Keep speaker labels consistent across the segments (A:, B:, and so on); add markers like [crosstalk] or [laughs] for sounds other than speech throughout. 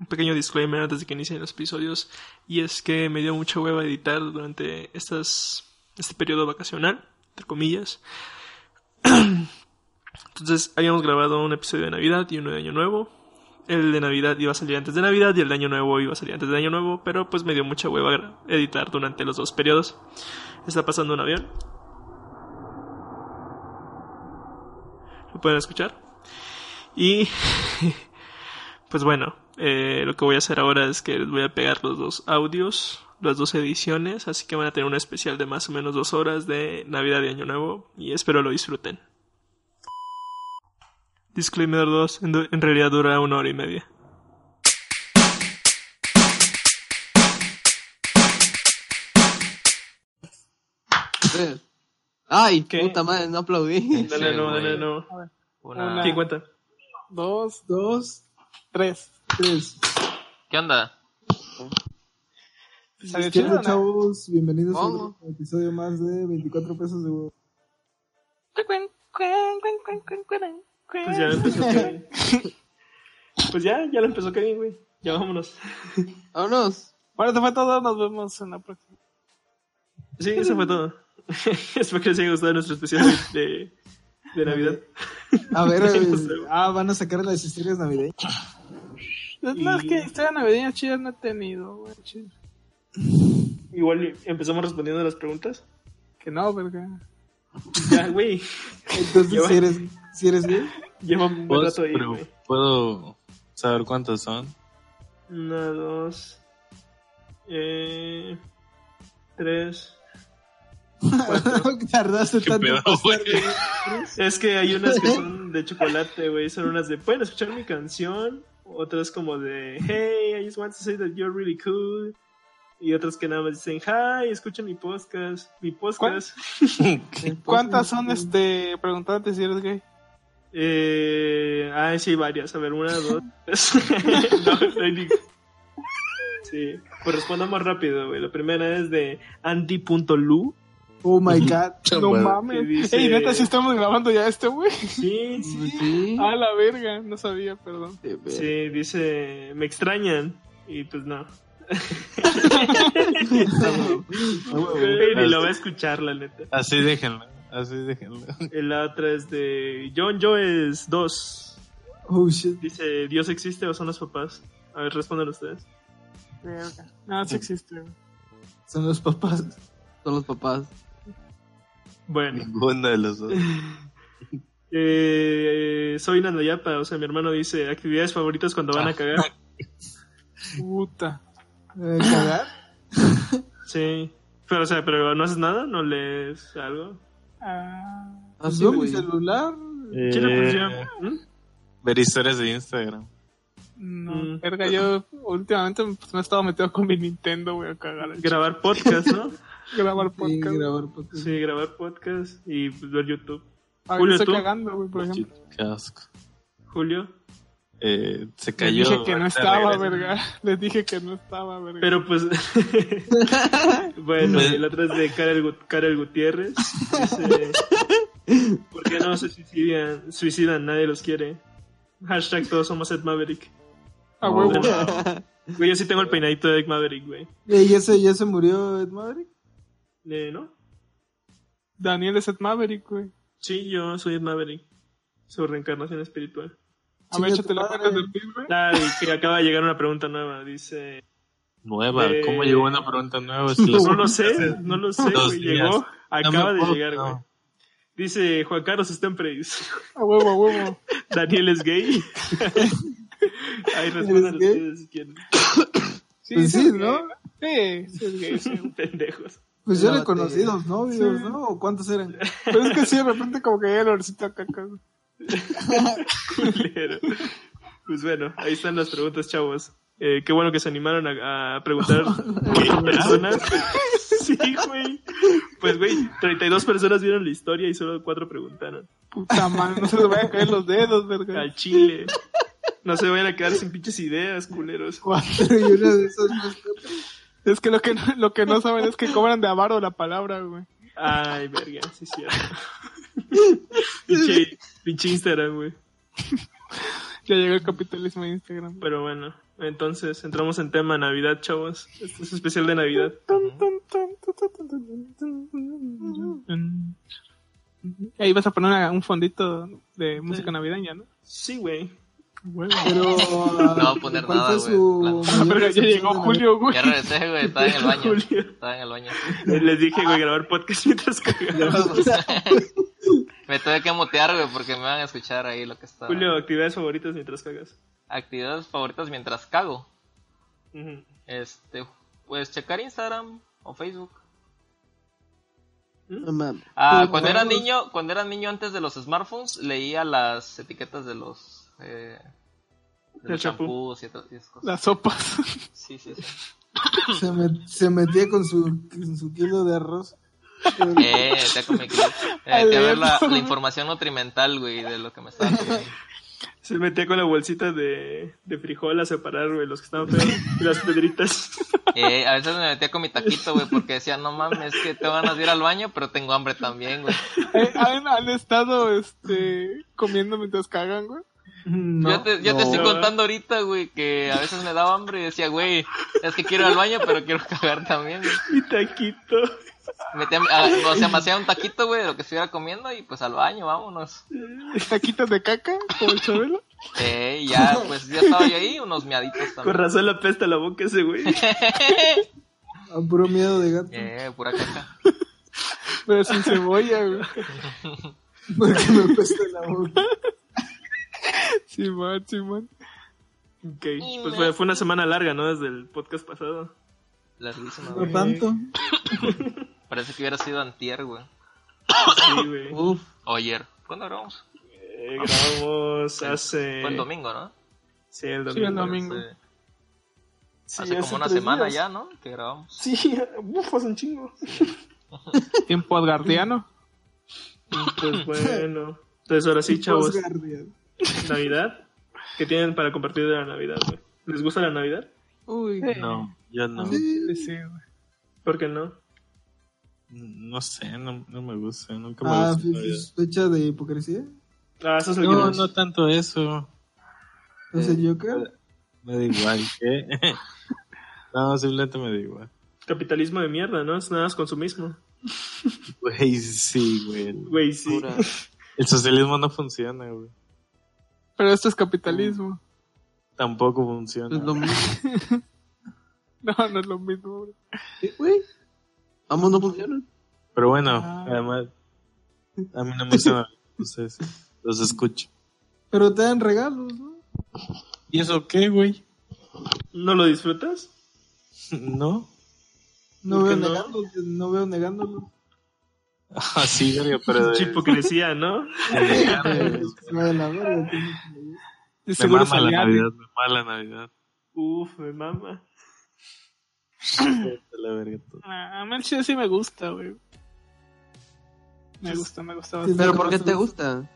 A: un pequeño disclaimer antes de que inicien los episodios y es que me dio mucha hueva editar durante estas, este periodo vacacional, entre comillas. [clears throat] Entonces habíamos grabado un episodio de Navidad y uno de Año Nuevo. El de Navidad iba a salir antes de Navidad y el de Año Nuevo iba a salir antes de Año Nuevo, pero pues me dio mucha hueva gra- editar durante los dos periodos. Está pasando un avión. ¿Lo pueden escuchar? Y pues bueno, eh, lo que voy a hacer ahora es que les voy a pegar los dos audios, las dos ediciones, así que van a tener un especial de más o menos dos horas de Navidad y Año Nuevo y espero lo disfruten. Disclaimer 2, en, du- en realidad dura una hora y media.
B: Tres. [laughs] Ay,
A: ¿Qué?
B: puta madre, no aplaudí.
A: Dale de nuevo, dale de
C: güey.
A: nuevo.
C: Una-
A: ¿Quién cuenta?
D: [laughs] Dos, dos, tres.
E: Tres.
C: ¿Qué onda?
D: ¿Salió
E: ¿Qué
D: chido
E: onda,
D: o no?
E: chavos? Bienvenidos a
B: Vamos.
E: un episodio más de 24 pesos de huevo.
A: Pues ya lo empezó Kevin. pues ya, ya lo empezó Kevin, güey. Ya vámonos.
B: Vámonos.
D: Bueno, eso fue todo. Nos vemos en la próxima.
A: Sí, eso fue todo. [laughs] Espero que les haya gustado nuestro especial de, de Navidad.
E: A [laughs] ver,
A: Sí, no
E: eh,
A: sé.
E: ah, van a sacar las historias navideñas.
D: No, es que historia navideña chida no he tenido, güey. chido.
A: Igual empezamos respondiendo a las preguntas.
D: Que no, verga.
A: [laughs] Ya, güey.
E: Entonces,
A: Lleva-
E: si eres, si eres
D: [laughs]
E: gay,
A: Lleva un buen
C: Pues,
A: rato ahí,
C: pero
A: güey.
C: ¿Puedo saber cuántos son?
A: Una, dos, eh, tres.
E: [laughs]
D: [laughs]
E: tardaste
C: [laughs] ¿Qué
E: tanto.
C: pedo,
E: en pasar,
C: güey?
E: güey.
A: Es que hay unas que son de chocolate, güey. Son unas de, pueden escuchar mi canción. Otras como de, hey, I just want to say that you're really cool. Y otras que nada más dicen, hi, escucha mi podcast. Mi podcast.
D: ¿Cuántas son, este, preguntándote si eres gay?
A: Eh, ah, sí, hay varias. A ver, una, dos, tres. [laughs] no, no hay ni- Sí, pues respondamos rápido, güey. La primera es de Andy.lu.
E: Oh my god.
D: No
A: Que
D: mames.
A: dice-
D: Ey, neta, si estamos grabando ya este, güey.
A: Sí, sí.
B: Sí.
D: A la verga. No sabía, perdón.
B: Qué ver-
A: Sí, dice, me extrañan. Y pues no. Pero ni lo va a escuchar, la neta.
C: [laughs] Así déjenlo, así déjenlo.
A: La otra es de John Joes 2.
E: Oh shit.
A: Dice, ¿Dios existe o son los papás? A ver, respondan ustedes.
D: Verga. No, sí existe, güey.
E: Son los papás.
B: Son los papás.
A: Bueno,
C: [laughs] Ninguno de los dos.
A: eh, soy Nandayapa, o sea, mi hermano dice, actividades favoritas cuando van a cagar.
D: Puta.
E: Eh, [laughs] ¿Cagar?
A: Sí. Pero, o sea, pero no haces nada, no lees algo.
D: Ah,
B: Ah, sí,
E: ¿Veo mi
B: güey.
E: celular?
A: Chile, pues, yo-
C: Eh,
A: ¿Mm?
C: Ver historias de Instagram.
D: no,
A: Mm.
D: verga, yo últimamente pues, me he estado metido con mi Nintendo, güey, a cagar. al ch-
A: Grabar podcast, ¿no?
D: Grabar
E: Sí,
D: podcast.
E: grabar podcast.
A: Sí, grabar podcast y pues, ver YouTube.
D: Ah,
A: Julio,
D: estoy
A: ¿tú?
D: cagando, güey, por ejemplo.
C: Qué asco.
A: Julio.
C: Eh, se
D: Les
C: cayó.
D: dije que no
C: ahorita
D: estaba,
C: regresa.
D: verga. [laughs] Les dije que no estaba, verga.
A: Pero pues. [laughs] bueno, y la otra es de Karel, Gut- Karel Gutiérrez. Dice, ¿Por qué no se suicidan? Suicidan, nadie los quiere. Hashtag todos somos Ed Maverick.
D: a huevo.
A: Güey, yo sí tengo el peinadito de Ed Maverick, güey.
E: Eh, ¿Ya se, ya se murió Ed Maverick?
A: Eh, ¿No?
D: Daniel es Ed Maverick, güey.
A: Sí, yo soy Ed Maverick. Su reencarnación espiritual.
D: A ver,
E: Chinga
D: échate
E: tu
D: la
E: madre.
D: cuenta de ti, güey.
A: Ah, y que acaba de llegar una pregunta nueva. Dice.
C: Nueva,
A: Eh,
C: ¿cómo llegó una pregunta nueva? Si las-
A: No lo sé, no lo sé,
C: Dos
A: güey.
C: días.
A: Llegó,
C: No me
A: acaba de
C: puedo-
A: llegar, güey.
C: no.
A: Dice Juan Carlos Stempreis.
D: A huevo, a huevo.
A: [laughs] Daniel es gay. [laughs] Ahí respondan
E: ¿Eres gay?
A: ustedes si quieren. [laughs]
E: Pues sí,
D: es
E: ¿no?
D: gay. Sí, sí es gay, sí. güey.
A: Pendejos.
E: Pues yo
B: Date.
E: eran conocidos, ¿no? Videos, ¿no? ¿O cuántos
D: [laughs]
E: eran?
D: Pero es que sí, de repente como que llega el olorcito a caca. güey.
A: Culero. Pues bueno, ahí están las preguntas, chavos. Eh, qué bueno que se animaron a, a preguntar ¿Qué? personas. Sí, güey. Pues, güey, 32 personas vieron la historia y solo 4 preguntaron.
D: Puta madre, no se le vayan a caer los dedos, verga.
A: Al chile. No se vayan a quedar sin pinches ideas, culeros.
E: Cuatro y una de esas no está-
D: Es que lo que no, lo que no saben es que cobran de avaro la palabra, güey.
A: Ay, verga, sí es cierto. [laughs] pinche, pinche Instagram, güey.
D: Ya llegó el capitalismo de Instagram.
A: Pero bueno, entonces entramos en tema Navidad, chavos. Este es especial de Navidad.
D: Ahí vas a poner una- un fondito de música navideña, ¿no?
A: Sí, güey.
E: Pero. ah,
F: No va a poner
E: ¿Cuál
F: nada,
E: fue
F: güey.
E: su.
F: Plan.
E: mayor
D: Pero ya
E: decepción
D: llegó
E: de la
D: Julio, güey.
F: Ya regresé, güey. Estaba en el
D: [laughs]
F: baño.
A: Julio.
F: Estaba en el baño. [laughs]
A: Les dije, güey, grabar podcast mientras cagaba.
F: Me tuve que mutear, güey, porque me van a escuchar ahí lo que está.
A: Julio, actividades favoritas mientras cagas.
F: Actividades favoritas mientras cago.
A: Ujú.
F: Este, pues checar Instagram o Facebook.
B: No mames.
F: Ah,
B: Pero,
F: cuando era
B: vamos.
F: niño, cuando era niño antes de los smartphones, leía las etiquetas de los eh, de
A: Del
F: los
A: champú.
F: champús y todas esas
D: [laughs]
F: cosas.
D: Las sopas.
F: Sí, sí, sí.
E: Se, met- se metía con su, con su kilo de arroz.
F: Eh, te con mi club. Eh,
D: Al
F: te ver la,
D: leerlo.
F: la información nutrimental, güey, de lo que me estaba comiendo.
A: Se metía con la bolsita de, de frijol a separar, güey, los que estaban feos y las pedritas.
F: [laughs] Eh, a veces me metía con mi taquito, güey, porque decía, no mames, es que te van a ir al baño, pero tengo hambre también, güey.
D: Eh, [laughs] ¿han, han estado este, comiendo mientras cagan, güey.
E: No,
F: yo te, yo
E: no.
F: te estoy contando ahorita, güey, que a veces me daba hambre y decía, güey, es que quiero ir al baño, pero quiero cagar también, güey.
A: Mi taquito.
F: Metía- ah, o sea, me hacía un taquito, güey, de lo que estuviera comiendo y pues al baño, vámonos.
D: Taquitos de caca, como el Chabelo.
F: Eh, y ya, pues ya estaba yo ahí, unos miaditos
A: Con
F: también.
A: razón la pesta la boca ese, güey.
E: A puro miedo de gato.
F: Eh, pura caca.
D: Pero sin cebolla, güey.
E: Porque me pesta la boca.
D: Simón, Simón.
A: Ok, pues fue, fue una semana larga, ¿no? Desde el podcast pasado.
F: Larguísima,
E: Por
F: güey.
E: tanto.
F: Parece que hubiera sido antier, güey.
A: Sí, güey.
F: [coughs] Uh.
B: Uf,
F: O ayer. ¿Cuándo grabamos?
A: Eh, grabamos hace...
F: Fue el domingo, ¿no?
A: Sí, el domingo.
D: Sí, el domingo.
F: Hace-
A: Mm, Sí,
F: hace como una
A: tres
F: semana
A: días.
F: ya, ¿no? Que grabamos.
A: Sí, [laughs] uf, hace un chingo.
D: Tiempo adgardiano.
F: [laughs]
A: Pues bueno. Entonces ahora sí, chavos. Navidad. ¿Qué tienen para compartir de la Navidad, güey? ¿Les gusta la Navidad?
B: uy.
C: No, yo no.
D: Sí, sí, güey.
A: ¿Por qué no?
C: No sé, no, no me gusta. Nunca me
E: Ah,
C: gusta.
E: fe- fecha de hipocresía.
A: Ah, eso es lo que
C: No,
A: no,
C: no tanto eso.
E: Es
F: Eh.
E: el Joker.
C: Me da igual. ¿Qué? [laughs] no, simplemente me da igual.
A: Capitalismo de mierda, ¿no? Es nada más consumismo.
C: Güey, sí, güey.
A: Güey, sí.
B: Pura.
C: El socialismo no funciona, güey.
D: Pero esto es capitalismo.
C: Tampoco funciona.
B: Es lo mismo.
D: [laughs] No, no es lo mismo, güey.
B: Eh, Güey. Ambos no funcionan.
C: Pero bueno, además, a mí no me gusta ustedes. Los escucho.
E: Pero te dan regalos, ¿no?
C: ¿Y eso qué, güey?
A: ¿No lo disfrutas?
C: ¿No? [laughs]
E: No
A: ¿Por
E: veo
A: qué no?
E: negándolo. No veo negándolo.
C: Ah, sí, verga, pero de,
A: Pinche hipocresía, ¿no? [laughs]
E: Se va de la verga. tiene que-
D: De
C: me
D: seguro
C: mama la
D: salía.
C: Navidad, me mama la Navidad.
A: Uf, me mama.
C: De la verga todo.
D: Ah, A mí el chile sí me gusta, güey. Me gusta, me gusta
E: Sí,
D: bastante.
B: Pero ¿por qué te gusta?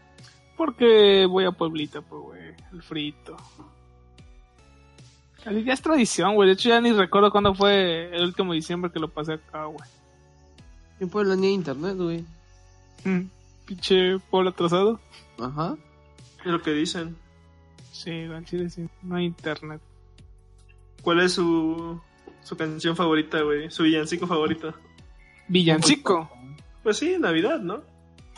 D: Porque voy a Pueblita, pues, güey. El frito. Así ya es tradición, güey. De hecho, ya ni recuerdo cuándo fue el último diciembre que lo pasé acá, güey.
B: En Puebla ni hay internet, güey.
D: Mm, Pinche pueblo atrasado.
B: Ajá.
A: Es lo que dicen.
D: Sí, güey, al chile sí. No hay internet.
A: ¿Cuál es su, su canción favorita, güey? ¿Su villancico favorito?
D: Villancico.
A: Pues sí, Navidad, ¿no?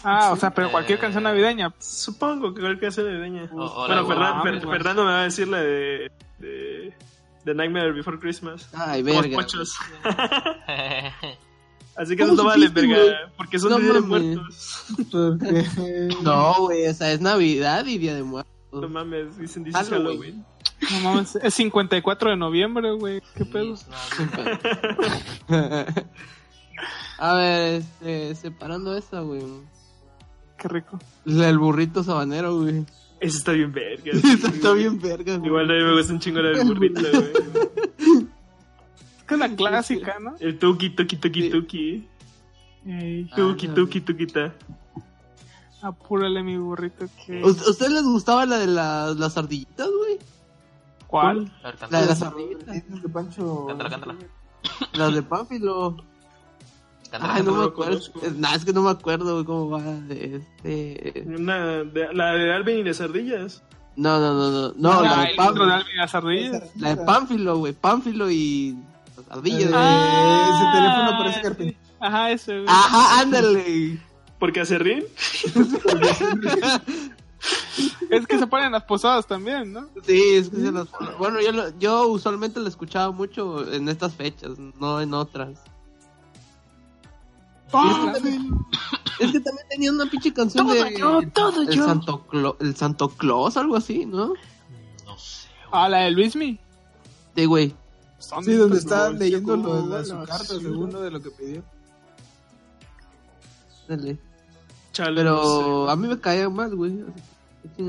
D: Ah, o sea, pero cualquier
F: Eh,
D: canción navideña.
A: Supongo que cualquier canción navideña.
F: O- o la
A: Bueno, Fernan-
F: guam,
A: Fer-
F: güey.
A: Fernando me va a decir la de, de, de Nightmare Before Christmas.
B: Ay,
A: Los
B: verga.
A: pochos. Así que eso
B: ¿Cómo
A: no vale,
B: supiste,
A: verga. Porque son
B: No
A: líderes
B: mames.
A: muertos.
E: Porque.
B: güey. [laughs] No, güey. O sea, es Navidad y Día de Muertos.
A: No mames, dicen, dicen
B: Halloween.
A: Halloween.
D: No mames, es 54 de noviembre, güey. ¿Qué pedo?
F: Feliz Navidad.
B: A ver, este, separando esa, güey.
D: Qué rico.
B: La del burrito sabanero, güey. [laughs]
A: Eso está bien verga.
B: Está, está bien verga, güey.
A: Igual a mí me gusta un chingo la del burrito, güey.
D: Es que la clásica, ¿no?
A: El tuki, tuki, tuki, tuki.
D: Ey,
A: Tuki,
B: Ah, la
A: tuki, tuquita.
D: apúrale mi burrito que...
B: ¿Ust- ¿Ustedes les gustaba la de la- las ardillitas, güey?
D: ¿Cuál?
F: A ver,
B: La
F: cántala,
B: de las ardillitas.
E: Dices que Pancho.
F: cántala, cántala.
B: Las de Pánfilo.
F: Cántala,
B: Ay, no
A: no
B: me
A: lo
B: acuerdo.
A: conozco.
B: Es- nah, es que no me acuerdo, güey, cómo va. Este.
A: Una de- la de Alvin y las ardillas.
B: No, no, no, no. No, la
D: Ah,
B: de
D: el otro de
B: Pánfilo.
D: Alvin y las ardillas.
B: La
E: Ah.
B: de Pánfilo, güey. Pánfilo y. Las ardillas, güey.
D: Ah,
E: ese teléfono parece
D: sí.
E: carpintero.
D: Ajá, ese, güey.
B: Ajá, ándale.
A: Porque hace rin.
D: Es que se ponen las posadas también, ¿no?
B: Sí, es que se las. Bueno, yo, lo- yo usualmente la escuchaba mucho en estas fechas, no en otras.
D: Ah,
B: Ah. Es que también tenía una pinche canción de. el, Santo Clo- el Santo Claus, algo así, ¿no?
F: No sé.
D: Ah, la de Luismi.
B: Sí, güey.
E: Sí, donde está
D: Yo
E: leyendo
D: como
E: lo, la, su
D: la
E: carta,
D: ciudad.
E: según lo de lo que pidió.
B: Ándale.
A: Chale, no sé.
B: Pero a mí me caía mal, güey.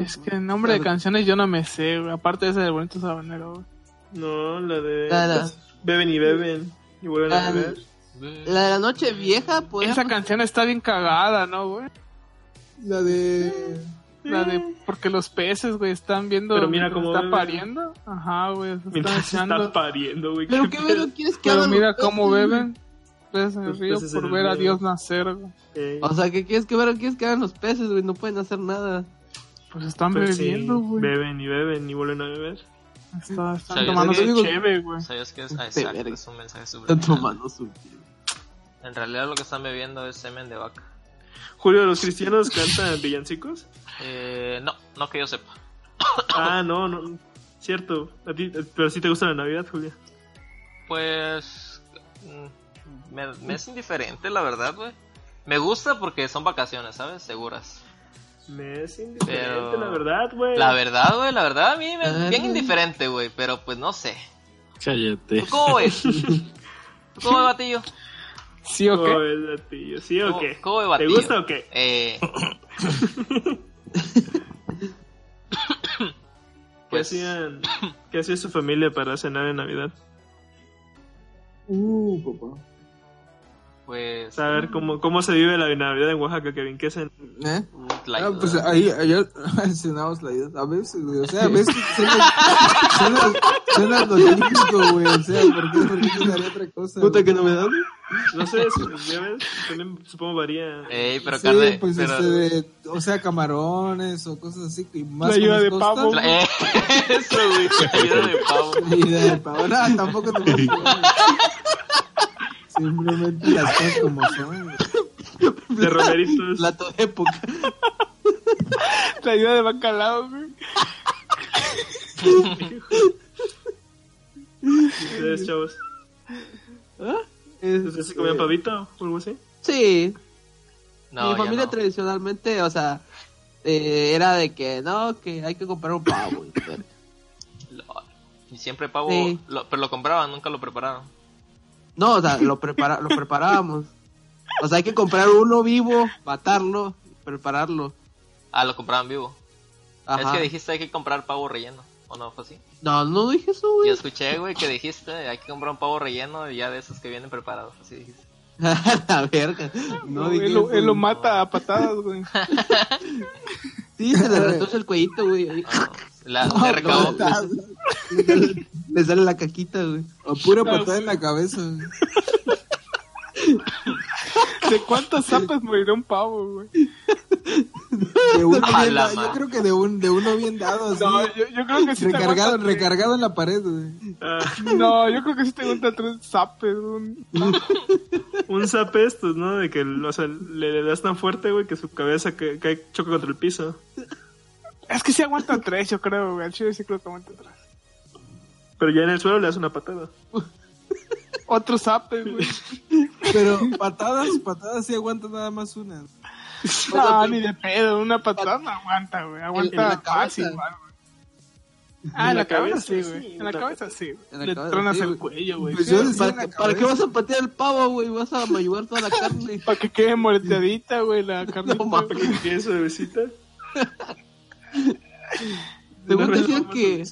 D: Es que el nombre de
B: Claro.
D: canciones yo no me sé, güey. Aparte de ese del bonito sabanero, güey.
A: No, la de.
B: La, la-
A: Beben y beben. Y vuelven a
B: Ah,
A: beber.
B: la de la noche vieja, pues.
D: Esa canción está bien cagada, ¿no, güey?
E: La de.
D: La de porque los peces, güey, están viendo.
A: Pero mira cómo
D: está
A: bebe.
D: pariendo. Ajá, güey, se están
A: Mientras se
D: echando.
A: está pariendo, güey.
B: Pero
A: qué
B: qué
A: pedo.
B: verga quieres que
D: Pero
B: hagan
D: mira
B: los
D: cómo
B: peces?
D: beben. Peces en el
A: Los
D: río
A: peces en
D: por
A: el
D: ver a
A: río.
D: Dios nacer, güey.
A: Eh,
B: O sea, ¿qué quieres que vean? ¿Quieres que hagan los peces, güey? No pueden hacer nada.
D: Pues están
A: pues sí,
D: bebiendo, güey.
A: Beben y beben y vuelven a beber.
D: Está- están
F: ¿Sabías
D: tomando
F: que-
D: su cheve, güey.
F: ¿Sabías qué es? Ah,
B: Este
F: exacto,
B: verga.
F: es un mensaje
B: Están
F: subliminal.
B: tomando su.
F: En realidad lo que están bebiendo es semen de vaca.
A: Julio, ¿los cristianos cantan
D: [coughs]
A: villancicos?
F: Eh, no, no que yo sepa.
A: Ah, no, no. Cierto. A ti, pero sí te gusta la Navidad, Julio.
F: Pues. mm, Me, me es indiferente, la verdad, güey. Me gusta porque son vacaciones, ¿sabes? Seguras.
A: Me es indiferente,
F: Pero-
A: la verdad, güey.
F: La verdad, güey, la verdad a mí me
B: Ah.
F: bien indiferente, güey, pero pues no sé.
C: Cállate.
F: ¿Tú cómo ves? ¿Tú cómo ves, batillo?
D: Sí, o
A: ¿Cómo
D: qué?
A: ves, batillo? ¿Sí o
F: ¿Cómo-
A: qué?
F: cómo ves,
A: ¿Te
F: batillo?
A: gusta o qué?
F: Eh. [coughs]
A: ¿Qué,
F: pues, [laughs]
A: hacían, ¿Qué hacía su familia para cenar en Navidad?
E: Uh, papá.
F: pues.
A: Saber
D: Mm.
A: cómo, cómo se vive la Navidad en Oaxaca, Kevin. ¿Qué cenan?
E: ¿Eh?
F: la
E: Ah,
F: ayuda.
E: pues ahí, [laughs] ayer cenamos la idea. A veces, güey. O sea, a veces cenas, cenas, cenas lo típico, güey. O sea, ¿por qué, por qué cenaría otra cosa?
B: Puta,
E: güey?
B: qué novedad.
A: No sé,
D: [laughs]
A: si- ya ves, también supongo varía.
F: Ey, pero
E: Sí,
F: carne.
E: pues
F: pero-
E: este, de- o sea, camarones o cosas así. Y más
D: La ayuda
E: con
D: de
E: costa.
D: pavo.
F: La- [laughs] eh, eso, güey. Ayuda de pavo.
E: La ayuda de pavo. No, tampoco te puedo jugar, güey. Simplemente las cosas como son. güey.
A: De romeritos.
B: Plato de época.
D: [laughs] La ayuda de bacalao, güey.
A: Ustedes, chavos.
D: ¿Ah?
A: ¿Ustedes sí
B: Este,
A: comían pavito o algo así?
B: Sí,
F: No,
B: mi
F: ya
B: familia
F: no.
B: tradicionalmente, o sea, eh, era de que no, que hay que comprar un pavo. y todo.
F: Lo- Y siempre pavo.
B: Sí.
F: lo- pero lo compraban, nunca lo prepararon.
B: no, o sea, lo, prepara, lo preparábamos. O sea, hay que comprar uno vivo, matarlo, prepararlo.
F: Ah, lo compraban vivo. Es
B: Ajá.
F: que dijiste hay que comprar pavo relleno. ¿O no fue así?
B: No, no dije eso,
F: Yo
B: güey. [laughs]
F: escuché, güey, que dijiste hay que comprar un pavo relleno y ya de esos que vienen preparados. Así dijiste.
B: La verga. No,
D: No,
B: dije
D: él, lo,
B: eso.
D: él lo mata a patadas, güey.
B: Sí, se le retorce el cuellito, güey.
F: Ah, la,
E: [laughs] No,
F: le recabó.
E: no, está-
B: Le sale- Le sale la caquita, güey.
E: A pura patada en la cabeza. güey.
D: ¿De cuántas zapas morirá un pavo, güey?
E: De uno
F: A
E: bien
F: la
E: dado,
F: madre.
E: yo creo que de, un, de uno bien dado, así.
D: No, yo, yo creo que sí te
E: recargado,
D: aguanta tres-
E: recargado en la pared, güey.
A: Ah,
D: No, yo creo que sí te gustan tres zapes, un...
A: un zap estos, ¿no? De que o sea, le, le das tan fuerte, güey, que su cabeza ca- cae, choca contra el piso.
D: Es que sí aguanta tres, yo creo, güey. Al chile sí creo que aguanta tres.
A: Pero ya en el suelo le das una patada.
D: Otro zape, güey.
E: Pero patadas, patadas sí aguanta nada más una.
D: No, ni de pedo. Una patada no aguanta, güey.
B: En
D: Aguanta
B: la cabeza.
D: fácil, igual, güey. Ah, en la cabeza sí,
A: sí,
D: güey. En la cabeza sí, güey.
B: En la
D: Le
B: cabeza,
D: tronas
B: sí,
D: el
B: güey.
D: cuello, güey.
E: Pues
D: Sí,
E: yo
D: sí,
E: decía
D: en
E: en
D: la
E: la
B: ¿Para qué
D: cabeza.
B: vas a patear el pavo, güey? Vas a mayugar toda la carne.
D: Para que
B: [laughs]
D: quede moreteadita, güey, la carnita.
B: mames.
D: güey.
A: ¿Qué es suavecita?
B: Según
A: No, no,
B: decían
A: no,
B: que,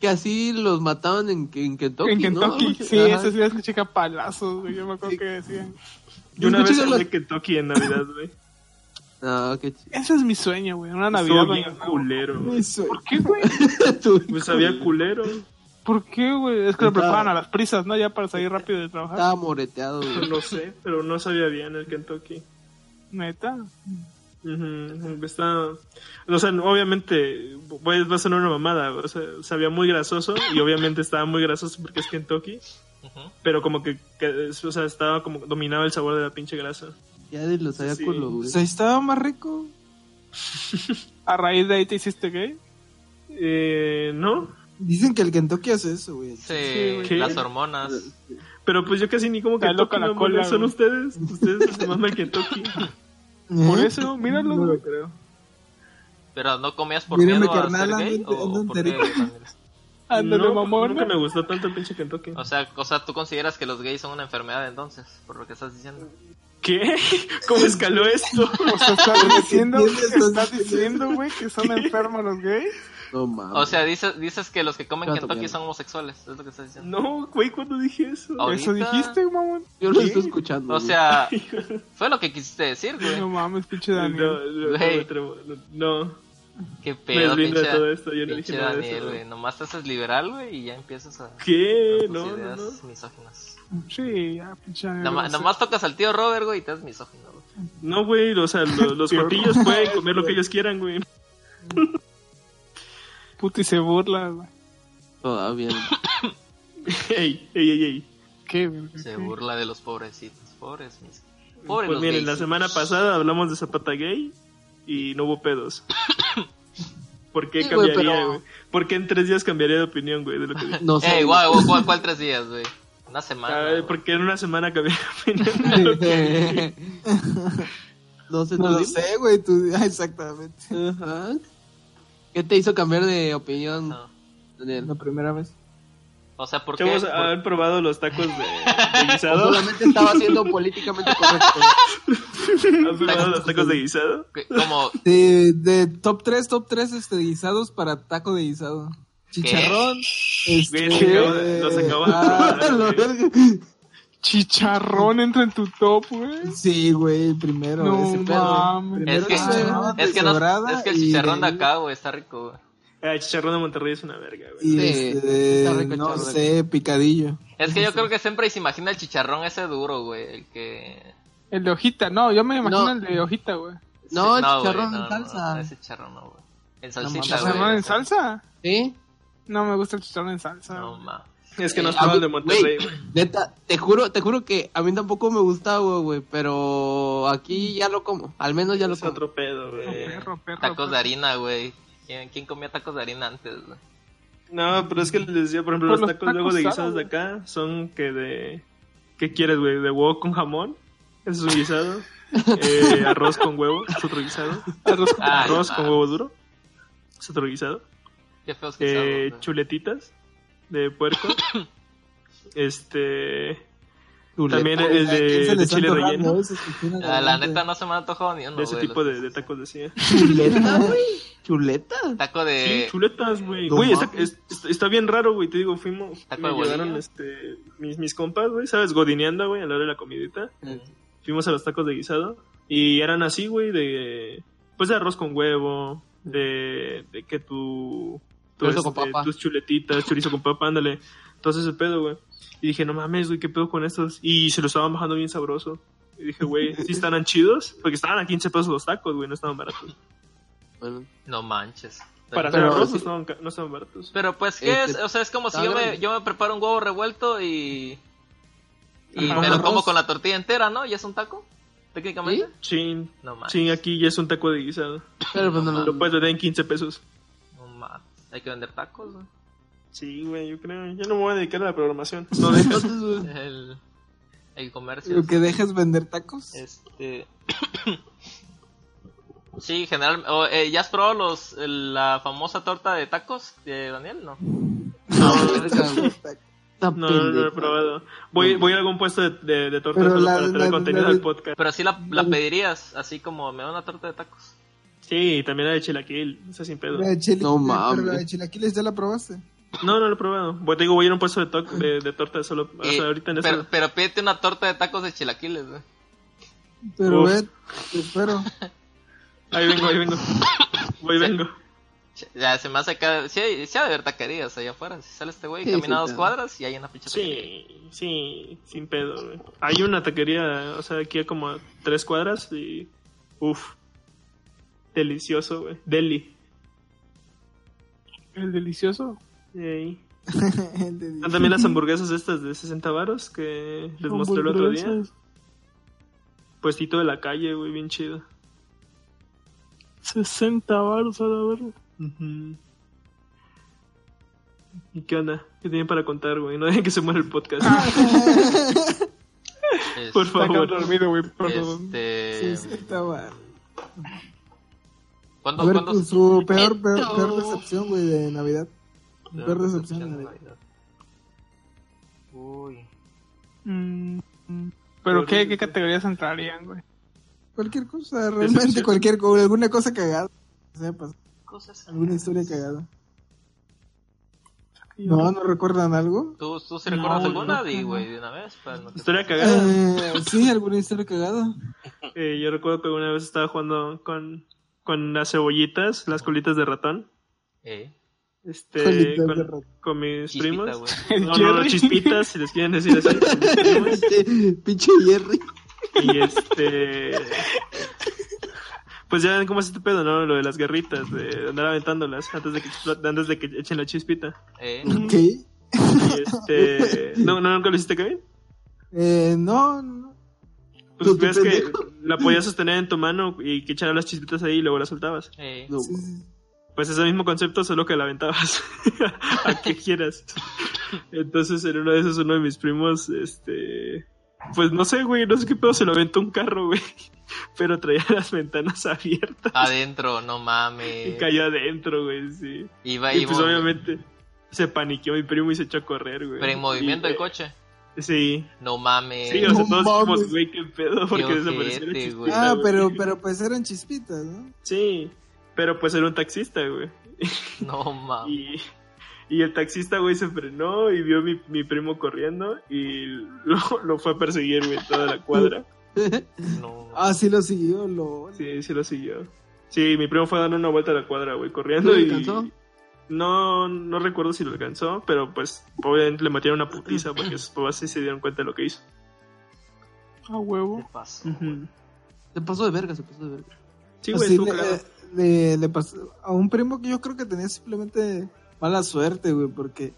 B: que así los mataban en, en Kentucky,
D: en Kentucky,
B: ¿no?
D: sí,
B: Ajá.
D: eso sí las escuché que a palazos, güey. Yo me acuerdo que decían.
A: Yo una vez
B: Escuché
A: hablé
B: los-
A: de Kentucky en Navidad, güey.
B: Ah, qué chido.
D: Ese es mi sueño, güey. [laughs] Una Navidad.
A: Estuvo bien
D: donde-
A: culero. güey.
D: ¿Por qué, güey?
B: [laughs]
A: Pues sabía culero.
D: ¿Por qué, güey? Es que lo
B: Estaba-
D: preparan a las prisas, ¿no? Ya para salir rápido de trabajar.
B: Estaba moreteado, güey.
A: No sé, pero no sabía bien el Kentucky.
D: Neta.
A: Ujú, Está. O sea, obviamente, voy- va a sonar una mamada. O sea, sabía muy grasoso y obviamente estaba muy grasoso porque es Kentucky.
F: Ujú.
A: Pero como que, que- o sea, estaba como dominaba el sabor de la pinche grasa.
B: Ya de los sabía
A: Sí.
B: culo, güey.
E: Pues ahí estaba más rico.
D: A raíz de ahí te hiciste gay.
A: Eh, no,
E: Dicen que el Kentucky hace eso, güey.
F: Sí,
A: güey.
F: las hormonas.
A: pero pues yo casi ni como que
D: Está loca la
A: no
D: cola,
A: mames, son
D: güey.
A: ustedes, ustedes se maman Kentucky.
E: [laughs]
D: Por
E: ¿Eh?
D: eso, míralo,
E: [laughs] No
D: güey.
E: lo creo.
F: Pero no comías por
E: Mírame,
F: miedo a
E: carnal,
F: ser gay
E: ando- ando
F: o por
E: enterito.
F: qué, Daniel?
D: Ándale,
A: no,
D: mamón.
A: nunca me gustó tanto el pinche Kentucky.
F: O sea, o sea, tú consideras que los gays son una enfermedad entonces, por lo que estás diciendo.
A: ¿Qué? [laughs] ¿Cómo escaló esto? [laughs]
D: O sea, [laughs] estás diciendo,
E: entiendes, estás
D: estás diciendo, güey, que son enfermos los gays.
B: No mames.
F: O sea, dices, dices que los que comen
B: Claro,
F: Kentucky
B: bien.
F: son homosexuales, es lo que estás diciendo.
A: No, güey, ¿cuándo dije eso?
F: Ahorita-
D: Eso dijiste, mamón.
B: yo lo estoy escuchando.
F: O
B: güey.
A: [laughs]
F: sea, fue lo que quisiste decir, güey.
D: No mames, pinche
A: No,
D: Daniel.
A: no, no,
F: Güey.
A: me atrevo, no, no.
F: Qué
A: me
F: pedo,
A: deslindo de
F: pinche,
A: todo esto, yo no
F: pinche
A: dije nada de
F: Daniel,
A: eso.
F: güey. Nomás te haces liberal, güey, y ya empiezas a... a
A: ¿Qué?
F: tus
A: No, no,
F: ideas
A: no.
F: misóginas.
D: Sí, ya, pinche Daniel.
F: Nomás, nomás tocas al tío Robert, güey, y te haces misógino, güey.
A: No, güey, o sea, lo- los
D: Peor.
A: papillos pueden comer lo que ellos quieran, güey. [laughs]
D: Puto y se burla, güey.
F: [laughs]
B: Todavía.
A: Ey, ey, ey, ey.
D: ¿Qué, güey?
F: Se
D: ¿Qué?
F: burla de los pobrecitos, pobres mis... Pobres
A: Pues
F: los Eh,
A: miren, la
F: gaysitos.
A: semana pasada hablamos de Zapata Gay y no hubo pedos. ¿Por qué
B: Sí, güey,
A: cambiaría,
B: pero-
A: güey? ¿Por qué en tres días cambiaría de opinión, güey, de lo que dije?
B: No sé.
F: Ey, guau, guau, ¿cuál, cuál tres días, güey? Una semana.
A: Ah,
F: güey.
A: ¿Por qué en una semana cambié de opinión?
B: [laughs] no sé,
E: No
B: tú
E: lo
B: dime.
E: sé, güey. Tú... [laughs] Ah, exactamente.
B: Ajá. ¿Qué te hizo cambiar de opinión,
F: No.
B: Daniel?
E: La primera vez.
F: O sea, ¿por qué?
A: Chavos,
F: Por-
A: haber probado los tacos de, de
B: O [laughs]
A: guisado?
B: solamente estaba siendo políticamente correcto.
A: ¿Han probado los tacos de guisado?
F: que- como
E: De, de top 3, top 3 este, guisados para taco de guisado. Chicharrón. Este,
A: Güey, los acabo de- los
E: [laughs]
A: acabo de
E: ah,
A: probar,
E: lo
A: güey.
E: verga.
D: Chicharrón entra en tu top, güey.
E: Sí, güey, primero.
D: No
E: ese pedo.
D: mames.
F: es
E: Primero
F: que,
E: chicharrón
F: es, que no,
E: deshebrada
F: es que el
E: y
F: chicharrón de
E: ahí-
F: acá, güey, está rico, güey.
A: Ah, el chicharrón de Monterrey es una verga, güey.
E: Y
B: Sí,
E: este,
B: está rico el
E: no
B: chicharrón.
E: sé, picadillo.
F: Es que yo creo que siempre se imagina el chicharrón ese duro, güey. El que.
D: El de hojita, no, yo me imagino
B: No.
D: el de hojita, güey.
B: No,
F: Sí, güey,
B: chicharrón
F: no,
B: en
F: no,
B: salsa.
F: no, ese chicharrón no, güey. En
B: mames.
F: salsita,
D: ¿Chicharrón
F: Ah, güey.
D: en salsa?
B: ¿Sí?
D: No me gusta el chicharrón en salsa.
F: No,
D: güey.
F: ma.
A: Es que no has
B: Eh, a
A: probado
B: mí-
A: el de Monterrey,
B: güey,
A: güey.
B: Neta, te juro, te juro que a mí tampoco me gusta, güey, güey, pero aquí ya lo como, al menos ya lo
A: Es
B: como.
A: otro pedo, güey.
D: perro, perro,
A: pues.
F: Tacos
D: perro.
F: de harina, güey. ¿Quién, quién comía tacos de harina antes, güey?
A: No, pero es que les decía, por ejemplo,
D: Pues
A: los,
D: los
A: tacos, luego de
D: tacos
A: guisados de
D: árabes.
A: acá son que de... ¿Qué quieres, güey? ¿De huevo con jamón? Ese es un guisado. Eh, arroz con huevo, es otro guisado.
D: Arroz con-
F: Ay,
A: Arroz
F: ma,
A: con huevo duro, es otro guisado.
F: Qué feos guisados,
A: Eh,
F: güey.
A: chuletitas de puerco. Este... También el de,
E: ¿Quién se
A: de
E: les
A: chile
E: antoja,
A: relleno.
E: no? Esos que tienen
F: Ah, la
E: adelante.
F: neta no se me ha antojado ni uno,
A: De ese
F: güey,
A: tipo
F: los-
A: de, de tacos decía. [laughs]
B: Chuleta, güey. Chuleta.
F: Taco
A: Sí,
B: Eh,
F: de.
A: chuletas, güey.
B: no
A: Güey, está,
B: mames.
A: es- está- está bien raro, güey. Te digo, fuimos.
F: Taco
A: Me
F: de
A: llevaron
F: bolillo.
A: este, mis, mis compas, güey, ¿sabes? Godineando, güey, a la hora de la comidita. Fuimos a los tacos de guisado. Y eran así, güey, de. Pues de arroz con huevo. De, de que tu. tu, este,
B: Chorizo con papa.
A: Tus chuletitas, chorizo con papa, ándale. Entonces ese pedo, güey. Y dije, no mames, güey, ¿qué pedo con estos? Y se lo estaban bajando bien sabroso. Y dije, güey, ¿sí estarán chidos? Porque estaban a 15 pesos los tacos, güey, no estaban baratos.
B: Bueno,
F: No manches.
A: Para hacer
B: Pero
A: arroz
B: sí.
A: no estaban, ca- no estaban baratos.
F: Pero pues, ¿qué
B: Este,
F: es? O sea, es como si
B: está
F: yo me,
B: grande.
F: yo me preparo un huevo revuelto y. Y
A: Ajá,
F: me lo
A: arroz.
F: como con la tortilla entera, ¿no? ¿Y es un taco? Técnicamente.
A: Chin.
F: No mames.
A: Chin, aquí ya es un taco de guisado.
B: pero pues no lo-
A: Lo puedes vender en 15 pesos.
F: No mames. Hay que vender tacos, güey.
A: Sí, güey, yo creo. Yo no me voy a dedicar a la programación.
B: no,
A: [laughs]
B: entonces, güey,
F: El, el comercio.
E: Lo que dejes vender tacos. [laughs]
F: Este. [clears throat] sí, general. o, eh, ¿Ya has probado los, el- la famosa torta de tacos de Daniel? No.
B: está
A: No, no, no lo he
B: pendejo.
A: probado. Voy, voy a algún puesto de, de, de tortas
E: Pero
A: solo
E: la-
A: para traer
E: la-
A: contenido
E: la-
A: al podcast.
F: Pero sí la, la pedirías, así como me da una torta de tacos.
A: Sí, también la de Chilaquil, esa sin pedo.
E: La de chile-
B: No
E: de-
B: mames.
E: pero La de chilaquiles ya la probaste.
A: No, no lo he probado. Bueno, te digo, voy a ir a un puesto de, to- de, de torta solo. o
F: Eh,
A: sea, ahorita en
F: pero,
A: eso.
F: pero pídete una torta de tacos de chilaquiles, güey.
E: Pero
A: Uf.
E: ve, te espero. [laughs]
A: Ahí vengo, ahí [laughs] vengo. Voy, vengo.
F: Ch- Ya se me hace acá. Sí, hay- sí ha de haber taquerías allá afuera. Si sale este güey,
B: Sí,
F: camina
B: sí,
F: dos
B: claro.
F: cuadras y hay una pinche taquería.
A: Sí, sí, sin pedo. güey. Hay una taquería, o sea, aquí a como a tres cuadras y. Uf. Delicioso, güey. Deli.
D: El delicioso.
A: Yay.
E: El de-
A: Ah, También las hamburguesas estas de 60 varos que les mostré el otro día.
D: Hamburguesas.
A: Puestito de la calle, güey, bien chido.
D: 60 baros a la verga.
A: ¿Y qué onda? ¿Qué tienen para contar, güey? No dejen que se muera el podcast.
E: Ah.
F: Es-
A: Por
D: Está acá
A: favor.
D: dormido, güey, perdón.
F: Este.
E: Sí, sí, está mal.
F: ¿Cuándo,
E: A ver,
F: cuándo-
E: tu- su peor, peor, peor decepción, güey, de Navidad.
F: No,
E: peor
F: pues,
E: decepción de
F: opción de
E: Navidad.
F: Navidad. Uy.
D: Mm, mm. ¿Pero qué, qué categorías entrarían, güey?
E: Cualquier cosa,
A: Decepción.
E: realmente cualquier cosa, alguna cosa cagada. O sea, pas-
F: Cosas.
E: alguna historia cagada. No, ¿no recuerdan algo?
F: ¿Tú, tú si recuerdas
A: No,
F: alguna?
A: no,
F: Di, güey, de una vez. para no que-
A: Historia cagada.
E: Eh, [laughs] sí, alguna historia cagada.
A: Eh, yo recuerdo que una vez estaba jugando con, con las cebollitas, las colitas de ratón.
F: Eh,
A: Este,
E: Colitas de
A: con, [laughs]
E: ratón.
A: con mis
F: chispita,
A: primos.
F: güey.
A: No, no, no, chispitas, si les quieren decir así. con mis primos.
B: Pinche Jerry.
A: Y este. Pues ya ven cómo es este pedo, ¿no? Lo de las guerritas, de andar aventándolas antes de que, explo- antes de que echen la chispita. [laughs]
F: Eh,
E: Ok.
A: Y este. ¿No, no nunca lo hiciste, Kevin?
E: Eh, no, no.
A: Pues
B: No, tú
A: ves que
B: pendejo.
A: la podías sostener en tu mano y que echaran las chispitas ahí y luego las soltabas.
F: eh.
B: No,
E: Sí, sí.
A: Pues ese mismo concepto, solo que la aventabas [laughs] a que quieras. Entonces, en uno de esos, uno de mis primos, este. Pues no sé, güey, no sé qué pedo, se lo aventó un carro, güey. [laughs] Pero traía las ventanas abiertas
F: Adentro, no
A: y
F: mames.
A: cayó adentro, güey, sí.
F: Iba,
A: Y
F: iba
A: pues obviamente se paniqueó mi primo y se echó a correr, güey.
F: pero en movimiento el coche.
A: Y- Sí,
F: No mames.
A: sí, o sea,
E: No
A: todos dijimos,
E: mames.
A: güey, qué pedo, porque
F: Qué
A: desapareció la
F: ojete,
A: chispita,
F: güey.
E: Ah,
A: güey.
E: pero, pero pues eran chispitas, ¿no? [laughs]
A: Sí, pero pues era un taxista, güey.
F: No mames.
A: Y, y el taxista, güey, se frenó y vio mi, mi primo corriendo y lo, lo fue a perseguir, güey, toda la cuadra.
F: No.
E: Ah, sí lo siguió, lo.
A: Sí, sí lo siguió. Sí, mi primo fue a dar una vuelta a la cuadra, güey, corriendo
B: ¿Lo
A: y...
B: alcanzó?
A: No, no recuerdo si lo alcanzó, pero pues obviamente le metieron una putiza porque sus papás sí se dieron cuenta de lo que hizo.
D: A huevo.
F: pasó?
B: Se pasó de verga, se pasó de verga.
A: Sí,
E: Pues
A: güey,
E: sí,
A: tú,
E: le,
A: claro.
E: le- le pasó a un primo que yo creo que tenía simplemente mala suerte, güey, porque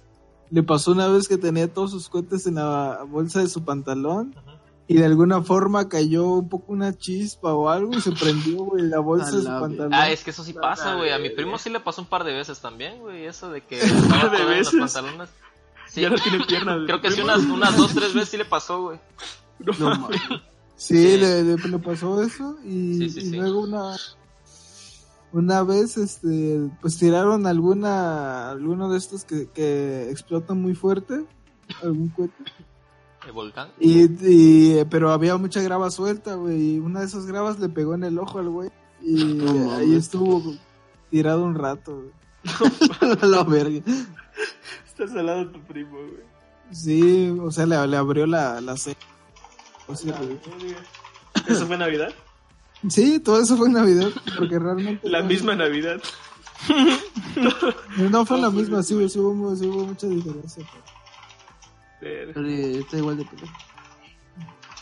E: le pasó una vez que tenía todos sus cohetes en la bolsa de su pantalón
F: Ajá.
E: y de alguna forma cayó un poco una chispa o algo y se prendió, güey, la bolsa
B: A
E: de su
B: la
E: pantalón.
F: Ah, es que eso sí pasa, güey. A mi primo sí le pasó un par de veces también, güey. Eso de
A: [laughs]
F: que estaba
A: de
F: todo en los
A: veces?
F: pantalones. Sí,
A: Ya no tiene piernas.
F: creo que sí,
A: primo.
F: unas, unas
A: [laughs]
F: dos, tres veces sí le pasó, güey.
B: No mames.
E: Sí,
F: Sí.
E: Le, le- le pasó eso y,
F: Sí, sí,
E: y
F: sí.
E: luego una una vez este pues tiraron alguna alguno de estos que, que explotan muy fuerte algún cohete
F: El volcán.
E: y, y- pero había mucha grava suelta güey y una de esas gravas le pegó en el ojo al güey y
B: [laughs] No mames.
E: ahí estuvo güey, tirado un rato güey.
B: A [laughs] la verga.
A: Estás al lado de tu primo, güey.
E: sí o sea le, le abrió la la ce- o sea, güey.
A: ¿Eso fue Navidad?
E: sí todo eso fue en Navidad porque realmente
A: La
E: no-
A: misma Navidad.
E: No fue la misma, sí, güey, sí hubo, mu- sí hubo mucha diferencia. pero-
A: Verga.
B: Pero, eh, Está igual de pendejo.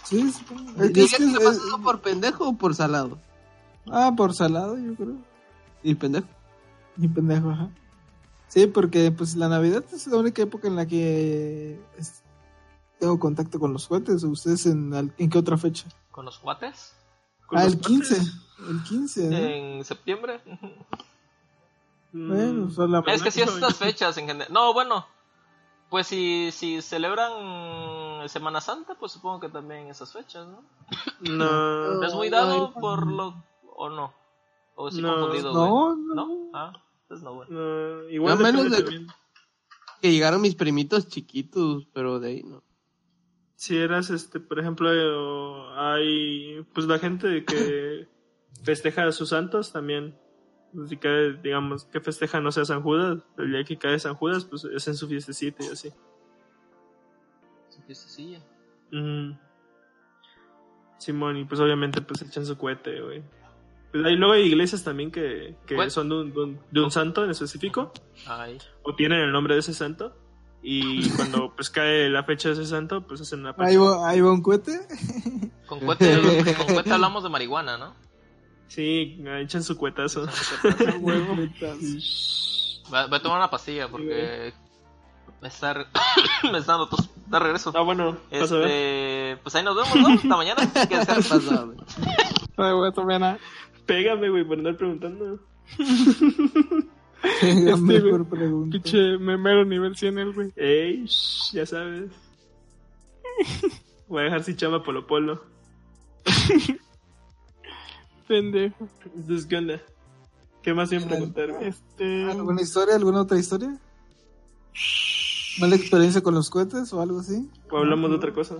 E: Sí, supongo.
A: Eh,
B: ¿El
E: Y es
B: que
E: que-
B: le
E: es-
B: pasó por pendejo o por salado?
E: ah, por salado, yo creo.
B: Y pendejo.
E: Ni pendejo, ajá. Sí, porque pues la Navidad es la única época en la que es- tengo contacto con los cohetes. ¿Ustedes en, al- en qué otra fecha?
F: ¿Con los cuates?
A: Con
E: Ah,
A: los Eh,
E: el
A: cuates.
E: 15. El 15, ¿no?
F: ¿En septiembre?
A: Mm,
E: Bueno, solamente.
F: Es que sí, estas fechas en general. No, bueno, pues si, si celebran Semana Santa, pues supongo que también esas fechas, ¿no?
A: No.
F: ¿No es muy dado por lo. o no? ¿O sí
A: No. ¿eh?
F: confundido, güey?
E: No,
F: ¿No?
E: no.
F: Ah, entonces no, güey.
A: no, Igual
B: No,
A: depende
B: menos de-
A: también.
B: Que llegaron mis primitos chiquitos, pero de ahí no. [laughs]
A: Si eras, este, por ejemplo, eh, o hay. Pues la gente que. festeja a sus santos también. Pues, Si cae, digamos, que festeja no sea San Judas, el día que cae San Judas, pues es en su fiestecita y así.
F: Su fiestecilla.
A: Ujú. Simón, y pues obviamente pues echan su cohete, güey. Pues ahí luego hay iglesias también que, que
F: Bueno.
A: son de un, de un- de un santo en específico,
F: Ay.
A: o tienen el nombre de ese santo,
B: [laughs]
A: y cuando pues cae la fecha de ese santo, pues hacen una
E: Ahí
A: pacha.
E: va, ahí va
A: [laughs]
E: un cohete.
F: Con cuete, con cuete hablamos de marihuana, ¿no?
A: Sí, echan su cuetazo.
F: Voy
E: [laughs]
F: a tomar una pastilla porque me está, re- [coughs] me está dando tos. De regreso.
A: Ah, bueno, vas a ver.
F: Este, pues ahí nos vemos, ¿no? Hasta mañana. Que descanses.
B: Pasado, güey.
D: No, güey, todavía nada.
A: Pégame, güey, por andar preguntando. Este,
E: La mejor pregunta.
D: Pinche memero nivel 100 el güey.
A: Ey, shh, ya sabes. Voy a dejar sin chamba Polo Polo.
D: Pendejo.
A: Entonces, ¿qué onda? ¿Qué más tienen que contar, güey?
D: Este.
E: ¿Alguna historia? ¿Alguna otra historia? ¿Mala experiencia con los cohetes o algo así?
A: O hablamos de otra cosa.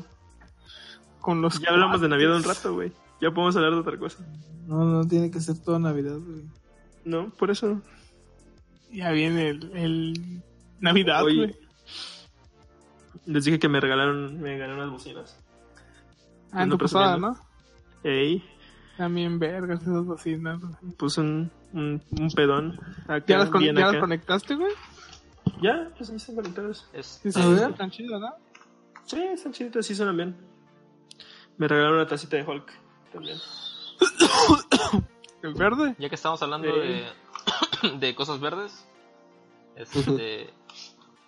D: Con los.
A: Ya hablamos de Navidad un rato, güey. Ya podemos hablar de otra cosa.
E: No, no tiene que ser toda Navidad, güey.
A: No, por eso.
D: Ya viene el. el Navidad,
A: Oye.
D: güey.
A: Les dije que me regalaron, me regalaron unas bocinas.
D: Ah, en
A: ando
D: tu posada,
A: presumiendo.
D: ¿no?
A: Ey,
D: También vergas esas bocinas. güey.
A: puse un, un, un pedón. Acá,
D: ¿Ya, las, con-
A: Ah, bien
D: ya
A: acá.
D: las conectaste, güey?
A: Ya, pues ahí están conectadas.
F: Este,
D: Sí, sí,
E: A ver.
D: Tan chido, ¿no?
A: Sí, están chiditas, sí suenan bien. Me regalaron una tacita de Hulk también.
D: El verde.
F: ya que estamos hablando de, de [coughs] cosas verdes, este,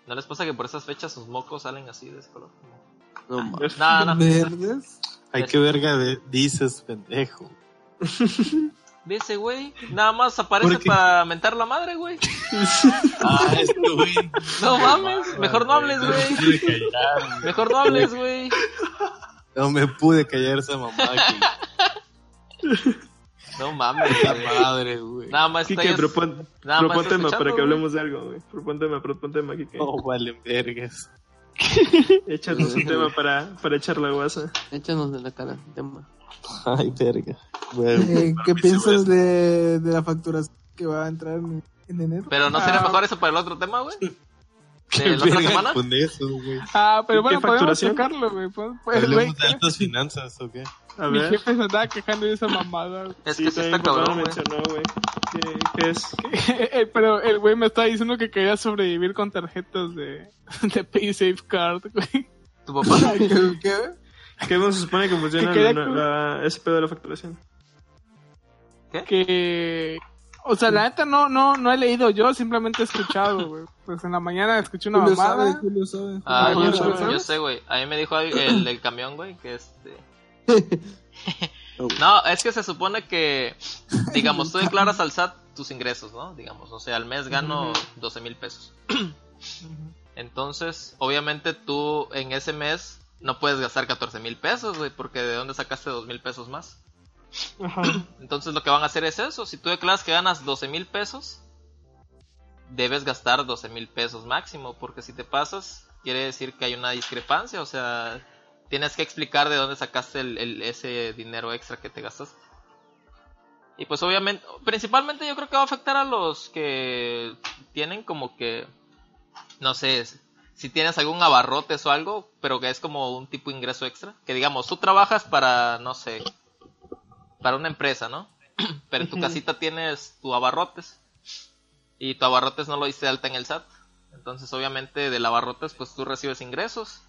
F: ¿no les pasa que por esas fechas sus mocos salen así de ese color?
B: No, ma-
F: Ah, No, no.
E: ¿Verdes?
C: Ay, qué verga de- dices, pendejo.
F: Ve ese güey, nada más aparece
C: ¿Por qué?
F: para mentar la madre, güey.
C: Ah, esto, güey.
F: No mames, mejor no hables,
C: No me
F: güey.
C: pude callar, güey.
F: Mejor no hables, güey.
C: No me pude callar esa mamá, güey.
F: No mames,
C: La
F: güey.
C: madre, güey.
F: Nada más
A: Kike,
F: estás-
A: propon,
F: nada más
A: propon
F: estoy
A: tema para
F: escuchando,
A: que hablemos de algo, güey. Propon tema, propon tema, Kike.
D: Oh.
C: No valen vergas.
A: Échanos un tema para, para echar la guasa.
B: Échanos de la cara el tema.
C: Ay, verga. Güey,
E: Eh,
F: [laughs]
E: ¿Qué piensas de, de la facturación que va a entrar en, en enero?
F: Pero no sería mejor eso para el otro tema, güey.
C: qué
F: ¿De la otra
C: verga
F: semana?
C: con eso, güey.
D: Ah, pero
A: ¿Qué
D: bueno, podemos
A: facturación?
D: checarlo, güey. Pues, pues, güey,
C: Hablemos de altas finanzas, ¿o qué?
A: A
D: Mi
A: ver.
D: jefe se andaba quejando de esa mamada, güey. [laughs]
F: Es
A: Sí, pues,
F: que sí
A: también
F: está
A: mi papá
F: cabrón,
A: me
F: güey.
A: mencionó, güey. ¿Qué, qué es?
D: Eh, Pero el güey me estaba diciendo que quería sobrevivir con tarjetas de, [laughs] de PaySafe Card, güey.
F: ¿Tu papá?
E: ¿Qué? qué?
A: ¿Qué no se supone que funciona
D: Que quería
A: la-
D: cu-
A: la- ese pedo de la facturación?
D: Que. O sea, la neta no, no, no he leído yo, simplemente he escuchado, güey. Pues en la mañana escuché una
E: Julio sabe,
D: mamada.
E: Julio sabe.
F: Ah,
D: Ah,
F: yo,
D: ¿tú
F: sé-
D: sabes?
F: yo sé, güey. A mí me dijo al- el del camión, güey, que este. no, es que se supone que, digamos, tú declaras al SAT tus ingresos, ¿no? Digamos, o sea, al mes gano 12 mil pesos. Entonces, obviamente tú en ese mes no puedes gastar 14 mil pesos, güey, porque ¿de dónde sacaste 2 mil pesos más? Entonces lo que van a hacer es eso. Si tú declaras que ganas 12 mil pesos, debes gastar 12 mil pesos máximo, porque si te pasas, quiere decir que hay una discrepancia, o sea, tienes que explicar de dónde sacaste el, el- ese dinero extra que te gastaste. Y pues obviamente, principalmente yo creo que va a afectar a los que tienen como que, no sé, es- si tienes algún abarrotes o algo, pero que es como un tipo de ingreso extra, que digamos, tú trabajas para, no sé, para una empresa, ¿no? [clears throat] Pero en tu casita tienes tu abarrotes y tu abarrotes no lo diste de alta en el SAT. Entonces, obviamente, del abarrotes, pues tú recibes ingresos.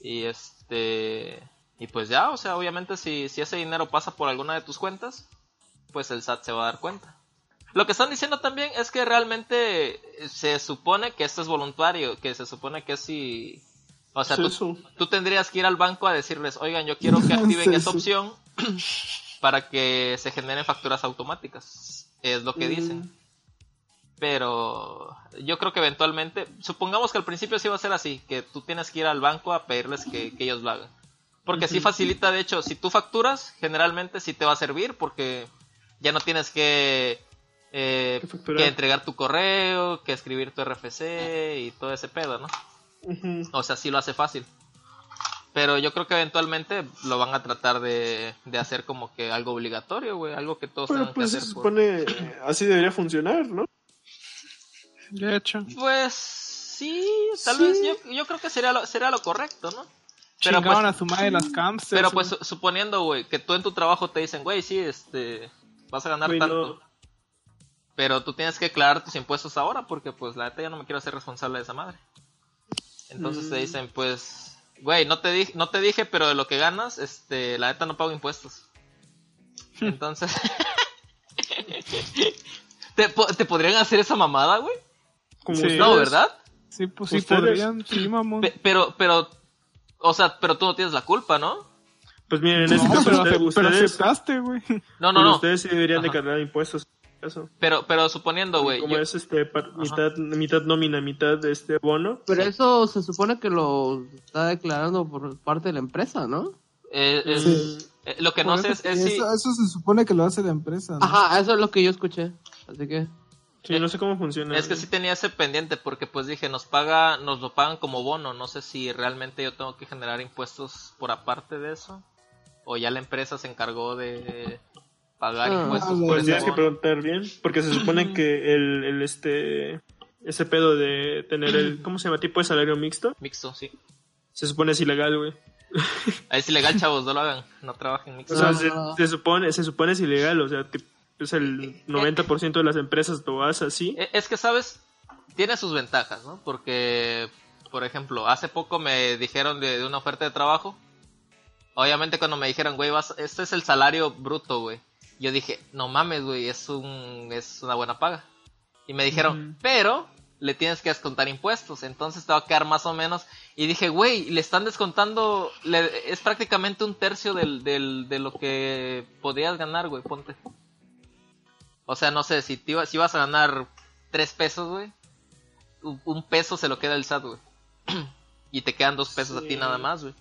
F: Y este. Y pues ya, o sea, obviamente, si, si ese dinero pasa por alguna de tus cuentas, pues el SAT se va a dar cuenta. Lo que están diciendo también es que realmente eh, se supone que esto es voluntario, que se supone que si. O sea,
A: Sí,
F: tú,
A: eso.
F: tú tendrías que ir al banco a decirles, oigan, yo quiero
A: [laughs]
F: que activen
E: Sí,
F: esa
E: sí.
F: opción [clears throat] para que se generen facturas automáticas. Es lo que
A: Mm.
F: dicen. Pero yo creo que eventualmente, supongamos que al principio sí va a ser así, que tú tienes que ir al banco a pedirles que, que ellos lo hagan. Porque sí facilita, de hecho, si tú facturas, generalmente sí te va a servir porque ya no tienes que, eh,
A: Que facturar.
F: que entregar tu correo, que escribir tu RFC y todo ese pedo, ¿no?
A: Ujú.
F: O sea, sí lo hace fácil. Pero yo creo que eventualmente lo van a tratar de, de hacer como que algo obligatorio, güey. Algo que todos
A: Pero
F: tengan
A: pues
F: que
A: se
F: hacer. por-
A: supone eh, así debería funcionar, ¿no?
D: De hecho,
F: Pues sí, tal vez yo, yo creo que sería lo, sería lo correcto, ¿no? Pero
D: chingaban
F: pues,
D: a su madre las camps.
F: pero pues su- suponiendo, güey, que tú en tu trabajo te dicen, güey, sí, este, vas a ganar
A: Güey,
F: tanto.
A: no.
F: Pero tú tienes que declarar tus impuestos ahora porque pues la neta yo no me quiero hacer responsable de esa madre. Entonces
A: Mm.
F: te dicen, pues, güey, no te dije, no te dije, pero de lo que ganas, este, la neta no pago impuestos.
A: [laughs]
F: Entonces [laughs] ¿Te, po- te podrían hacer esa mamada, güey?
A: Como
D: Sí.
A: ustedes.
F: No, ¿verdad?
D: Sí, pues sí
A: ustedes-
D: podrían, sí, mamón.
F: Pe- pero, pero, o sea, pero tú no tienes la culpa, ¿no?
A: Pues miren, en
D: No,
A: este caso
D: pero,
A: ustedes,
D: acep- pero
A: ustedes-
D: aceptaste, güey.
F: No, no, no.
A: pues, ustedes sí deberían
F: Ajá.
A: declarar impuestos. en este caso.
F: Pero, pero suponiendo, güey.
A: Como
F: yo-
A: es este, par- mitad, mitad nómina, mitad este bono.
B: Pero eso se supone que lo está declarando por parte de la empresa, ¿no?
F: eh, es-
E: Sí.
F: eh, lo que no
E: Por
F: sé es,
E: eso-
F: es si.
E: eso, eso se supone que lo hace la empresa. ¿no?
B: Ajá, eso es lo que yo escuché. Así que.
A: Sí, no sé cómo funciona.
F: Eh, Es que sí tenía ese pendiente porque pues dije, nos paga, nos lo pagan como bono, no sé si realmente yo tengo que generar impuestos por aparte de eso o ya la empresa se encargó de pagar
B: Ah,
F: impuestos por
A: Pues
F: ese
A: tienes que
F: bono.
A: preguntar bien, porque se supone que el, el este ese pedo de tener el ¿cómo se llama? tipo de salario mixto,
F: Mixto, sí.
A: se supone es ilegal, güey.
F: Es ilegal, chavos, no lo hagan, no trabajen mixto.
A: O sea,
B: Ah.
A: se, se supone se supone es ilegal, o sea, que es
F: Eh,
A: el 90% de las empresas lo hace así.
F: E- Es que, ¿sabes? Tiene sus ventajas, ¿no? Porque, por ejemplo, hace poco me dijeron de, de una oferta de trabajo. Obviamente cuando me dijeron, güey, vas, este es el salario bruto, güey. Yo dije, no mames, güey, es, un, es una buena paga. Y me dijeron, pero le tienes que descontar impuestos, entonces te va a quedar más o menos. Y dije, güey, le están descontando, le- es prácticamente un tercio del, del, de lo que podrías ganar, güey, ponte. O sea, no sé, si, te iba- si vas a ganar tres pesos, güey, un, un peso se lo queda el SAT, güey. [clears throat] y te quedan dos pesos a ti
A: Sí.
F: nada más, güey.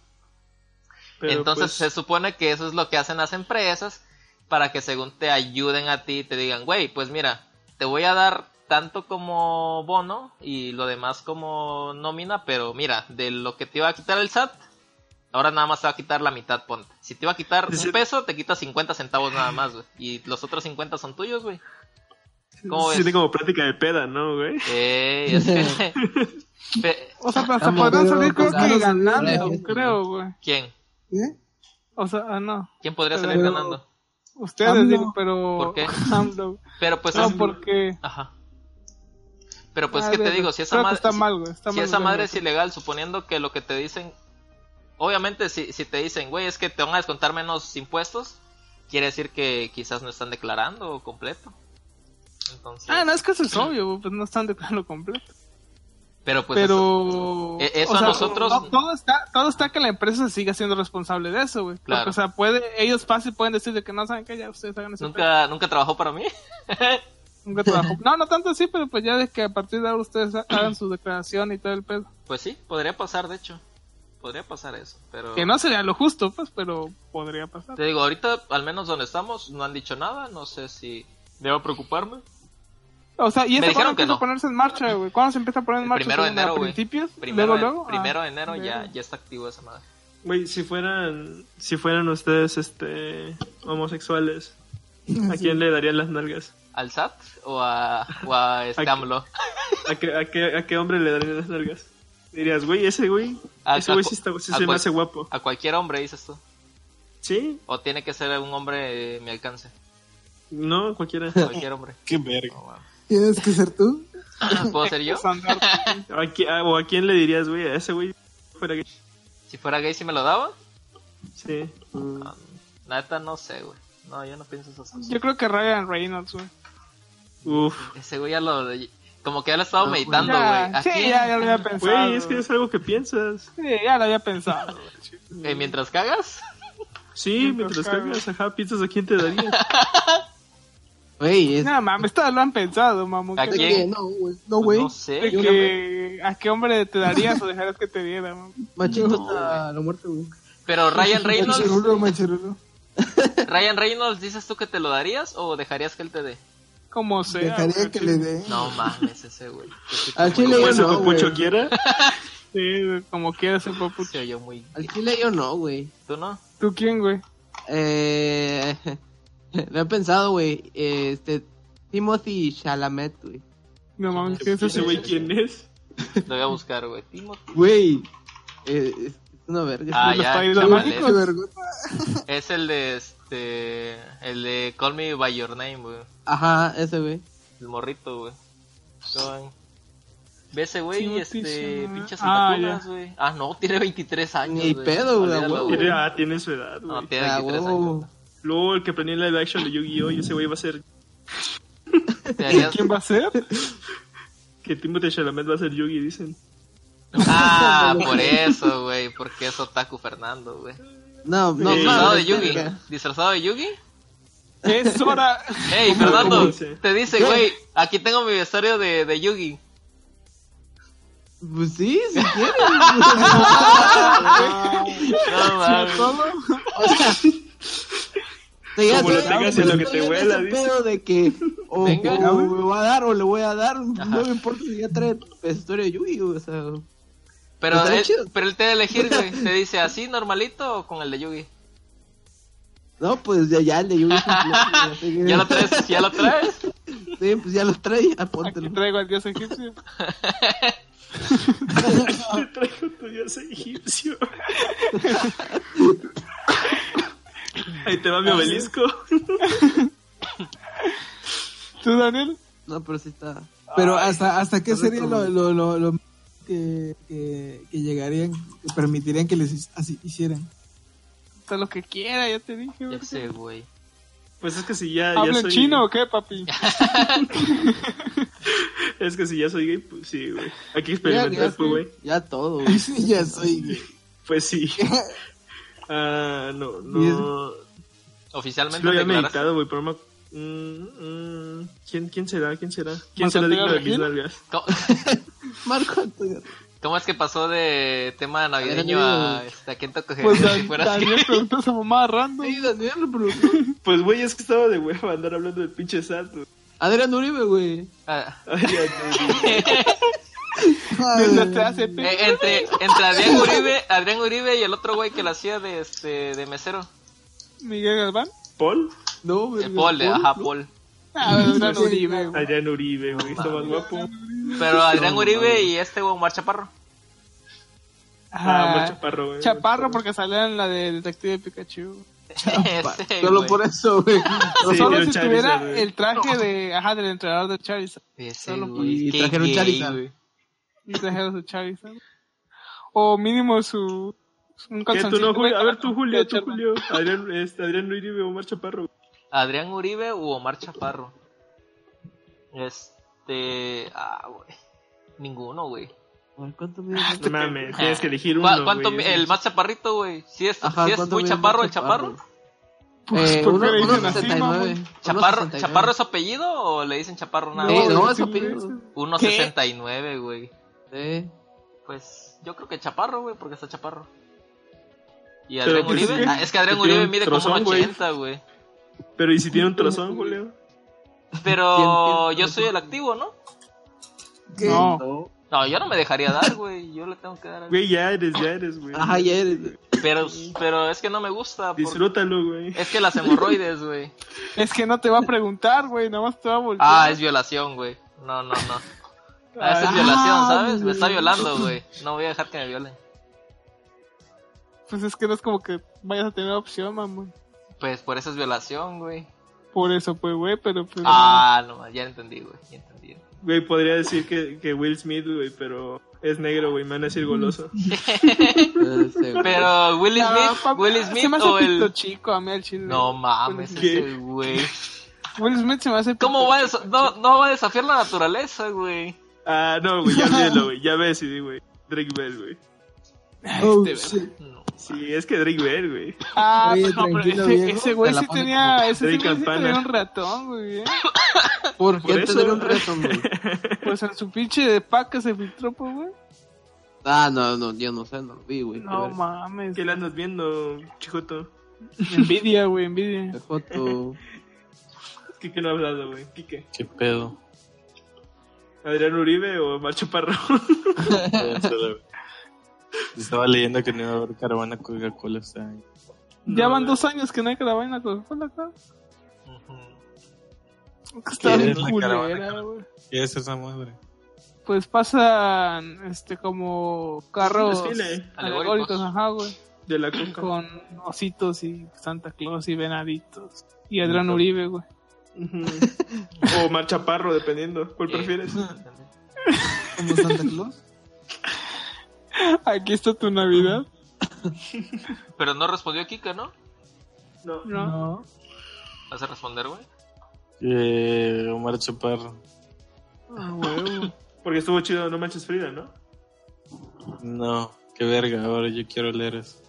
A: Pero,
F: Entonces
A: pues,
F: se supone que eso es lo que hacen las empresas para que según te ayuden a ti y te digan, güey, pues mira, te voy a dar tanto como bono y lo demás como nómina, pero mira, de lo que te iba a quitar el SAT, ahora nada más te va a quitar la mitad, ponte. Si te iba a quitar
A: Sí.
F: un peso, te quita 50 centavos nada más, güey. Y los otros 50 son tuyos, güey. ¿Cómo
A: se
F: ves?
A: siente como práctica de peda, ¿no, güey?
F: Ey, es que- [laughs] Pe-
D: O sea, pero hasta
E: Vamos,
D: podrían
E: pero
D: salir creo
E: pues,
D: que
E: claro,
D: ganando,
B: claro.
D: creo, güey.
F: ¿Quién?
E: ¿Eh?
D: O sea, ah, no.
F: ¿Quién podría salir
E: Pero-
F: ganando?
D: Ustedes,
E: AMLO.
D: digo, pero...
F: ¿Por qué?
D: AMLO.
F: Pero pues
D: No,
F: es-
D: porque...
F: Ajá. Pero pues
D: Ah,
F: es que te
D: verga.
F: digo, si esa
D: Creo que
F: madre,
D: está
F: si-
D: mal, güey, está
F: si
D: mal,
F: esa
D: güey,
F: madre
D: güey.
F: es ilegal, suponiendo que lo que te dicen, obviamente si, si te dicen, güey, es que te van a descontar menos impuestos, quiere decir que quizás no están declarando completo. Entonces,
D: Ah, no, es que eso es obvio, güey, pues no están de plano completo.
F: pero pues eso-
D: pero
F: E- eso a nosotros-
D: to- todo está todo está que la empresa siga siendo responsable de eso güey
F: Claro.
D: Porque, o sea puede ellos fácil pueden decir de que no saben que ya ustedes hagan eso
F: nunca nunca trabajó para mí. [laughs]
D: nunca trabajó no no tanto así pero pues ya de que a partir de ahora ustedes ha- hagan su declaración y todo el pedo
F: Pues sí, podría pasar de hecho. Podría pasar eso, pero
D: que no sería lo justo pues pero podría pasar
F: te digo, ahorita al menos donde estamos no han dicho nada, no sé si debo preocuparme.
D: o sea y
F: Me
D: esto
F: dijeron
D: cuándo
F: que
D: empieza
F: no.
D: a ponerse en marcha güey cuándo se empieza a poner en
F: El
D: marcha
F: primero de
D: ¿Según
F: enero,
D: a
F: güey.
D: principios
F: Primero,
D: luego luego
F: de, primero
D: Ah,
F: de enero ya
D: verga.
F: ya está activo esa madre.
A: Güey, si fueran si fueran ustedes este homosexuales, ¿a quién le darían las nalgas?
F: ¿Al SAT o a, o
D: [laughs]
F: a este
A: Aquí.
F: AMLO?
A: ¿A qué, a, qué, ¿A qué hombre le darían las largas? Dirías, güey, ese güey,
B: Ah,
F: A-
A: ese
F: a
A: güey
F: cu-
A: sí, está, sí
F: a
A: se me
F: cual-
A: hace guapo.
F: A cualquier hombre, dices tú.
A: ¿Sí?
F: O tiene que ser un hombre de mi alcance.
A: No,
B: [laughs]
A: cualquiera.
F: Cualquier hombre.
C: Qué verga.
F: No, mames.
E: Tienes que ser
F: [laughs]
E: tú.
F: ¿Puedo ser
D: [laughs]
F: yo?
D: Sandar,
A: ¿A qui- a- ¿O a quién le dirías, güey, a ese güey fuera gay?
F: Si fuera gay, si me lo daba.
A: Sí.
F: No, neta, no sé, güey. No, yo no pienso esas cosas.
D: yo creo que Ryan Reynolds güey
A: Uf.
F: Ese güey ya lo. Como que ya lo he estado meditando,
D: Ya,
F: güey.
D: sí
F: Aquí,
D: ya, ya lo había pensado
A: Güey, es que es algo que piensas.
D: Sí, ya lo había pensado. güey.
F: eh, mientras cagas.
A: Sí,
D: Mientras
A: mientras cagas, ajá, piensas a quién te
B: [laughs]
A: darías.
B: Güey, es.
D: No mames, todas lo han pensado, mamón.
F: ¿A
D: ¿Qué-
B: de
F: quién?
B: que No, güey.
E: No, güey.
F: No
D: de
F: sé.
D: que-
F: güey.
D: ¿A qué hombre te darías o dejarías que te diera? mamón?
B: Machito hasta la muerte, güey.
F: Pero
D: [laughs]
F: Ryan Reynolds.
E: Machirulo, machirulo.
F: Ryan Reynolds, ¿dices tú que te lo darías o dejarías que él te dé?
D: Como sea.
E: Dejaría
D: güey.
E: que le dé.
F: No mames, ese güey. Ese
B: Al
F: tipo-
B: chile,
A: Como
B: güey,
A: ese
B: no, [laughs]
A: papucho
B: güey.
A: quiera.
D: Sí, como quieras el papu.
F: Se oyó muy.
B: Al chile yo no, güey.
F: ¿Tú no?
D: ¿Tú quién, güey?
B: Eh, [laughs] lo he pensado, güey. Este, Timothy Chalamet, güey.
D: No mames, ¿qué es
A: ¿Ese
D: eso?
A: güey quién es?
F: Lo voy a buscar, güey. Timothy.
B: Güey, eh, es una verga.
F: Ah,
D: Los
F: ya.
D: Países
F: chaval,
D: Mágicos.
F: es-
E: Qué vergüenza.
F: Es el de este. El de Call Me By Your Name, güey.
B: Ajá, ese, güey.
F: El morrito, güey. Con- Ve ese güey y
D: Timothy
F: este.
D: Chalamet.
F: Pinches
D: Ah,
F: vacunas, güey. Ah, no, tiene 23 años.
B: Ni pedo, güey, a
F: Olvídalo,
B: huevo.
A: Tiene, ah, tiene su edad, güey.
F: No, tiene
B: Ah,
F: 23
B: huevo.
F: años.
A: Luego el que planeé el live action de Yu-Gi-Oh! y ese güey va a ser.
F: Te harías-
D: ¿Quién va a ser?
A: Que Timothy Chalamet va a ser Yugi, dicen.
F: Ah, por eso, güey. Porque es Otaku Fernando, güey.
B: No, no,
A: Sí.
F: Disfrazado
B: no.
F: de
B: no,
F: Yugi.
B: no.
F: Disfrazado de Yugi.
E: [laughs]
D: Es hora.
F: Hey,
A: ¿Cómo-
F: Fernando,
A: cómo dice?
F: te dice, güey, aquí tengo mi vestuario de, de Yugi.
B: Pues sí,
F: [laughs]
B: si quieres.
F: No mames.
B: O sea, te
A: Como lo
B: sé,
A: tengas en lo que
B: estoy
A: te
B: en
A: huela,
B: ese
A: dice.
B: pedo de que o,
F: Venga.
B: o me voy a dar o le voy a dar,
F: Ajá.
B: no me importa si ya trae historia de Yugi, o sea.
F: Pero
B: Pues, Está
F: él,
B: chido.
F: pero él te debe elegir, güey. Te dice, ¿así normalito o con el de Yugi?
B: No, pues ya, ya el de
F: [laughs]
B: Yugi. es un clásico, así que-
F: ¿Ya lo traes? ¿Ya lo traes?
B: [laughs] Sí, pues ya lo trae, ya
D: Aquí
B: póntelo.
D: traigo al dios egipcio.
A: Te traigo tu dios egipcio. Ahí te va
B: Ah,
A: mi obelisco. [laughs]
D: ¿Tú, Daniel?
B: No, pero sí está.
E: Pero hasta, hasta qué
B: no
E: sería lo, lo,
B: recuerdo.
E: lo, lo que, que, que llegarían, que permitirían que les his- así hicieran. [laughs]
D: Hasta lo que quiera, ya te dije, güey.
F: Ya sé, güey.
A: Pues es que si ya, ya
D: ¿Hablo en
A: soy.
D: chino o qué,
A: [laughs]
D: papi?
A: Es que si ya soy gay, pues sí, güey. Hay que experimentar, pues, güey.
B: Ya todo, güey.
E: ya soy gay.
A: Pues
D: [laughs]
A: sí. Ah, no, no. Sí
F: Oficialmente
A: lo había
F: declaraste.
A: meditado, güey, pero no me ac- Mm, mm, ¿Quién, ¿Quién será? ¿Quién será? ¿Quién
D: ¿Marco
A: será digno de mis
D: Antonio Regil?
A: nalgas?
F: ¿Cómo,
B: Marco Antonio.
F: cómo es que pasó de tema navideño a, este, a quién te
D: Pues
F: cogerías si
D: Dan-
F: fueras gay?
D: Daniel preguntó a su mamá random.
B: Sí, Daniel lo preguntó.
A: [laughs] Pues, güey, es que estaba de hueva andar hablando del pinche SAT. güey.
B: Adrián Uribe,
F: [laughs]
B: güey.
F: Ah,
A: [laughs] Ay, ya, no, güey.
D: Desde te hace
F: eh, entre, entre Adrián Uribe, Adrián Uribe y el otro güey que la hacía de este de mesero.
D: Miguel Galván.
A: ¿Paul?
B: Pues, No,
F: Eh,
B: güey.
F: Paul, eh, ajá, Paul.
D: Ah, Adrián Uribe, güey.
A: Adrián Uribe, güey, está más guapo.
F: Pero Adrián Uribe y este güey, Omar Chaparro. [laughs]
A: Ah,
D: Ah,
A: más chaparro, güey.
D: Chaparro porque salía en la de Detective Pikachu.
F: Ese,
B: Solo
F: güey.
B: por eso,
F: [laughs]
B: güey.
A: Sí,
D: Solo
A: era
D: si
A: Charizard,
D: tuviera
A: güey.
D: el traje de, ajá, del entrenador de Charizard.
F: Ese,
D: Solo por-
F: güey.
B: Y
F: Qué
B: trajeron
F: gay,
B: Charizard.
F: güey.
D: Y trajera su Charizard. O mínimo su... su- Un
A: ¿Qué, tú
D: calzoncillo,
A: no,
D: güey.
A: Julio? A ver, tú, Julio, tú,
D: Charizard.
A: Julio. Adrián, este, Adrián Uribe, Omar Chaparro.
F: Adrián Uribe u Omar Chaparro. Este. Ah, güey. Ninguno, güey.
B: Güey, ¿Cuánto mide?
A: No mames, tienes que elegir uno,
F: ¿Cuá- ¿Cuánto
A: güey.
F: mi- el más chaparrito, güey? Si es,
B: Ajá,
F: sí es
B: ¿cuánto
F: muy
B: mide
F: chaparro,
B: Omar
F: el chaparro.
D: Ah, Pues,
B: Eh,
D: ¿por qué
B: uno-
D: le dicen así,
B: 1.69.
D: mamón?
F: ¿Chaparro,
B: 1.69.
F: ¿Chaparro es apellido o le dicen chaparro nada
B: Eh,
F: más?
B: no, es
D: sí,
B: apellido.
D: sí.
F: 1.69, güey.
B: Eh,
F: Pues yo creo que chaparro, güey, porque está chaparro. ¿Y
A: Pero
F: Adrián
A: pues
F: Uribe?
A: es que-
F: Ah, es que Adrián
A: que tiene
F: Uribe
A: un
F: mide como
A: trozón, güey. [laughs]
F: 1.80, güey.
A: Pero, ¿y si tiene un trazón, Julio?
F: Pero
B: ¿Quién- quién-
F: yo soy el activo, ¿no?
E: ¿Qué?
D: No.
F: No, yo no me dejaría dar, güey. Yo le tengo que dar a
A: Güey, ya eres, ya eres, güey.
B: Ajá, ya eres.
F: Pero, pero es que no me gusta. porque-
A: Disfrútalo, güey.
F: Es que las hemorroides,
A: [laughs]
F: güey.
D: Es que no te va a preguntar, güey. Nada más te va a voltear.
F: Ah, es violación, güey. No, no, no. Ah, esa es violación, ¿sabes? Me está violando, güey. No voy a dejar que me violen.
D: Pues es que no es como que vayas a tener opción, mamón.
F: Pues por eso es violación, güey.
D: Por eso, pues, güey, pero... pues,
F: Ah, no, ya entendí, güey. Ya entendí.
A: [laughs] Güey, podría decir que, que Will Smith, güey, pero es negro, güey, me van a decir
B: [laughs]
A: goloso.
B: Este, güey.
F: Pero Will
A: Ah,
D: no,
F: Smith,
D: papá,
F: Will
D: se
F: Smith
D: me hace
F: o
D: pito
F: el...
D: chico a mí al chile.
F: No mames,
D: Will
A: ¿Qué?
F: ese güey.
D: Smith, Will Smith se me hace pito
F: ¿Cómo va a, desa- no, no va a desafiar la naturaleza, güey?
A: Ah, no, güey, ya
B: [laughs]
A: olvídalo, güey, ya ves, sí, güey. Drake Bell, güey.
E: Oh,
D: Este,
E: sí.
F: No.
A: Sí, es que Drake Bell, güey.
D: Ah,
E: Oye,
D: no, pero
E: tranquilo,
D: ese,
E: viejo,
D: ese güey
B: te la
D: sí
B: pone
D: tenía, ese
A: Rey
D: sí, güey sí
A: Campana.
D: tenía un ratón, güey. ¿eh?
B: ¿Por qué
A: por eso-
B: tener un reto, güey?
D: Pues en su pinche de paca se filtró, pues, güey.
B: Ah, no, no, yo no sé, no lo vi, güey.
D: No
B: mames.
D: mames.
A: ¿Qué la andas viendo, chijoto?
D: [laughs] Envidia, güey, envidia.
B: foto.
A: Quique no ha hablado, güey. Quique.
C: ¿Qué pedo?
A: ¿Adrián Uribe o Omar Chaparro? [laughs]
C: Voy a hacer la- [laughs] Estaba leyendo que no iba a haber caravana Coca-Cola este año.
D: Ya van dos años que no hay caravana Coca-Cola acá. Está
C: ¿Qué
D: bien
C: es la
D: culera,
C: caravana?
D: güey.
C: ¿Qué es esa madre?
D: Pues pasan este como
B: Pues,
D: carros
A: Desfile
D: alegóricos,
F: Alegóricos.
D: ajá, güey,
A: de la coca.
D: con ositos y Santa Claus y venaditos y Adrián Uribe, güey. [laughs]
A: Ujú. o Mar Chaparro, dependiendo. ¿Cuál
F: Eh,
B: [laughs]
A: prefieres?
E: como Santa Claus.
D: Aquí está tu Navidad,
F: Pero no respondió Kika, ¿no?
A: No.
D: ¿no?
F: ¿Vas a responder, güey?
C: Eh, Omar Chaparro.
D: Ah, huevo.
A: Porque estuvo chido No Manches Frida, ¿no?
C: No, qué verga, ahora yo quiero leer eso.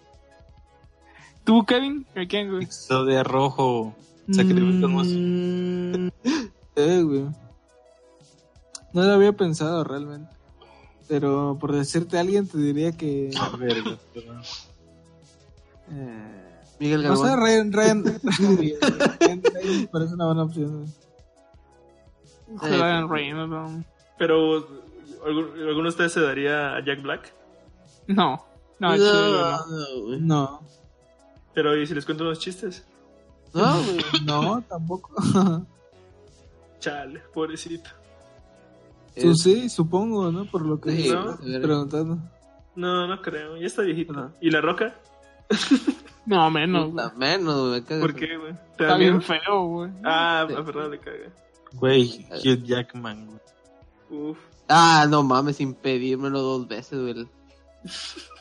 D: ¿Tú, Kevin? ¿A quién, güey?
C: Exodia Rojo. Sacrificio hermoso.
D: Mm.
E: Eh, güey. No lo había pensado realmente. Pero por decirte a alguien, te diría que.
C: Qué verga, pero-
E: eh,
B: Miguel
E: no sé, Ryan,
B: Galván.
E: Ryan, [laughs]
B: [laughs]
E: Ryan, Reynolds, Ryan Reynolds me parece una buena opción. güey.
D: Ryan Reynolds,
A: Pero, ¿algún- ¿alguno de ustedes se daría a Jack Black?
D: No, no,
B: No,
D: chido, güey, no.
B: no, güey.
E: No,
A: Pero, ¿y si les cuento unos chistes?
B: No, güey.
E: no,
B: [laughs]
E: tampoco.
A: Chale, pobrecito.
E: Tú sí, supongo, ¿no? Por lo que
B: Sí,
E: estás
B: ¿no?
E: preguntando.
A: No, no creo. Ya está viejito.
B: No.
A: ¿Y la roca?
D: No, menos, güey.
B: Puta, menos, güey. me caga.
A: ¿Por qué, güey? ¿Te da
D: Está bien
A: miedo?
D: feo, güey.
A: Ah, a Fernando le caga.
C: Güey, Hugh Jackman. güey.
A: Uf.
B: Ah, no mames, sin pedírmelo dos veces, güey.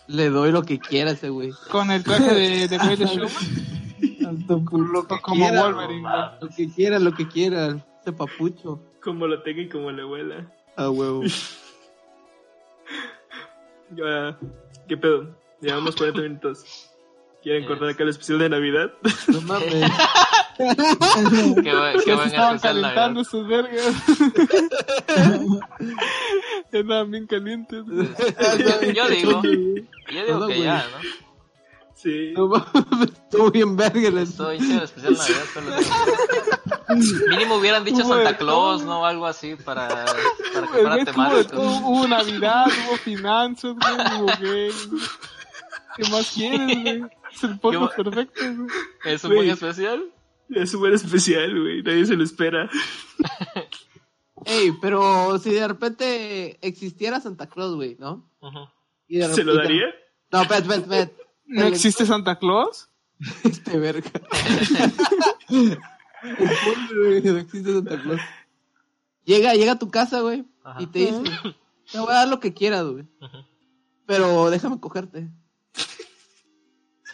B: Le doy lo que quiera a ese güey.
D: Con el traje de,
F: [laughs]
D: de Greatest Showman, pues,
E: Alto culo.
D: como
B: quiera,
D: Wolverine, güey.
B: Lo que quiera, lo que quiera. Ese papucho.
A: Como lo tenga y como le vuela.
B: A huevo.
A: Ya, ah, ¿Qué pedo? Llevamos 40 minutos.
B: [laughs]
A: ¿Quieren
B: Eh.
A: cortar acá el especial de Navidad? [laughs]
E: No mames.
F: Qué, bu- qué
D: Ya se
F: buen especial
D: estaban
F: Navidad.
D: calentando sus vergas. [laughs] Estaban bien calientes. güey.
F: [laughs] Yo digo, yo digo
B: Hola,
F: que
B: güey.
F: ya, ¿no?
A: Sí.
E: [laughs]
B: No mames, estuvo bien verga el
F: Esto hice el especial Navidad, solo digo. Mínimo hubieran dicho
D: Hubo de
F: Santa Claus,
D: todo.
F: ¿no? Algo así para, para que
D: Güey,
F: fuera
D: güey, que hubo, de todo.
F: temático. [laughs]
D: hubo Navidad, hubo finanzas, güey, hubo gay. güey. ¿Qué más quieres, güey? Es el podcast
F: Yo-
D: perfecto,
F: [laughs]
D: güey.
F: Es un buen
A: Güey.
F: especial.
A: Es súper especial, güey. Nadie se lo espera.
B: Ey, pero si de repente existiera Santa Claus, güey, ¿no?
F: Ujú.
B: Y de
A: ¿Se lo
B: y de-
A: daría?
B: No, pet, pet, pet. [laughs]
D: ¿No existe Santa Claus?
B: Este [laughs] verga. Ponle, güey, no existe Santa Claus. Llega, llega a tu casa, güey,
F: Ajá.
B: y te dice, te voy a dar lo que quieras, güey. Pero déjame cogerte.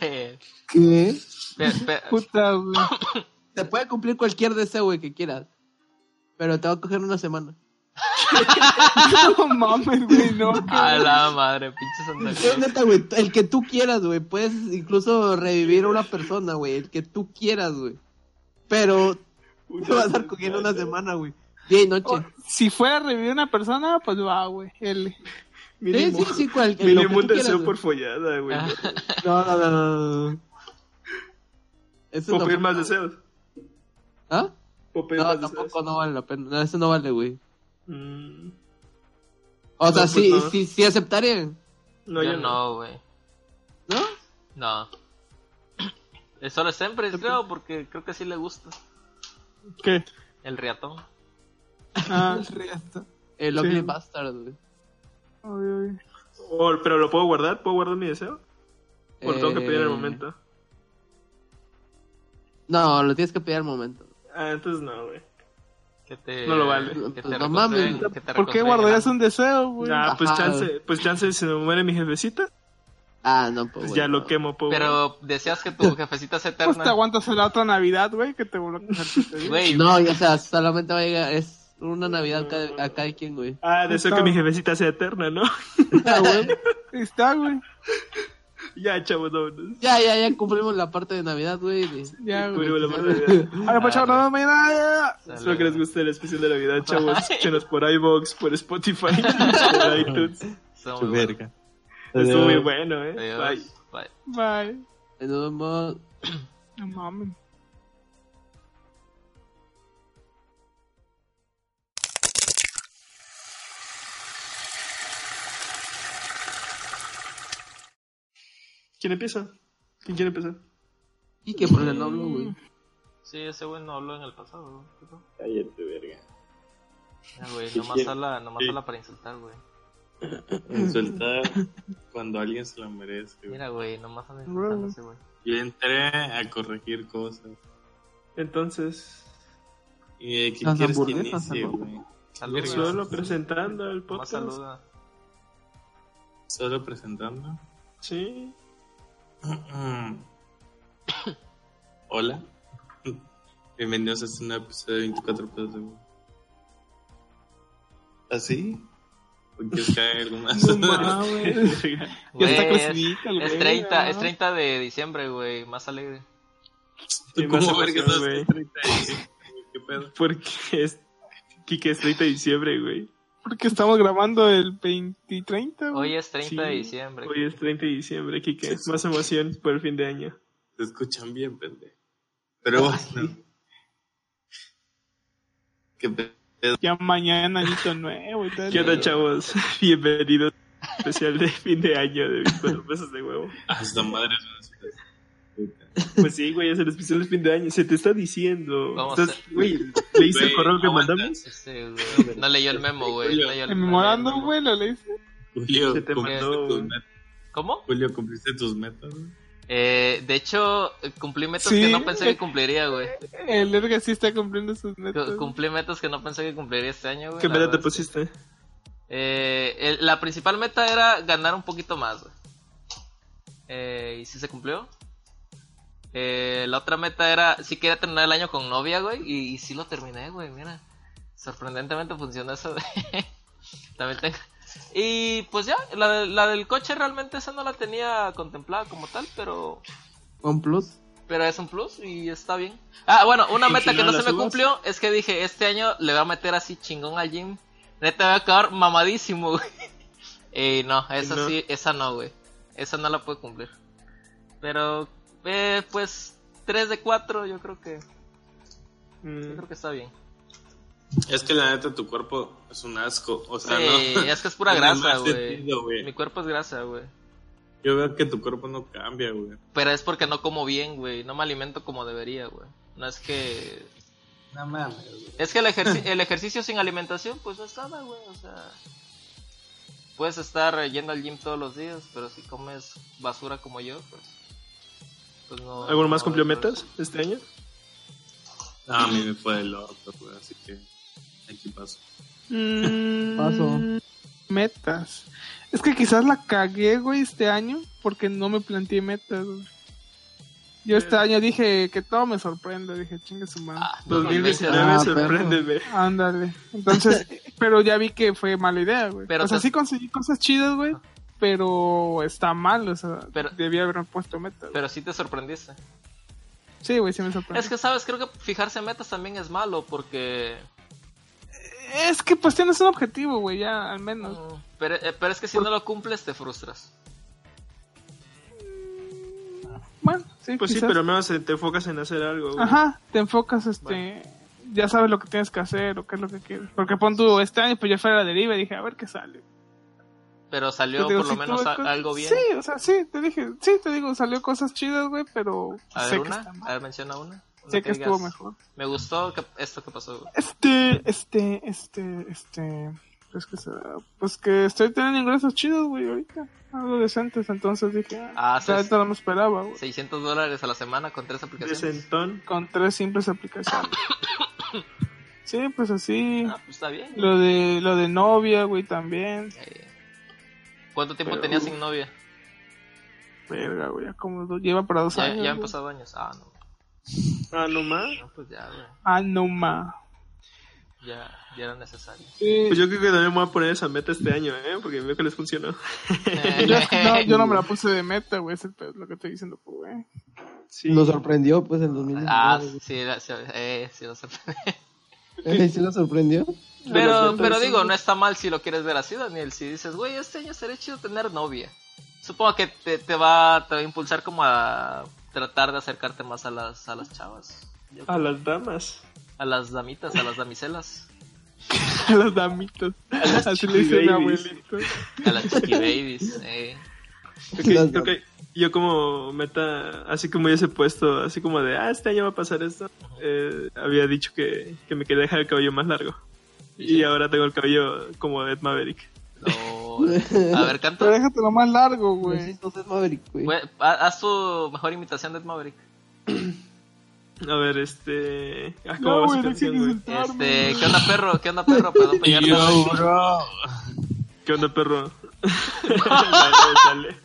F: Sí.
E: ¿Qué?
F: Pe- pe- [laughs]
D: Puta, güey.
B: Te puede cumplir cualquier deseo, güey, que quieras. Pero te va a coger una semana.
D: Ah, No mames, güey, no.
F: A la madre, pinche Santa
B: Sí,
F: Claus.
B: neta, güey, el que tú quieras, güey. Puedes incluso revivir a una persona, güey. El que tú quieras, güey. Pero te vas a estar cogiendo una semana, güey. Día y noche.
D: Si fuera a revivir una persona, pues va, güey. El...
B: Sí,
A: Mínimo,
B: sí, sí, cualquier.
A: [laughs]
B: lo
A: mínimo
B: que
A: un
B: tú quieras,
A: deseo
B: güey. Ah,
A: por follada, güey.
F: Ah.
B: No, no, no, no, no, no. Eso
A: ¿Puedo
B: no-
A: pedir más deseos?
B: ¿Ah?
A: ¿Puedo pedir
B: No,
A: más
B: tampoco
A: deseos?
B: no vale la pena. No, eso no vale, güey.
A: Mm,
B: O sea,
A: pues
B: sí,
A: no.
B: sí, sí aceptarían.
A: No,
F: yo
A: yo no.
F: no, güey.
B: ¿No?
F: No. Es solo siempre, creo, porque creo que sí le gusta.
D: ¿Qué?
F: El riatón. [laughs]
D: Ah,
B: El
D: Sí.
B: Ugly Bastard, güey.
D: ay, ay.
A: Oh, ¿Pero lo puedo guardar? ¿Puedo guardar mi deseo? ¿O lo tengo que pedir en el
B: Eh,
A: momento?
B: No, lo tienes que pedir al momento.
A: Ah, entonces no, güey.
F: Que te,
A: No lo vale.
F: Que
B: Pues
F: te
B: no mames.
F: reconstruyan- que te
D: ¿Por qué
F: reconstruyan
D: guardarías
F: algo.
D: un deseo, güey?
A: Ah, pues
B: Ajá.
A: chance, pues chance, si me muere mi jefecita,
B: Ah, no, pues.
A: pues
B: güey,
A: ya lo
B: no.
A: quemo, pobre.
F: Pero decías que tu jefecita es
D: Pues te
F: eterna.
D: aguantas la otra Navidad, güey, que
F: [laughs]
D: te bloqueas.
F: Güey,
B: No, y, o sea, solamente va a llegar. Es una Navidad cada- a cada quien, güey. [laughs] Ah,
A: Ah, deseo que mi jefecita sea eterna, ¿no? [laughs]
D: Ahí está, güey.
A: ya, chavos, vámonos.
B: Ya, ya, ya cumplimos la parte de Navidad, güey. de-
D: Ya, güey.
A: Cubrimos la mano de Navidad.
D: Ahora, pues, chao, nos vemos mañana.
F: [laughs] Dale,
A: Espero que les
F: güey.
A: guste el especial de
F: [laughs]
A: Navidad, chavos. Escúchenos por iVoox, por Spotify, [laughs] por iTunes.
F: Estuvo
C: Qué
F: muy bueno.
C: verga.
A: Estuvo muy
C: Adiós.
A: bueno, eh. Bye.
F: Adiós. Bye.
D: Bye.
B: Nos vemos.
D: No mames.
A: ¿Quién empieza? ¿Quién quiere empezar?
B: Y que por el no habló, güey.
F: Sí, ese güey no habló en el pasado, güey. ¿Qué pasó?
C: Cállate, verga.
F: Ya, güey,
C: Sí,
F: nomás
C: sí.
F: habla, nomás
C: Sí.
F: habla para insultar, güey.
C: Insultar cuando alguien se lo merece. güey.
F: Mira, güey, nomás anda insultando a ese güey.
C: Yo entré a corregir cosas.
A: Entonces,
C: ¿Y eh, qué
B: Las
C: quieres que
B: hamburguesas,
C: inicie,
B: ¿no?
C: güey?
F: Saluda.
A: solo presentando el
F: Nomás
A: podcast.
F: saluda.
C: ¿Solo presentando? [coughs]
F: [laughs]
A: Sí. [laughs]
C: Hola. Bienvenidos a este nuevo episodio de 24 pesos de huevo. ¿Así? ¿O quieres que haga algo más?
E: No
C: [laughs]
E: mames.
F: Güey,
D: está
F: es-
D: crecidita, el
F: Es
D: güey,
F: 30,
D: ¿no?
F: es 30 de diciembre, güey, más alegre.
C: ¿Tú
A: Qué
C: cómo
A: más
C: ver que
A: emoción,
C: estás
A: güey.
C: en 30 y- ¿Qué pedo?
A: Porque es. Kike es 30 de diciembre, güey.
D: Porque estamos grabando el 20 y 30, güey.
F: Hoy es 30 de
A: Sí,
F: diciembre.
A: Hoy es 30 de diciembre, Kike. Más emoción por el fin de año.
C: Te escuchan bien, pendejo. Pero bueno. ¿Qué pedo?
D: Ya mañana, añito nuevo y tal.
A: ¿Qué onda, chavos? [laughs] Bienvenidos al especial de fin de año
F: [laughs]
A: de 24 pesos de huevo.
C: Hasta Ah, madre.
A: Pues sí, güey, es el especial de fin de año. Se te está diciendo.
F: Vamos
A: Estás-
F: a-
A: Güey, ¿leíste el
C: Güey,
A: correo que
C: aguanta.
A: mandamos?
F: Este, güey, no leyó el memo, güey. no leyó el-
D: ¿El
F: no leyó
D: memorando,
F: el
D: güey? ¿Lo leíste?
C: Julio,
A: Se te
C: ¿cumpliste
A: mandó,
C: tus
A: güey.
C: metas?
F: ¿Cómo?
C: Julio, ¿cumpliste tus metas? güey?
F: Eh, de hecho, cumplí metas
D: Sí.
F: que no pensé que cumpliría, güey.
D: El Erga sí está cumpliendo sus metas.
F: Cu- Cumplí metas que no pensé que cumpliría este año, güey.
A: ¿Qué
F: la
A: meta te
F: verdad.
A: pusiste?
F: Eh, el- la principal meta era ganar un poquito más, güey. Eh, y sí se cumplió. Eh, la otra meta era, sí quería terminar el año con novia, güey. Y, y sí lo terminé, güey, mira. Sorprendentemente funcionó eso, güey. [laughs] También tengo. Y pues ya, la, de- la del coche realmente esa no la tenía contemplada como tal, pero
B: Con plus.
F: pero es un plus y está bien. Ah, bueno, una
A: Y
F: meta
A: si
F: que
A: no
F: no
A: la
F: se me
A: subas.
F: cumplió es que dije, este año le voy a meter así chingón al gym. Neta, voy a acabar mamadísimo, güey. [laughs] Y no, esa
A: No.
F: sí, esa no, güey. Esa no la puedo cumplir. Pero, eh, pues, 3 de 4 yo creo que, yo
A: Mm,
F: creo que está bien.
C: Es que la neta tu cuerpo es un asco, o sea,
F: Sí,
C: [laughs] no.
F: Eh, es que es pura
C: en el
F: grasa,
C: mal
F: güey.
C: sentido, güey.
F: Mi cuerpo es grasa, güey.
C: Yo veo que tu cuerpo no cambia, güey.
F: Pero es porque no como bien, güey. No me alimento como debería, güey. No es que
C: No mames, güey.
F: Es que el,
D: [laughs]
F: ejerci- el ejercicio sin alimentación, pues no es nada, güey. O sea, puedes estar yendo al gym todos los días, pero si comes basura como yo, pues. pues no,
A: ¿Alguno más
F: no,
A: cumplió
F: pues,
A: metas este año?
C: No, a mí me fue del orto, güey, así que aquí paso.
D: Mm,
E: Paso.
D: Metas. Es que quizás la cagué, güey, este año porque no me planteé metas, güey. Yo este año dije que todo me sorprenda, dije, chinga su madre.
F: Eh. Ah, no,
E: Ah,
A: 2019,
E: perro.
A: sorpréndeme.
D: Ándale.
F: [laughs]
D: Entonces, pero ya vi que fue mala idea, güey.
F: Pero
D: o sea,
F: te- Ah.
D: sí conseguí cosas chidas, güey, pero está mal, o sea,
F: Pero-
D: debía haberme puesto metas.
F: Pero sí te sorprendiste.
D: Sí, güey, sí me sorprendió.
F: Es que, ¿sabes? Creo que fijarse en metas también es malo, porque.
D: Es que pues tienes un objetivo, güey, ya al menos.
F: mm, Pero, eh, pero es que si no lo cumples, te frustras.
D: Bueno, sí,
A: Pues sí,
D: quizás.
A: pero al menos te enfocas en hacer algo. güey.
D: Ajá, te enfocas, este... Ya sabes lo que tienes que hacer o qué es lo que quieres. Porque pon tú, este año pues yo fui a la deriva y dije, a ver qué sale.
F: Pero salió
D: Te Pues digo,
F: por lo
D: sí
F: menos
D: tuve
F: a-
D: cosas-
F: algo bien.
D: Sí, o sea, sí, te dije, sí, te digo, salió cosas chidas, güey, pero
F: a
D: sé
F: ver,
D: que
F: una.
D: está mal.
F: A ver, menciona una. Una
D: Sé que
F: digas,
D: estuvo mejor.
F: Me gustó que- esto que pasó. güey".
D: Este, este, este, este. Pues que, se- pues que estoy teniendo ingresos chidos, güey, ahorita. Algo decentes, entonces dije.
F: Ah,
D: Ah,
F: sí,
D: o sea,
F: sí.
D: esto no me esperaba, güey.
F: 600 dólares a la semana con tres aplicaciones.
A: Presentón.
D: Con tres
F: [coughs]
D: simples aplicaciones. sí, pues así.
F: Ah, pues está bien. güey.
D: Lo de, lo de novia, güey, también.
F: Eh, ¿Cuánto tiempo
D: Pero-
F: tenías sin novia?
D: Verga, güey, ya como do- lleva para dos
F: Ya,
D: años.
F: ya han
D: güey.
F: pasado años. Ah, no.
A: Ah, no más.
F: No, pues ya, güey.
D: Ah, no ma.
F: Ya, ya era
D: [laughs]
F: necesario.
D: Sí.
A: Pues yo creo que también me voy a poner esa meta este año, ¿eh? Porque veo que les funcionó.
D: Yo,
F: [laughs]
D: no, yo no me la puse de meta, güey, es el pedo, lo que estoy diciendo, pues, güey. [laughs]
A: Sí.
B: Lo sorprendió, pues, en 2019.
F: Ah,
B: güey.
F: sí, era- sí, eh, sí lo sé. [laughs]
E: [laughs]
B: Eh, ¿Sí lo sorprendió?
F: Pero, pero digo, no está mal si lo quieres ver así, Daniel. Si dices, güey, este año sería chido tener novia. Supongo que te, te va, te va a impulsar como a tratar de acercarte más a las, a las chavas. Yo-
A: A las
D: [laughs]
A: damas.
F: A las damitas, a las damiselas.
D: A las damitas. Así le dice mi
A: chiquibabies.
D: abuelito.
F: A las chiquibabies. Eh.
A: Ok,
B: Las
A: ok. yo como meta, así como ya se puesto, así como de, ah, este año va a pasar esto, eh, había dicho que, que me quería dejar el cabello más largo. Y ahora tengo el cabello como Ed Maverick.
F: No. A ver,
D: Pero
F: canta.
D: déjatelo más largo, güey.
B: Entonces, Maverick, güey.
F: Güey, ha- Haz tu mejor imitación de Ed Maverick.
A: A ver, este... Ah, ¿cómo
D: No,
A: va su
D: güey, no
A: canción,
D: quieres
A: güey?
D: entrar, güey.
F: Este, ¿qué onda perro? ¿Qué onda perro?
A: [laughs]
F: Perdón por llegar tarde.
C: bro.
A: ¿Qué onda,
D: [laughs]
A: perro? [laughs] Dale, dale.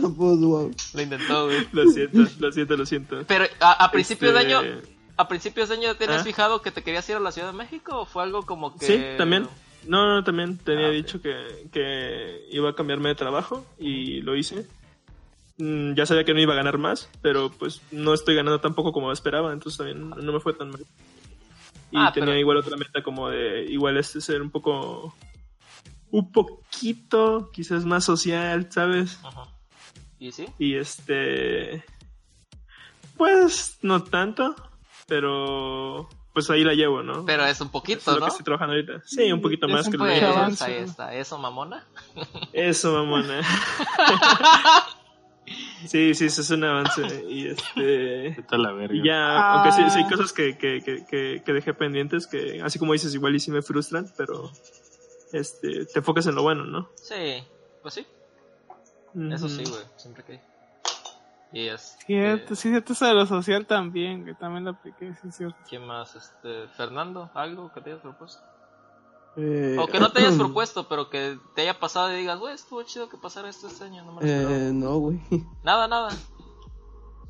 B: No puedo, güey.
F: Lo intentó, güey.
A: Lo siento, lo siento, lo siento.
F: Pero a, a principios
A: Este,
F: de año, a principios de año, ¿te tenías
A: ¿Ah?
F: fijado que te querías ir a la Ciudad de México o fue algo como que?
A: Sí, también. No, no, también tenía
F: Ah, ok.
A: dicho que, que iba a cambiarme de trabajo y lo hice. Mm, Ya sabía que no iba a ganar más, pero pues no estoy ganando tampoco como esperaba, entonces también no me fue tan mal. Y
F: Ah,
A: tenía
F: pero-
A: igual otra meta como de igual este ser un poco un poquito quizás más social, ¿sabes?
F: Ajá. ¿Y sí?
A: Y este pues no tanto, pero pues ahí la llevo, ¿no?
F: Pero es
A: Eso
F: un
A: es
F: poquito,
A: lo
F: ¿no?
A: que estoy trabajando ahorita. Sí, un poquito
D: Es
A: más
D: un
A: que lo
F: Pues
A: que
D: poquito
A: llevo.
D: avance,
F: ahí
D: ¿no?
F: está, eso mamona.
A: Eso,
D: [laughs]
A: mamona. sí, sí, eso es un avance. Y este.
C: Vete a la verga.
A: y ya, aunque sí, sí hay
D: Ah.
A: cosas que, que, que, que, que dejé pendientes que, así como dices, igual y sí me frustran, pero este, te enfocas en lo bueno, ¿no?
F: Sí, pues sí, eso sí, güey, siempre que. Y este, es.
D: Cierto, sí, cierto, eso de lo social también, güey. También lo apliqué, sí, cierto.
F: ¿Quién más? Este, Fernando, algo que te hayas propuesto.
B: Eh,
F: O que no te hayas propuesto, pero que te haya pasado y digas, güey, estuvo chido que pasara esto este año, no me lo esperaba".
B: Eh, no, güey. [laughs]
F: Nada, nada.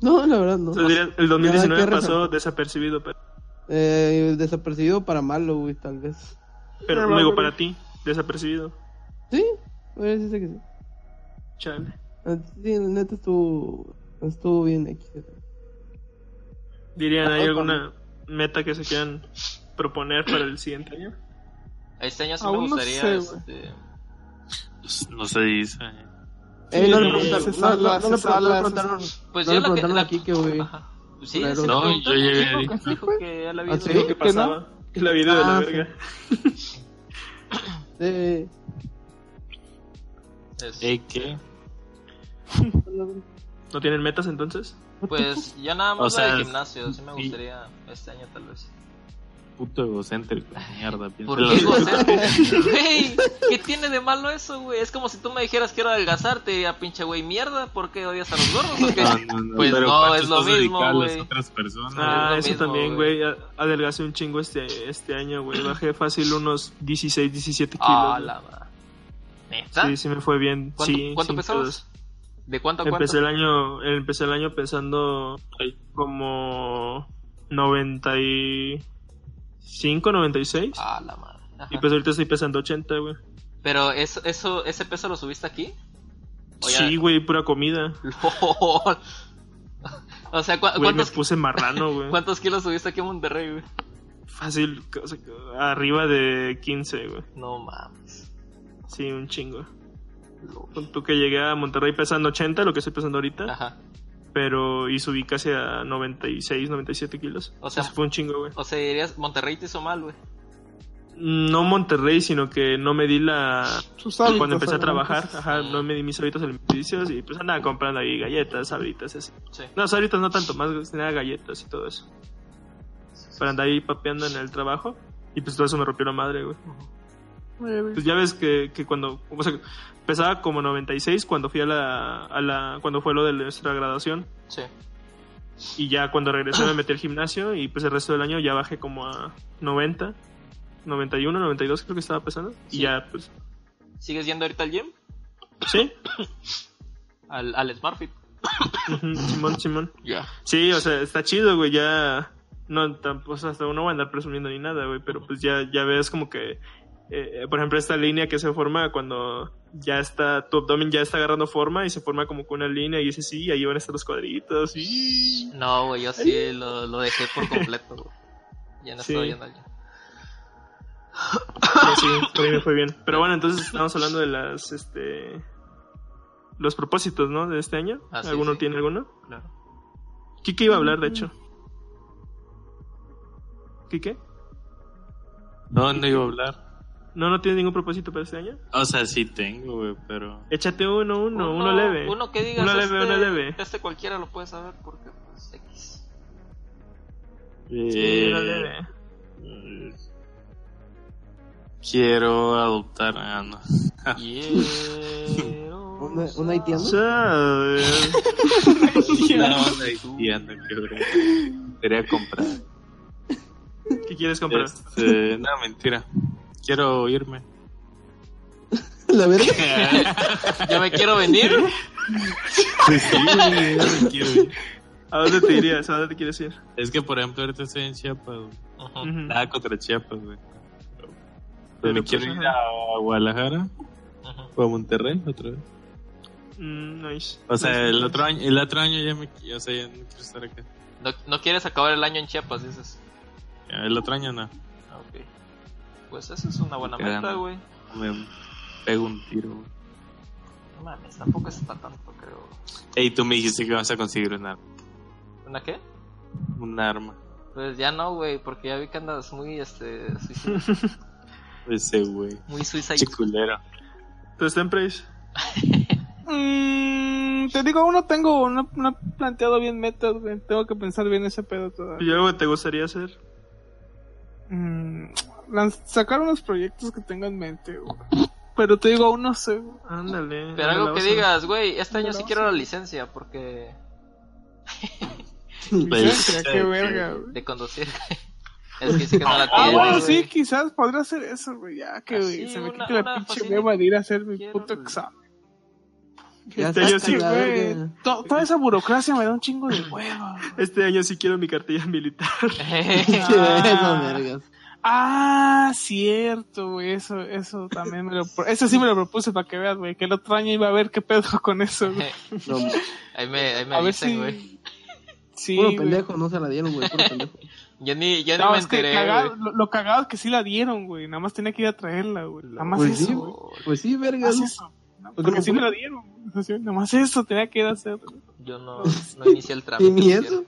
B: No, la verdad, no.
A: Entonces dirías, el
B: Ya,
A: 2019
B: qué
A: pasó
B: razón.
A: desapercibido, pero,
B: Eh, desapercibido para malo, güey, tal vez.
A: pero
D: Ya,
A: digo,
D: va,
A: para ti, desapercibido.
B: Sí, voy a decirte que sí.
A: Chale.
B: Ah, Sí, la neta estuvo, estuvo bien aquí.
A: Dirían, ¿hay
B: Ah,
A: alguna meta que se quieran proponer para el siguiente año?
F: Este año sí me
D: Aún no
F: gustaría.
D: sé,
F: este...
C: Pues, No se dice.
B: Eh, no le
D: Sí,
B: preguntaron,
D: se
B: no, no,
D: salva,
B: no
D: se
B: le preguntaron,
D: salva,
B: no le preguntaron.
F: Pues yo
B: No le
F: la que.
B: preguntaron
F: La...
B: a Kike, güey.
F: Ajá. Pues sí,
B: Culero.
F: sí,
C: No,
F: preguntó.
C: yo llegué
F: Dijo
C: ahí.
F: que- Dijo que él había
B: ¿Ah,
F: ido.
B: sí?
A: Dijo que
D: ¿Que no?
A: pasaba. Que la vida de la
B: Ah, sí.
A: verga.
B: Eh,
F: Es-
C: Ey, ¿qué?
A: ¿No tienen metas entonces?
F: Pues yo nada
C: O
F: más
C: sea,
F: la de gimnasio, sí me
C: sí.
F: gustaría este año tal vez.
C: Puto egocéntrico. Mierda.
F: ¿Por
C: piénsalo.
F: qué egocéntrico? Güey, ¿qué tiene de malo eso, güey? Es como si tú me dijeras quiero adelgazar, te diría pinche güey mierda, ¿por qué odias a los gordos o qué?
C: No, no, no,
F: Pues
C: pero
F: no,
C: ¿cuánto
F: es lo
C: estás
F: mismo,
C: dedicado a las
F: güey.
C: otras personas?
A: Ah,
F: lo
A: eso
F: mismo,
A: también,
F: güey.
A: güey. A- Adelgacé un chingo este, este año, güey.
F: [clears throat]
A: Bajé fácil unos 16, 17 kilos.
F: Ah,
A: güey.
F: la madre. ¿Neta?
A: Sí, sí me fue bien.
F: ¿Cuánto-
A: sí,
F: cuánto
A: sin
F: pesabas?
A: pedos.
F: ¿De cuánto a cuánto?
A: Empecé el año, empecé el año pensando como 95, 96.
F: Ah, la madre. Ajá.
A: Y pues ahorita estoy pesando 80, güey.
F: Pero eso, eso, ese peso lo subiste aquí? O ya-
A: Sí, güey, pura comida.
F: [laughs] Lol. O sea, ¿cu-
A: Güey, me
F: ¿cuántos,
A: puse
F: [laughs]
A: marrano, güey.
F: ¿cuántos kilos subiste aquí a Monterrey, güey?
A: Fácil, o sea, arriba de 15, güey.
F: No mames.
A: Sí, un chingo. Tú que llegué a Monterrey pesando 80, lo que estoy pesando ahorita.
F: Ajá.
A: pero y subí casi a 96, 97 kilos.
F: O sea-
A: Eso fue un chingo, güey.
F: O sea, dirías, Monterrey te hizo mal, güey.
A: No Monterrey, sino que no me di la
D: Sus hábitos,
A: cuando empecé a
D: obviamente.
A: trabajar, ajá, no Pues, me di mis hábitos alimenticios y pues andaba comprando ahí galletas, sabritas y así.
F: Sí.
A: No, sabritas no tanto, más tenía galletas y todo eso. Para andar ahí papeando en el trabajo y pues todo eso me rompió la madre, güey.
D: Güey, güey.
A: Pues ya ves que, que cuando, o sea, pesaba como 96 cuando fui a la, a la, cuando fue lo de nuestra graduación.
F: Sí.
A: Y ya cuando regresé me metí al gimnasio y pues el resto del año ya bajé como a 90, 91, 92 creo que estaba pesando.
F: Sí.
A: Y ya pues,
F: ¿Sigues yendo ahorita al gym?
A: sí,
F: Al, al SmartFit.
A: ujú, Simón, Simón.
F: Ya.
A: Sí, o sea, está chido, güey, ya... No, tampoco, o sea, hasta uno va a andar presumiendo ni nada, güey, pero pues ya, ya ves como que... eh, por ejemplo, esta línea que se forma cuando ya está, tu abdomen ya está agarrando forma y se forma como que una línea y dices, sí, ahí van a estar los cuadritos. Y...
F: No, güey, yo sí lo, lo dejé por completo, güey. Ya no
A: Sí.
F: estoy yendo al gym.
A: Sí, sí, por ahí me fue bien. Pero bueno, entonces estamos hablando de las, este, los propósitos, ¿no? De este año.
F: Ah, sí,
A: ¿Alguno
F: sí.
A: tiene alguno?
F: Claro.
A: Kike iba a hablar, de hecho. ¿Kike?
C: No, no iba a hablar.
A: No, no tienes ningún propósito para este año.
C: O sea, sí tengo, güey, pero.
A: Échate uno, uno, uno, leve.
F: Uno que digas.
A: Uno leve,
F: este,
A: uno leve.
F: Este cualquiera lo puede saber porque, pues, X.
A: Sí, uno
C: Eh,
A: leve.
C: eh, Quiero adoptar. Ah, no.
A: [laughs]
E: [laughs]
B: ¿Un, un haitiano?
A: Sabes.
C: No, haitiana, cabrón. Quería comprar.
A: ¿Qué quieres comprar?
C: Este, no, mentira. Quiero irme.
B: [laughs] La verga.
F: Ya me quiero venir.
C: [laughs] Pues sí, güey, ya me quiero ir.
A: ¿A dónde te irías? ¿A dónde te quieres ir?
C: Es que, por ejemplo, ahorita estoy en Chiapas, güey.
F: Ujú.
A: Ujú.
C: Nada contra Chiapas, güey.
A: Pero,
C: Pero me
A: pues,
C: quiero ir
A: ajá.
C: a Guadalajara o a Monterrey otra vez.
A: Mm, nice.
C: O sea,
A: Nice,
C: el
A: nice.
C: otro año, el otro año ya me, qui- o sea, ya no quiero estar acá.
F: No, no quieres acabar el año en Chiapas, dices.
C: El otro año no.
F: Ah, ok. Pues esa es una buena
C: Caramba.
F: meta, güey.
C: Me pego un tiro. güey.
F: No mames, tampoco está tanto, creo.
C: Ey, tú me dijiste que vas a conseguir un arma.
F: ¿Una qué?
C: Un arma.
F: Pues ya no, güey, porque ya vi que andas muy, este,
D: [laughs]
F: suicida-
C: Ese güey.
F: muy suicida.
C: Chiculero.
A: ¿Tú estás en Praise?
D: Mm, te digo, aún no tengo, no, no he planteado bien metas, güey. Tengo que pensar bien ese pedo todavía.
A: ¿Y algo que te gustaría hacer?
D: Mm, lanz- sacar unos proyectos que tengo en mente, güey. Pero te digo, aún no sé,
B: [laughs]
D: güey.
A: Ándale.
F: Pero
A: ándale,
F: algo que
A: vamos a-
F: digas, güey, este año
D: Ándale,
F: sí
D: vamos
F: quiero
D: a-
F: la licencia, porque
D: Licencia,
C: Pues,
D: qué
C: eh,
D: verga, güey.
F: de conducir. [laughs] es que sí que no la
D: [laughs] Ah,
F: tiene,
D: bueno,
F: güey.
D: sí, quizás podría hacer eso, güey. Ya que
F: Así,
D: güey, se me
F: una-
D: quita la
F: una
D: pinche
F: facilidad.
D: hueva de ir a hacer mi
F: Quiero,
D: puto
F: güey.
D: examen.
B: Ya
A: Este año
B: saca
A: sí,
D: Sí,
B: la
D: güey.
B: verga.
D: To- toda esa burocracia me da un chingo de hueva.
B: [laughs]
A: Este año sí quiero mi cartilla [laughs] militar.
B: [laughs]
D: Ah.
B: Eso, vergas.
D: Ah, cierto, güey. Eso, eso también me lo. pro- Eso sí me lo propuse para que veas, güey. Que el otro año iba a ver qué pedo [laughs] con eso, güey.
B: No,
F: [laughs] ahí me, ahí me
D: A ver
F: avisan,
D: si.
F: güey.
D: Sí,
B: puro
D: güey.
B: pendejo, no se la dieron, güey. Puro pendejo.
F: Yo ni, yo ni
D: No,
F: me
D: es que
F: enteré,
D: cagado-
F: güey.
D: lo, lo cagado es que sí la dieron, güey. Nada más tenía que ir a traerla, güey. Nada más
B: Pues sí,
D: eso,
B: güey.
D: güey.
B: Pues sí,
D: Nada
B: vergas.
D: más eso. ¿no?
B: Pues
D: Porque
B: como
D: Ah, sí
B: fue-
D: me la dieron. güey. Así, Nada más eso tenía que ir a hacer. güey.
F: Yo
B: [laughs]
F: no, no inicié el
B: Y
F: trámite.
B: ni eso.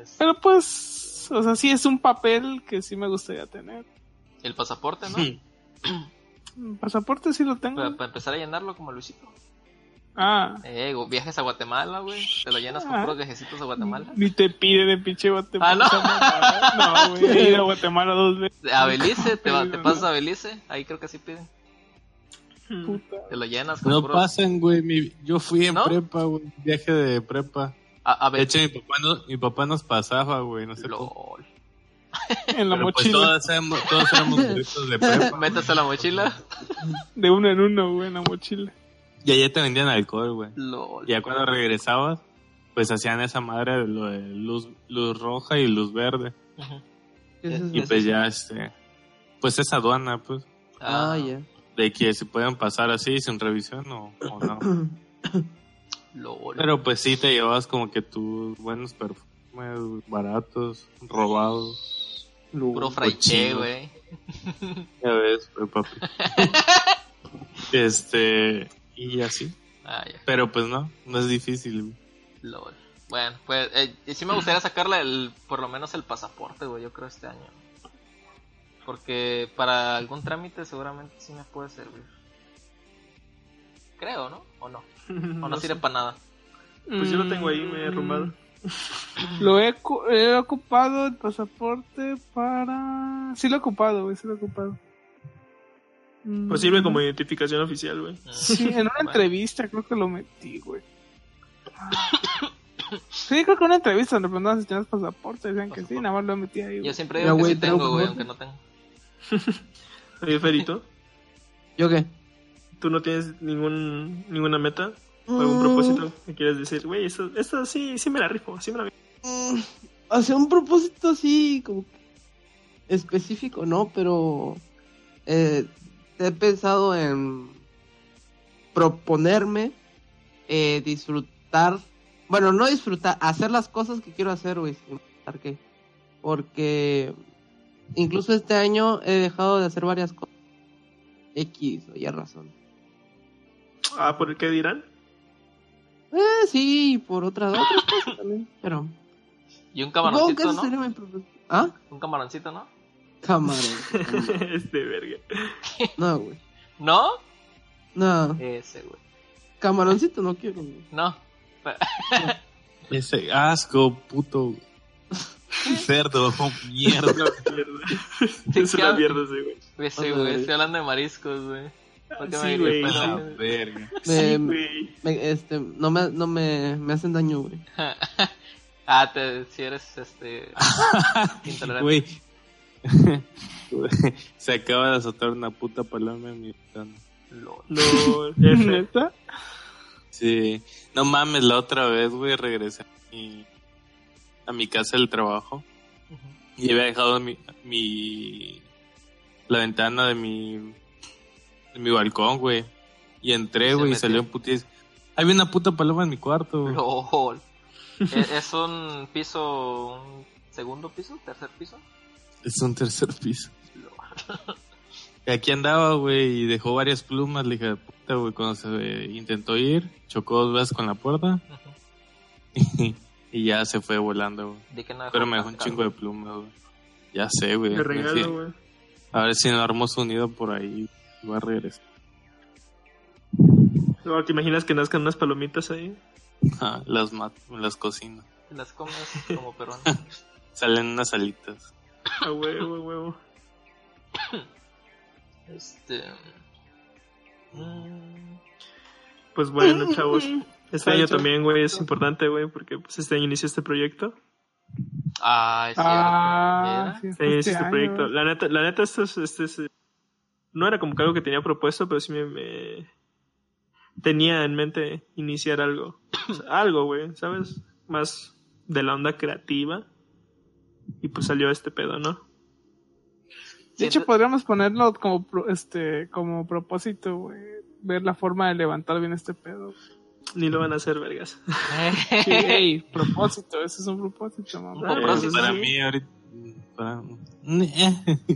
F: Es
D: Pero pues, o sea, sí es un papel que sí me gustaría tener.
F: El pasaporte, ¿no?
C: Sí.
D: Un Pasaporte sí lo tengo.
F: Para, para empezar a llenarlo como Luisito.
D: Ah,
F: Eh, go- viajes a Guatemala, güey. Te lo llenas con
D: Ah.
F: puros viajecitos a Guatemala.
D: ni te pide de pinche Guatemala.
F: Ah,
D: no, güey. ir a Guatemala dos veces.
F: A Belice, te, va-
D: Pero
F: te
D: no.
F: pasas a Belice. Ahí creo que sí piden. Mm.
D: Puta.
F: Te lo llenas con
C: No
F: puros-
C: pasan, güey. mi- Yo fui en
F: ¿No?
C: prepa, güey. Viaje de prepa.
F: A, a
C: De
F: Bel-
C: hecho, mi papá, no- mi papá nos pasaba, güey. No sé cómo.
F: Lol.
D: En la
C: Pero pues
D: mochila.
C: todos éramos, todos éramos burritos de prepa.
F: [laughs] Métete a la mochila.
D: De uno en uno, güey, en la mochila.
C: Y allá te vendían alcohol, güey.
F: Lol.
C: Ya cuando regresabas, pues hacían esa madre de lo de luz, luz roja y luz verde.
F: Ujú.
B: ¿Qué es
C: Y
B: eso?
C: pues ya, este. Pues esa aduana, pues.
B: Ah, ya.
C: De que se pueden pasar así sin revisión o, o no.
F: Lol.
C: Pero pues sí te llevabas como que tus buenos perfumes baratos, robados.
F: Puro fraiche,
C: cochino.
F: güey.
C: Ya ves, pues, papi. este. Y así.
F: Ah, ya.
C: Pero pues no, no es difícil. güey.
F: Lol. Bueno, pues eh, y sí me gustaría sacarle el, por lo menos el pasaporte, güey, yo creo este año. Porque para algún trámite seguramente sí me puede servir. Creo, ¿no? ¿O no? ¿O no,
A: No
F: sirve
A: sé.
F: para nada?
A: Pues yo lo tengo ahí,
F: Mm.
A: me he arrumado.
D: Lo he, cu- he ocupado el pasaporte para. Sí lo he ocupado, güey, sí lo he ocupado. Mm.
A: Pues sirve [laughs] como identificación oficial, güey.
F: Mm.
D: Sí, en una
F: Bueno,
D: entrevista creo que lo metí, güey. Sí, creo que en una entrevista le preguntaban si tenías pasaporte, decían que sí, nada más lo metí ahí,
F: Yo
D: güey.
F: siempre
B: Ya,
F: digo que
B: güey,
F: sí
B: traigo
F: tengo, güey,
B: pasaporte.
F: aunque no tengo.
A: Oye, Ferito,
B: ¿Yo qué?
A: ¿tú no tienes ningún, ninguna meta?
B: Mm.
A: ¿O algún propósito que quieras decir? Güey, esto, esto sí, sí me la rifo, sí me la rifo.
B: Mm, O sea, un propósito así como que específico, ¿no? Pero eh, he pensado en proponerme eh, disfrutar, bueno, no disfrutar, hacer las cosas que quiero hacer, güey, sin importar qué. Porque incluso este año he dejado de hacer varias cosas. X, o Y razón.
A: Ah, ¿por qué dirán? [laughs]
B: Eh, sí, y por otras, otras cosas también, pero...
F: Y un
B: Supongo que
F: camaroncito,
B: ese sería
F: ¿no?
B: mi propósito. ¿Ah?
F: Un camaroncito, ¿no?
B: Cámara.
A: [laughs]
B: güey.
A: este verga.
B: No, güey.
F: ¿No?
B: No.
F: Ese, güey.
B: Camaroncito no quiero, güey.
F: [laughs] No.
C: Ese asco, puto. Cerdo,
A: [laughs]
C: mierda.
F: [laughs]
A: es una mierda ese, güey.
F: Ese, güey. Estoy hablando de mariscos, güey. ¿Por qué
A: Sí,
F: me digo,
A: güey.
F: pero-
C: La verga.
A: Sí,
B: Me-
A: güey.
B: me- este, no me, no me, me hacen daño, güey.
F: Ah, te, si eres este. intolerante.
C: Güey. [laughs] Se acaba de azotar una puta paloma en mi ventana.
A: Lol. F.
D: ¿Neta?
C: Sí. No mames, la otra vez, güey, regresé a mi, a mi casa del trabajo. Y había dejado mi, mi- la ventana de mi de mi balcón, güey. Y entré,
F: Se
C: güey, y
F: metió.
C: salió un putis. Había una puta paloma en mi cuarto. güey.
F: LOL. ¿Es, es un piso. un segundo piso? ¿Tercer piso?
C: Es un tercer
F: [laughs]
C: piso. Y Aquí andaba, güey, y dejó varias plumas, la hija de puta, güey, cuando se eh, intentó ir, chocó dos veces con la puerta
F: Ujú.
C: [laughs] y ya se fue volando, güey.
F: Di que no
C: Pero me dejó un
F: cascada.
C: chingo de plumas, güey. Ya sé, güey.
A: Me
C: Sí.
A: regalo, güey.
C: A ver si no armó su nido por ahí y va a regresar. [laughs]
A: No, ¿Te imaginas que nazcan unas palomitas ahí?
C: Ah, las mato, las cocino.
F: Las
C: [laughs]
F: comes como perón.
C: Salen unas alitas.
A: A huevo, a huevo.
F: Este. mm,
A: Pues bueno, chavos. Este
D: Ay,
A: año
D: chao.
A: también, güey, es importante, güey, porque pues, este año inició este proyecto.
F: Ah, es cierto.
D: Ah,
F: Mira.
D: sí,
A: Este año inició este
D: año,
A: proyecto.
D: güey.
A: La neta, la neta esto es, este es- no era como que algo que tenía propuesto, pero sí me, me- tenía en mente iniciar algo. O sea, algo, güey, ¿sabes? Más de la onda creativa. Y pues salió este pedo, ¿no?
D: De hecho, podríamos ponerlo como, pro- este, como propósito, güey. Ver la forma de levantar bien este [laughs] pedo.
A: Ni lo van a hacer, vergas.
F: [laughs]
D: Sí, ey, propósito, ese es un propósito, mamá.
A: Ah,
C: Para,
A: sí,
C: para
A: sí.
C: mí, ahorita. para- Eh, [laughs]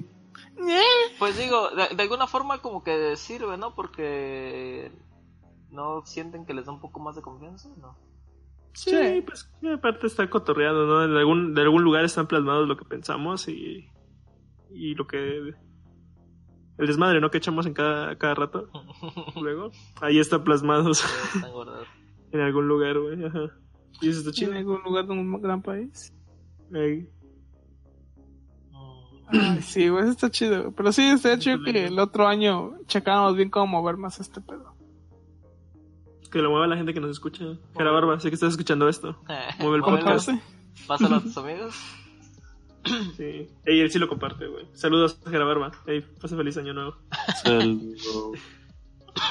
D: Eh,
F: Pues digo, de, de alguna forma como que sirve, ¿no? Porque no sienten que les da un poco más de confianza, ¿no?
A: Sí, pues y aparte está cotorreado, ¿no? De algún, de algún lugar están plasmados lo que pensamos y, y lo que... El desmadre, ¿no? Que echamos en cada, cada rato. [laughs] Luego, ahí está plasmados [laughs]
F: Están gordas.
A: en algún lugar, güey. Ajá. Y eso está
D: ¿En
A: chido.
D: algún lugar de un gran país?
A: Ey.
F: Mm,
D: Ay, sí, güey, eso está chido. güey. Pero sí, está chido que el otro año checábamos bien cómo mover más este pedo.
A: Que lo mueva la gente que nos escucha. Jara Barba, sé que estás escuchando esto. Mueve el
F: [laughs] Muévelo,
A: podcast.
D: Aparte,
F: Pásalo
C: [laughs]
F: a tus amigos.
A: Sí. Ey, él sí lo comparte, güey. Saludos, Jara Barba. Ey, pasa feliz año [laughs] nuevo.
C: Saludo.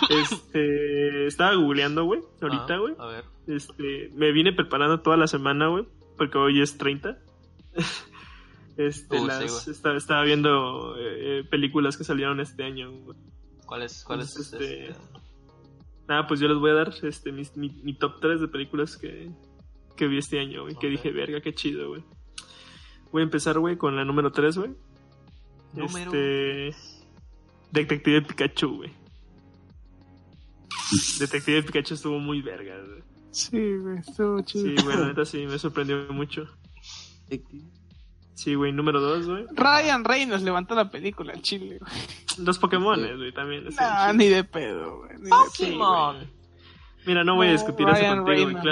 A: Este... Estaba googleando, güey. Ahorita,
F: Ah,
A: güey.
F: A ver.
A: Este, me vine preparando toda la semana, güey, porque hoy es 30. [laughs] Este,
F: Uh, sí,
A: las, esta- estaba viendo eh, eh, películas que salieron este año. güey.
F: ¿Cuál es? ¿Cuál es?
A: Pues,
F: este,
A: este, Nada, pues yo les voy a dar este, mis- mi, mi top 3 de películas que, que vi este año, güey, que
F: Ok.
A: dije, verga, qué chido, güey. Voy a empezar, güey, con la número 3, güey.
F: Número
A: Este, Detective Pikachu, güey. Detective Pikachu estuvo muy verga, güey.
D: sí, güey, estuvo chido.
A: Sí, güey, la neta sí, me sorprendió mucho. Sí, güey, número dos, güey.
D: Ryan Reynolds levantó la película al chile, güey.
A: Los Pokémones, güey, también. así.
D: Nah, ni de pedo, güey. ni de
F: Pokémon.
A: Mira, no voy a
D: No,
A: discutir eso
D: Ryan
A: contigo,
D: Reynolds.
A: güey,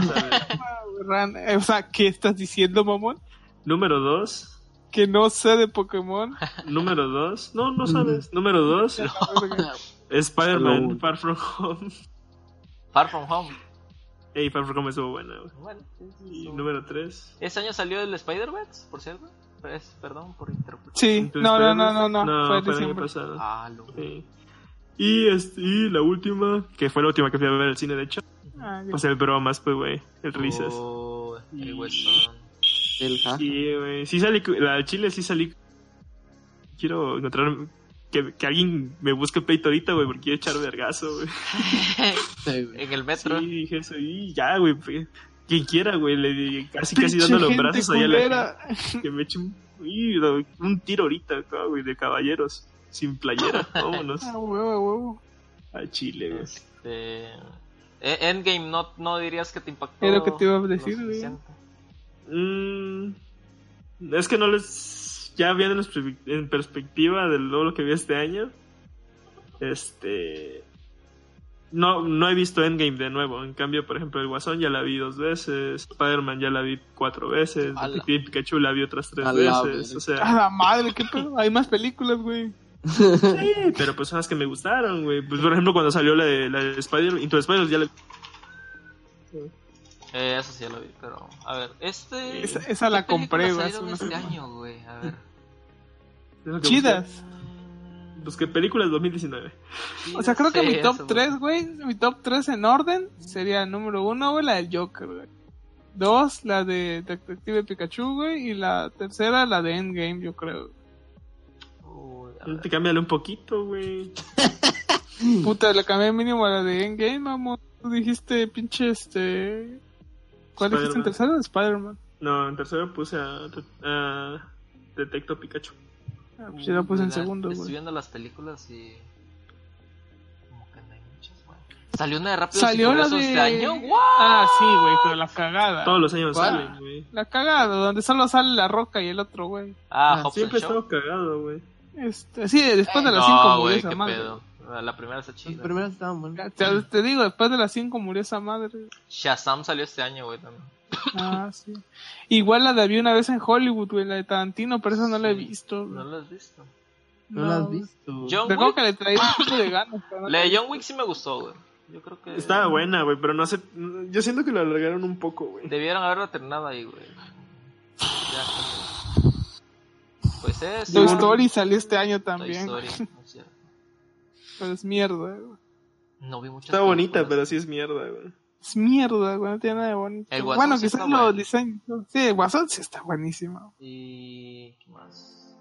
A: claramente. lo sabes.
D: pedo, güey, Ryan- eh, O sea, ¿qué estás diciendo, mamón?
A: número dos.
D: Que no sé
F: [laughs]
D: de Pokémon.
A: Número dos. No, no sabes. Número dos.
C: Solo
A: Spider-Man
C: uno.
A: Far From Home. [laughs]
F: Far From Home.
A: Ey, Far From Home estuvo buena, güey.
F: Bueno, sí, sí,
A: Y
F: sí.
A: número tres.
F: Este año salió el Spider-Verse, por cierto. Pues, perdón por interrumpir.
D: Sí,
A: Into
D: no, no, no, no,
A: Spider-Man.
D: no, fue en
A: el año
D: diciembre.
A: pasado.
F: Ah, lo
A: Sí. Y, este, y la última, que fue la última que fui a ver al cine, de hecho.
D: Ah, ya.
A: Pues el bromas, pues, güey. El risas.
F: Oh, el
A: Y-
F: Weston.
B: El hack.
A: Sí, güey. eh, Sí salí. cu- La al Chile sí salí. Quiero encontrar. Que, que alguien me busque pleito ahorita, güey, porque quiero echar vergazo, güey.
B: Sí, güey.
F: En el metro.
A: Sí, dije eso. Y ya, güey. pues, Quien quiera, güey. Le di- casi, casi
D: Pinche
A: dando los
D: gente
A: brazos allá a la
D: culera.
A: gente, Que me eche un, y, do- un tiro ahorita, acá, güey, de caballeros. Sin
D: [laughs]
A: playera. Vámonos
D: Ah, huevo, huevo.
A: a Chile, güey.
F: Este, e- Endgame, no, no dirías que te impactó.
D: Es lo que te iba a
F: lo
D: decir, güey.
F: suficiente?
A: Mm, es que no les. ya viendo en perspe- en perspectiva de todo lo que vi este año, este. No, no he visto Endgame de nuevo. En cambio, por ejemplo, El Guasón ya la vi dos veces. Spider-Man ya la vi cuatro veces.
F: A la-
A: Detective Pikachu la vi otras tres
C: A la
A: veces. O
C: verga.
D: A
A: sea,
D: la madre, qué pedo. Hay más películas, güey.
A: sí, pero pues son las que me gustaron, güey. Pues, por ejemplo, cuando salió la de, la de Spider-Man, Into the Spider-Man ya la
F: Eh, eso sí ya lo vi, pero. A ver, este.
D: Esa, esa la
F: ¿qué películas
D: compré, güey. hace
F: salieron
D: unas
F: este
D: semanas.
F: año, güey. A ver.
A: es lo que
D: Chidas.
A: busqué. Pues que películas 2019.
D: O sea, creo que
F: Sí,
D: mi top
F: eso, güey.
D: 3, güey, mi top 3 en orden sería número 1, güey, la del Joker, güey. Dos, la de Detective Pikachu, güey, y la tercera, la de Endgame, yo creo.
F: Uy, a
A: Te
F: ver.
A: cámbiale un poquito, güey.
D: Puta, le cambié mínimo a la de Endgame, mamón. Tú dijiste, pinche, este... ¿Cuál dijiste en
A: Spider-Man.
D: tercera? Spider-Man.
A: No, en tercero puse a, a Detecto Pikachu.
D: Ah, pues yo la puse en
F: Mira,
D: segundo,
F: Estoy
D: güey.
F: viendo las películas y. Como que no hay muchas, güey. Salió una de Rápidos y
D: Salió la
F: Furiosos
D: de...
F: este año, güey.
D: Ah, sí, güey, pero la cagada.
A: Todos los años
B: ¿Cuál?
A: salen, güey.
D: La cagada, donde solo sale la roca y el otro, güey.
F: Ah,
B: Ah,
F: Hobbs and
A: Siempre he
F: Shaw.
A: estado cagado, güey.
D: Este, sí, después de las 5
F: Eh, No,
D: murió
F: güey,
D: esa
F: qué
D: madre.
F: pedo. Ah, La primera está
B: Las
F: chida.
B: primeras estaban buenas.
D: Te, te digo, después de las 5 murió esa madre.
F: Shazam salió este año, güey, también.
D: Ah, sí. Igual la de había una vez en Hollywood, güey, la de Tarantino, pero esa no la he
F: Sí,
D: visto. güey.
F: No lo has visto.
B: No, las has visto.
F: John
D: Te digo
F: Wick.
D: que le traía un poco de ganas.
F: [laughs]
D: pero no
F: La
D: la-
F: de John Wick sí me gustó, güey. Yo creo que.
A: Estaba buena, güey, pero no sé. Yo siento que lo alargaron un poco, güey.
F: Debieron haberla terminado ahí, güey. Ya, como- Pues es.
D: Toy Story salió este año también,
F: Toy
D: güey,
F: Story, no es cierto.
D: pero es mierda, güey.
F: No vi muchas
A: Está bonita, pero
F: películas.
A: sí es mierda, güey.
D: Es mierda, güey, no tiene nada de bonito.
F: El Guasón
D: bueno,
F: sí
D: quizás
F: está
D: los
F: bueno.
D: diseños. Sí, el Guasón sí está buenísimo.
F: Y. ¿Qué más?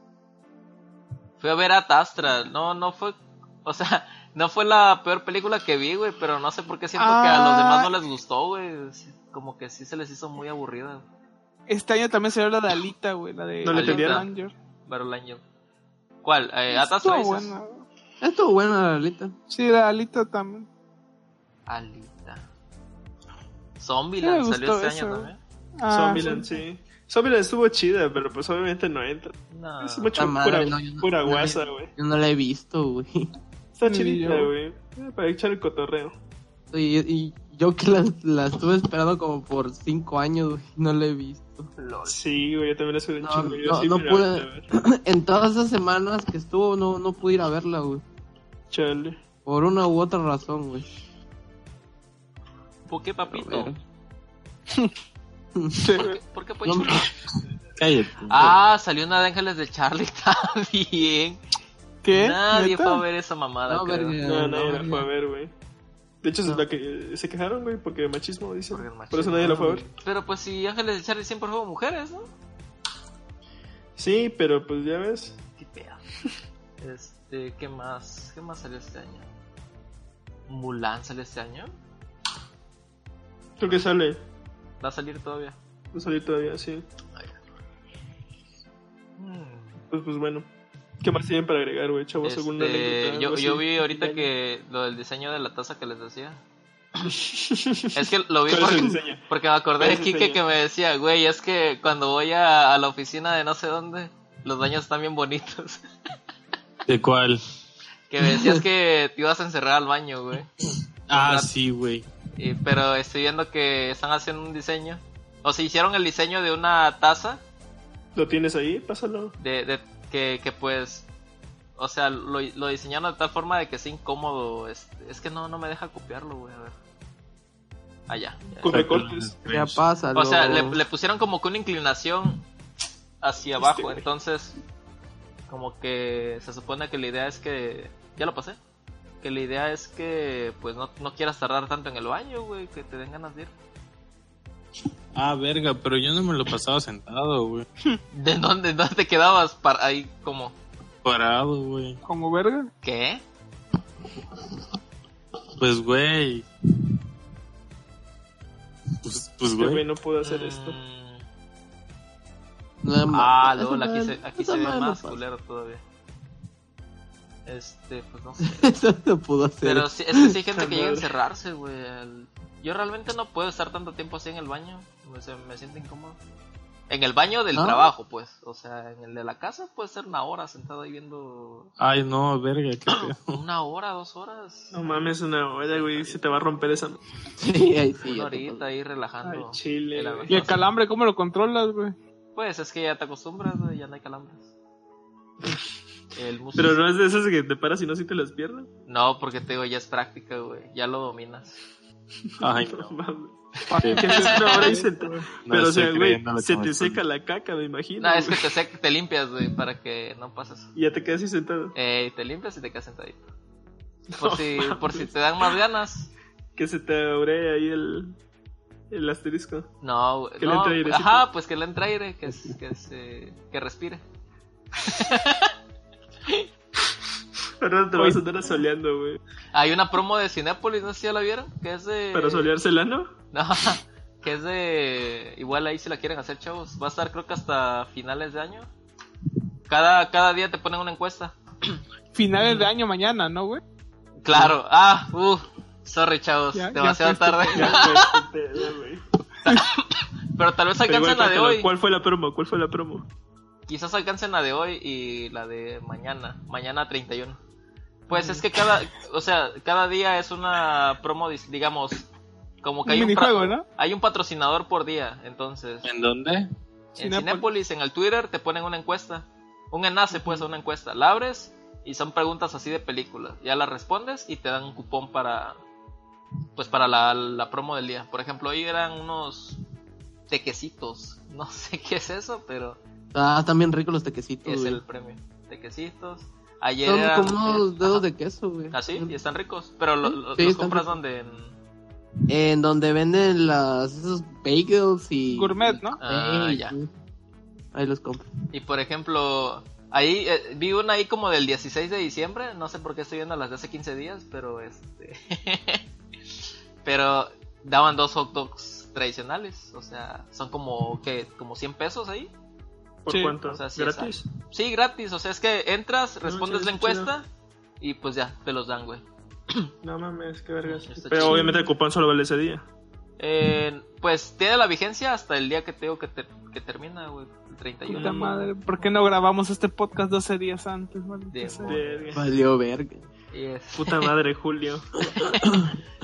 F: Fui a ver Atastra. No, no fue. O sea, [laughs] no fue la peor película que vi, güey. Pero no sé por qué siento que a los
D: Ah.
F: demás no les gustó, güey. Sí, Como que sí se les hizo muy aburrida. güey.
D: Este año también salió la de Alita, güey, la de
A: No le
D: Alita
A: entendieron.
D: Ranger.
F: Battle Angel. ¿Cuál? Eh,
D: Estuvo
F: Atastra. dices?
D: buena, güey.
B: Estuvo buena la alita.
D: Sí, la de Alita también.
F: Alita. Zombieland
D: Sí, me
F: salió
D: gustó
F: este año
D: eso.
F: también.
D: Ah,
A: Zombieland,
D: sí.
A: sí. Zombieland estuvo chida, pero pues obviamente no entra.
F: No.
A: Es mucho
B: La madre,
A: pura,
B: Ah, no, yo no-
A: pura
B: no
A: guasa,
B: vi.
A: güey.
B: Yo no la he visto, güey. [laughs]
A: Está
D: Ni
A: chidita,
D: yo.
A: güey. Eh, Para echar el cotorreo.
B: Y, y yo que la, la estuve esperando como por cinco años, güey, no la he visto.
A: Sí, güey, yo también la subí un
B: No,
A: chingo. Yo
B: no,
A: sí,
B: no
A: pero,
B: pude.
A: a ver,
B: En todas esas semanas que estuvo, no, no pude ir a verla, güey.
A: Chale.
B: Por una u otra razón, güey.
F: ¿Por qué,
B: Pero
D: [laughs]
F: papito?
B: bueno.
F: ¿Por qué, por qué,
B: No,
F: Poichu?
C: Cállate.
F: Ah, salió una de Ángeles de Charlie [laughs] también.
D: ¿Qué?
F: Nadie
D: ¿Neta?
F: fue a ver esa mamada.
B: No,
F: creo.
B: verga.
A: No,
B: No,
A: nadie la
B: no.
A: fue a ver, güey. De hecho,
B: No.
A: es la que, se quejaron, güey, porque machismo, dicen.
F: Porque el machismo,
A: Por eso nadie la fue a ver.
F: Pero pues si Ángeles de Charlie siempre fueron mujeres, ¿no?
A: Sí, pero pues ya ves.
F: Qué pedo. [laughs] Este, ¿qué más? ¿Qué más salió este año? ¿Mulan salió este año?
A: Creo que sale.
F: Va a salir todavía.
A: No salió todavía, sí.
F: Mm.
A: Pues, pues bueno. ¿Qué más tienen para agregar, güey? Chavos,
F: Este,
A: alguna anécdota,
F: yo,
A: algo
F: yo
A: así?
F: vi ahorita que lo del diseño de la taza que
A: [laughs]
F: les decía. es que lo
A: ¿Cuál
F: vi [laughs]
A: es el
F: porque,
A: diseño?
F: porque me acordé
A: ¿Cuál
F: de
A: es el
F: Kike
A: diseño?
F: que me decía, güey, es que cuando voy a, a la oficina de no sé dónde, los baños están bien bonitos. [laughs]
C: ¿De cuál?
F: que me decías que te ibas a encerrar al baño, güey.
C: Ah, sí, güey.
F: Y- pero estoy viendo que están haciendo un diseño. O sea, hicieron el diseño de una taza
A: ¿Lo tienes ahí? Pásalo.
F: de, de- que, que pues... O sea, lo, lo diseñaron de tal forma de que sea incómodo. Es, es que no, no me deja copiarlo, güey. A ver. Ah, Allá.
A: Con recortes.
B: Ya pasa,
F: Pues, O sea, le, le pusieron como que una inclinación hacia
A: Este
F: abajo.
A: güey.
F: Entonces, como que se supone que la idea es que... Ya lo pasé. Que la idea es que pues no, no quieras tardar tanto en el baño, güey. Que te den ganas de ir.
C: Ah, verga, pero yo no me lo pasaba sentado, güey.
F: ¿De dónde, dónde te quedabas? Para, ahí como...
C: Parado, güey.
D: Como verga.
F: ¿Qué?
C: Pues, güey. Pues, pues,
A: Este güey
C: güey.
A: no puedo hacer esto.
F: Mm,
B: No,
F: Ah,
B: esa
F: LOL, aquí
B: madre-
F: se, aquí
B: esa
F: se ve
B: madre no
F: más
B: pasa. [laughs]
F: culero todavía. Este, pues no sé.
B: Eso no pudo hacer.
F: Pero sí, es que sí hay gente que
A: Madre.
F: llega a encerrarse, güey. al- Yo realmente no puedo estar tanto tiempo así en el baño. O sea, me siento incómodo. En el baño del
B: Ah.
F: trabajo, pues. O sea, en el de la casa puede ser una hora sentado ahí viendo.
C: Ay, no, verga, qué
A: [coughs]
C: pedo.
F: Una hora, dos horas.
A: [laughs] No mames, una hora, güey. Se te va a romper esa.
B: Sí, ahí sí.
F: Una
B: ya te
F: horita ahí relajando.
A: Ay, chile,
F: el
A: güey.
D: ¿Y el
F: abanico.
D: calambre cómo lo controlas, güey?
F: Pues es que ya te acostumbras, güey, ya no hay calambres. El músculo.
A: Pero no es de esas que te paras y no sientes las piernas.
F: No, porque te digo, ya es práctica, güey. Ya lo dominas.
C: Ay,
A: [laughs] No
C: no.
A: mames.
C: Sí.
A: Que haces una hora y se te...
C: No
A: Pero o
C: estoy
A: sea, güey,
C: creyendo lo que
A: se
C: me
A: te
C: están
A: seca la caca, me imagino.
F: No, es que
A: güey.
F: te, sec- te limpias, güey, para que no pases.
A: Y ya te quedas así sentado.
F: Eh, te limpias y te
A: [laughs]
F: quedas sentadito. Por, si, por si te dan más ganas.
A: Que se te abre ahí el, el asterisco.
F: No, güey.
A: Que le
F: no,
A: entre airecito.
F: Ajá, pues que le entre aire, que,
A: [laughs]
F: es- que, se- que respire.
A: Ahora te vas a andar asoleando, güey.
F: Hay una promo de Cinépolis, no sé si ya la vieron, que es de...
A: Para asoleársela, ¿no?
F: [laughs] No, que es de... Igual ahí si la quieren hacer, chavos. Va a estar creo que hasta finales de año. Cada, cada día te ponen una encuesta.
D: Finales de año mañana, ¿no, güey?
F: Claro. Ah, uh, sorry, chavos.
D: Ya, ya
F: demasiado
D: fuiste.
F: tarde. [laughs]
A: Ya, güey, te da, güey.
F: Pero tal vez
A: Pero igual,
F: alcancen la de
A: cuéntalo,
F: hoy.
A: ¿Cuál fue la promo? ¿Cuál fue la promo?
F: Quizás alcancen la de hoy y la de mañana. Mañana 31. Pues es que cada... O sea, cada día es una promo, dis- digamos... Como que
D: Un
F: hay un,
D: minijuego,
F: pra-
D: ¿no?
F: hay un patrocinador por día. Entonces...
C: ¿En dónde?
F: En
D: Cinépolis.
F: Cinépolis, en el Twitter, te ponen una encuesta. Un enlace, pues, a una encuesta. La abres y son preguntas así de películas. Ya las respondes y te dan un cupón para. Pues para la, la promo del día. Por ejemplo, hoy eran unos tequecitos. [laughs] No sé qué es eso, pero
B: falta. Ah, están bien ricos los tequecitos,
F: es
B: güey.
F: el premio. Tequecitos. Ayer
B: Son
F: eran.
B: como unos dedos
F: Ajá.
B: de queso, güey.
F: Ah, sí, y están ricos. Pero lo- lo-
B: Sí,
F: los
B: están
F: compras
B: ricos.
F: donde. en-
B: En donde venden las, esos bagels y...
D: Gourmet, ¿no?
F: Ah,
B: Sí,
F: ya.
B: sí. Ahí los compro.
F: Y por ejemplo, ahí eh, vi una ahí como del 16 de diciembre, no sé por qué estoy viendo las de hace 15 días, pero este [laughs] pero daban dos hot dogs tradicionales, o sea, son como que como 100 pesos ahí.
A: ¿Por
D: Sí,
A: cuánto?
F: o sea, sí,
A: ¿Gratis?
F: Sí, gratis, o sea, es que
B: Ah,
F: entras, respondes
A: sí,
F: la
A: está chido.
F: encuesta y pues ya te los dan, güey.
A: No mames, qué vergas.
F: Está
A: Pero
F: chido.
A: obviamente el cupón solo vale ese día.
F: Eh, pues tiene la vigencia hasta el día que te digo que, te- que termina, güey, el 31.
D: Puta madre, ¿por qué no grabamos este podcast 12 días antes,
F: De-
D: maldita sea?
A: Verga.
B: Valió verga.
F: Y es-
A: Puta madre, Julio.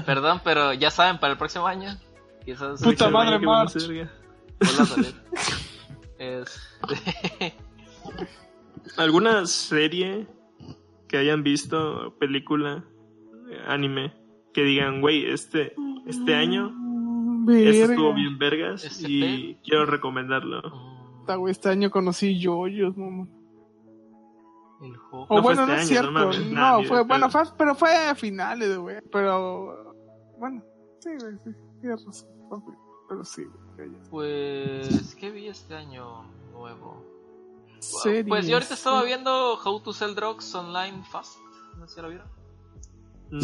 F: Perdón, pero ya saben, para el próximo año quizás
D: Puta
A: Ese
D: madre,
A: baño que van a
D: March.
A: hacer, verga.
F: vuelva a salir. Este,
A: ¿Alguna serie que hayan visto, película, eh, anime, que digan, güey, este, este año, este
D: Mm, Verga.
A: estuvo bien vergas
F: Este
A: y quiero
F: [laughs]
A: recomendarlo?
D: Puta, güey, este año conocí yoyos, mamá.
F: mm, El
D: O
F: juego.
A: No fue
D: bueno,
A: este
D: no es
A: año,
D: cierto.
A: no
D: No,
A: mames. Nah, ni de
D: fue,
A: pedo.
D: bueno, fue, pero fue a finales, güey. Pero, bueno, sí, güey, sí, tienes razón, papi. Pero sí, güey. yoyos.
F: Pues, ¿qué vi este año nuevo? Pues
D: Series.
F: yo ahorita estaba viendo How to Sell Drugs Online Fast. No sé si lo vieron.
A: No.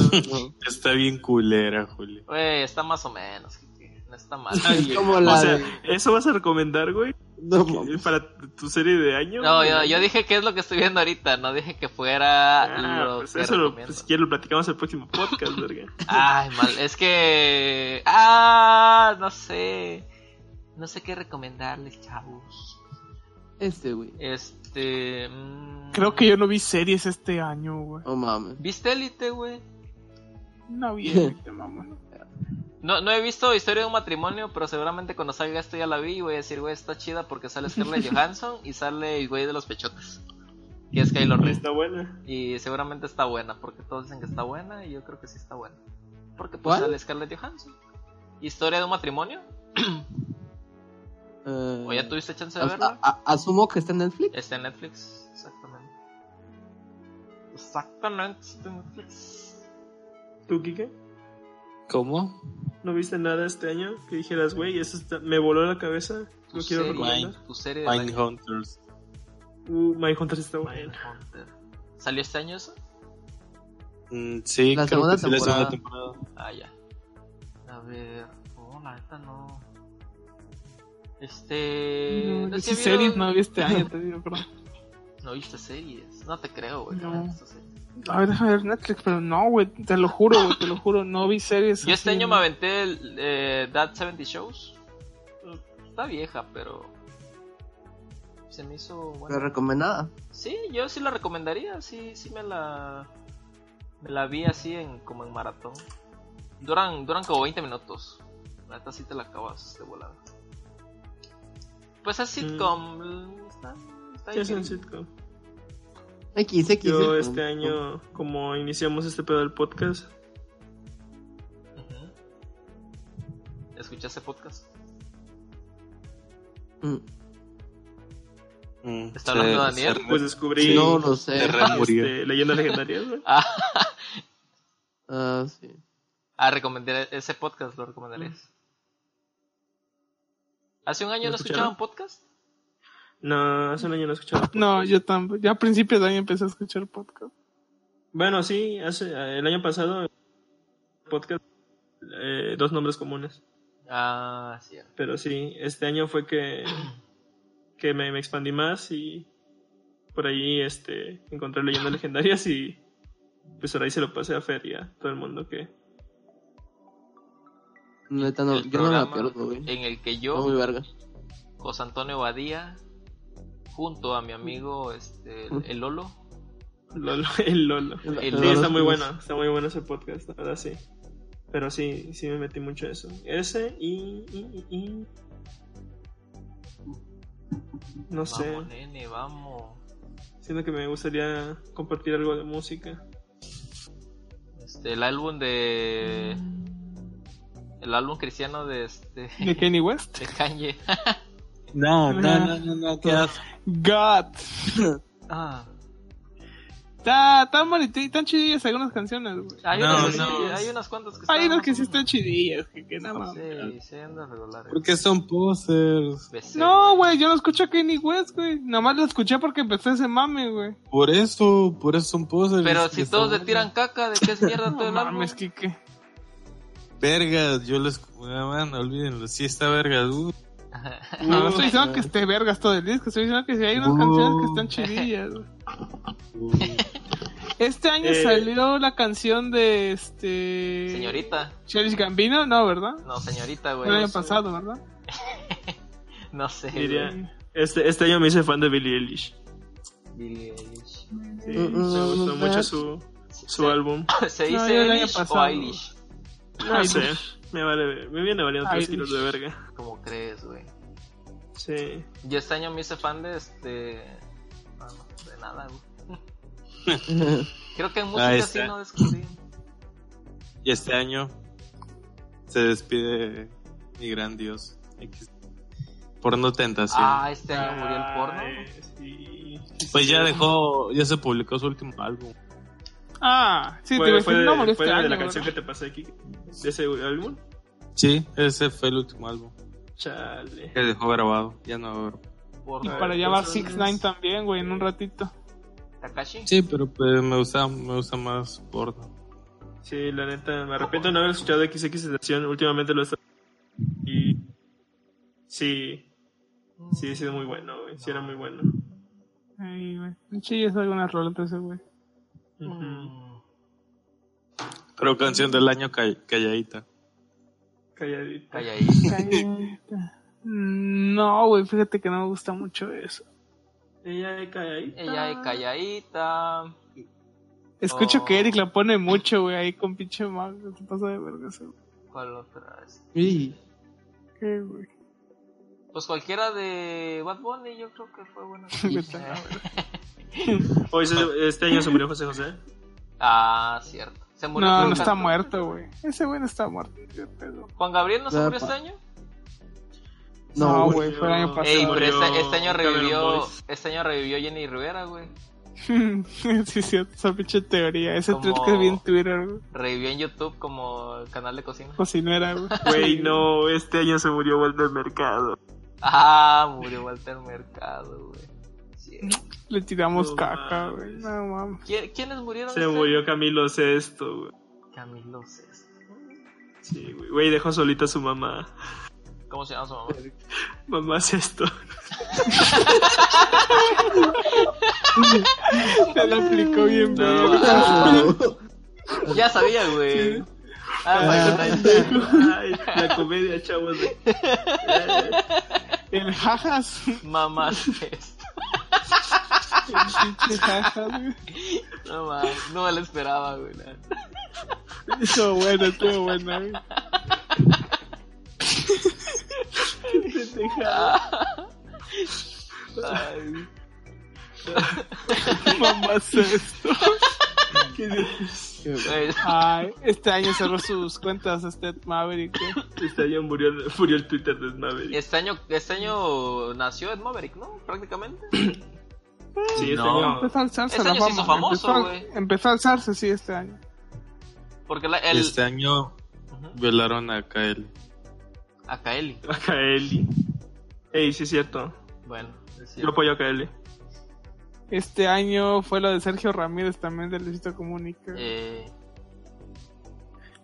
C: Está bien culera, Julio.
F: Güey, está más o menos. que- que No está mal.
B: Es como la
A: O sea,
B: de...
A: ¿eso vas a recomendar, güey?
B: No, mames.
A: ¿Para tu serie de año?
F: No,
A: güey?
F: yo, yo dije que es lo que estoy viendo ahorita. No dije que fuera
A: Ah,
F: lo
A: pues
F: que
A: eso lo,
F: recomiendo.
A: si quieres lo platicamos en el próximo podcast, verga. [laughs]
F: Ay, mal, es que. Ah, no sé. No sé qué recomendarles, chavos.
B: Este, güey.
F: Este. mm,
D: Creo que yo no vi series este año, güey.
B: No mames.
F: ¿Viste Elite, güey?
D: No vi, este, mamá. ¿no?
F: No, no he visto Historia de un matrimonio, pero seguramente cuando salga esto ya la vi y voy a decir, güey, está chida porque sale
D: [laughs]
F: Scarlett Johansson y sale el güey de los pechotes. Que es Kylo Ren.
A: Está buena.
F: Y seguramente está buena, porque todos dicen que está buena y yo creo que sí está buena. Porque pues
B: ¿Cuál?
F: sale Scarlett Johansson. ¿Historia de un matrimonio?
B: Eh,
F: ¿O ya tuviste chance de
B: as-
F: verla?
B: Ah, a- a- asumo que está en Netflix.
F: Está en Netflix, exactamente. Exactamente, está en Netflix.
A: ¿Tú, Kike?
C: ¿Cómo?
A: ¿No viste nada este año que dijeras, güey, eso está- me voló la cabeza?
F: Tu
A: Lo quiero
F: serie,
A: recomendar.
F: tu serie del año.
C: Mindhunters.
A: Uh, My Hunter está buena.
F: Mindhunter. ¿Salió este año eso?
C: Mm, sí,
B: La
C: creo
B: segunda
C: que sí, la segunda
B: temporada.
C: temporada.
F: Ah, ya. A ver. No, la neta no. Este.
D: No, yo
F: sé
D: sí
F: si
D: series
F: vieron-
D: no vi este año, te digo, pero...
F: No viste series. No te creo, güey. que
D: No.
F: no hayas visto series.
D: A ver, déjame ver Netflix, pero no, güey, te lo juro, güey, te lo juro, no vi series.
F: Yo este
D: así,
F: año
D: ¿no?
F: me aventé el, eh, That 70 Shows. Está vieja, pero. Se me hizo
B: Pero
F: buena.
B: recomendada.
F: Sí, yo sí la recomendaría, sí, sí me la me la vi así en como en maratón. Duran duran como 20 minutos. La neta sí te la acabas de volada. Pues es sitcom, está, está
A: Mm. Sí, es un
F: bien.
A: sitcom.
B: X, X.
A: Yo este año, como iniciamos este pedo del podcast,
F: Ujú. ¿Escuchaste podcast?
B: Mm,
C: Mm,
F: ¿Está hablando Daniel?
C: se re-
A: pues descubrí
B: No lo sé.
C: se re murió.
A: este, leyendas legendarias, güey.
F: Ah,
B: Ah, sí.
F: ah, recomendar ese podcast lo recomendarías. ¿Hace un año
A: Mm. ¿Lo
F: no escuchaban
A: escucharon?
F: podcast?
A: No, hace un año no escuchaba.
D: No, yo tampoco. Ya a principios de año empecé a escuchar podcast.
A: Bueno, sí, hace, el año pasado, podcast, eh, dos nombres comunes.
F: Ah, sí.
A: Pero sí, este año fue que, que me, me expandí más y por ahí este, encontré leyendas legendarias y pues ahora ahí se lo pasé a Fer y a todo el mundo que...
B: Neta, no,
F: el
B: yo no la
F: programa
B: pierdo, güey.
F: en el que yo
B: Está muy verga.
F: José Antonio Badía junto a mi amigo este el, el Lolo
A: Lolo, [laughs] el Lolo.
B: El-
F: Sí,
A: Sí,
B: el-
A: está muy bueno, está muy bueno ese podcast, la verdad sí. Pero sí, sí me metí mucho a eso. Ese y... y- y- y- No
F: vamos
A: sé,
F: nene vamos
A: siento que me gustaría compartir algo de música.
F: este el álbum de el álbum cristiano de este
D: De Kenny West.
F: de Kanye [laughs]
C: No, no, no, no, no, qué asco.
D: God.
F: ah,
D: Está tan bonito y tan chidillas algunas canciones, güey.
F: hay,
C: No,
F: unas,
C: no.
F: sí, hay unas cuantas que
D: Hay
F: están
D: unas que
F: más
D: sí
F: o
D: están
F: menos.
D: chidillas, que, que nada más.
F: sí sí andan regulares
C: Porque son posers.
F: Besé,
D: No,
F: güey.
D: güey, yo no escucho a Kenny West, güey. Nada más lo escuché porque empecé ese mame, güey.
C: Por eso, por eso son posers.
F: pero si todos le tiran caca de que es mierda todo
D: No
F: el álbum
D: mames, Kike.
C: Vergas, yo les. Ah, man, olvídenlo. Sí, está verga. uh.
D: No, no estoy diciendo que esté vergas todo el disco. Estoy diciendo que sí hay unas
C: Uh.
D: canciones que están chidillas, güey. Este año
A: Eh.
D: salió la canción de este.
F: señorita
D: Cherish Gambino, no, ¿verdad?
F: no señorita güey
D: El año pasado, ¿verdad?
F: no sé
A: Diría-
F: güey.
A: Este, este año me hice fan de Billie Eilish.
F: Billie Eilish.
A: Sí,
B: Mm,
A: me gustó
B: mm,
A: mucho
B: that-
A: su, su
F: Sí.
A: álbum.
F: [laughs] ¿Se
D: No,
F: dice
D: yo el año
F: Eilish o
D: pasado.
F: Eilish?
A: No sé, me, vale, me viene valiendo tres
D: Eilish.
A: kilos de verga.
F: ¿Cómo crees, güey?
A: Sí.
F: Yo este año me hice fan de este. ah, no, de nada, güey.
A: [laughs]
F: Creo que en música
C: Ahí
F: sí
C: está.
F: no descubrí.
C: Y este año se despide mi gran Dios. X. Porno Tentación.
F: Ah, este año murió el porno.
A: Ay, sí.
C: pues ya dejó, ya se publicó su último álbum.
D: Ah, sí, te
A: fue,
D: iba a
A: fue
D: decir,
A: de,
D: no murió
A: fue
D: este
A: de
D: año.
A: la canción que
D: ¿verdad?
A: te pasé aquí, de ese álbum.
C: Sí, ese fue el último álbum
A: Chale.
C: que dejó grabado. Ya no grabó.
F: Porno.
D: Y
A: Ah,
D: para allá va
A: entonces-
D: 6 9 también, güey, en un ratito.
F: Takashi.
C: Sí, pero pues, me gusta, me gusta más porno.
A: Sí, la neta, me arrepiento de no haber escuchado XX Sensación. Últimamente lo he estado. Y. Sí. Sí, ha sido muy bueno, güey. Sí, era muy bueno.
D: Ay, güey. Chillas algunas rolas de ese, güey.
A: Ujú.
C: Pero canción del año call- calladita.
A: Calladito.
F: Calla ahí.
D: Mm, No, güey, fíjate que no me gusta mucho eso.
A: Ella de calladito.
F: Ella
D: Ah.
F: es calladita.
D: Escucho
F: Oh.
D: que Eric la pone mucho, güey, ahí con pinche mal. Se pasa de verga ese, güey.
F: ¿Cuál otra? es?
B: Y-
D: ¿Qué, güey?
F: Pues cualquiera de Bad Bunny, yo creo que fue
D: [laughs]
F: buena.
D: Vete a la
A: Hoy se- este año se murió José José.
F: [laughs] ah, cierto. Se murió.
D: No,
F: Juan
D: no está
F: Gabriel.
D: muerto, güey. Ese güey no está muerto, qué pedo.
F: Juan Gabriel no se
B: Ya,
F: murió
B: pa-
A: Ah,
F: este año.
D: No,
B: No,
D: güey, fue el año
F: Ey, pero
D: pasado.
A: murió
F: este, este año
A: Cameron
F: revivió.
A: Boyce.
F: Este año revivió Jenny Rivera, güey.
D: [laughs] sí, es cierto, esa pinche teoría. Ese
F: Como-
D: tweet que vi en Twitter, güey.
F: Revivió en YouTube como el canal de cocina.
D: Cocinera, güey.
F: [laughs]
A: Güey, no, este año se murió Walter Mercado.
F: Ah, murió Walter Mercado, güey. Sí.
D: Le tiramos
A: No
D: caca,
A: mames.
D: güey. No mames.
F: ¿Qui- ¿Quiénes murieron?
A: Se
F: este
A: murió Camilo Sesto, güey.
F: año? Camilo Sesto.
A: Sí, güey. Güey, dejó solita a su mamá. [laughs]
F: ¿Cómo se llama su mamá?
A: Mamá Sesto.
D: Se la aplicó bien,
A: No,
D: güey.
F: Ya sabía, güey. Ah, bueno, ahí está.
A: Ay, la comedia, chavos. de-
D: El jajas.
F: Mamá Sesto.
D: Pinche jajas, güey.
F: No mames, no me lo esperaba, güey. la-
D: Estuvo bueno, estuvo bueno, güey.
F: Ay,
D: Mamá esto.
F: güey.
D: Ay, este año cerró sus cuentas este Maverick. güey.
A: Este año murió, murió el Twitter de Maverick.
F: Este año, este año nació Ed Maverick, ¿no? Prácticamente.
A: Sí, este
C: No.
A: año.
D: Empezó a alzarse
F: Este
D: la
F: año se hizo
D: fama.
F: famoso,
D: empezó, a-
F: güey.
D: empezó a alzarse, sí, este año.
F: Porque la- el,
C: Este año
F: Ujú.
C: violaron a Kael.
F: a Kaeli.
A: A Kaeli. Ey, sí es cierto.
F: Bueno, es
A: Yo
F: cierto.
A: apoyo a Kaeli.
D: Este año fue lo de Sergio Ramírez también del Luisito Comunica.
F: Eh,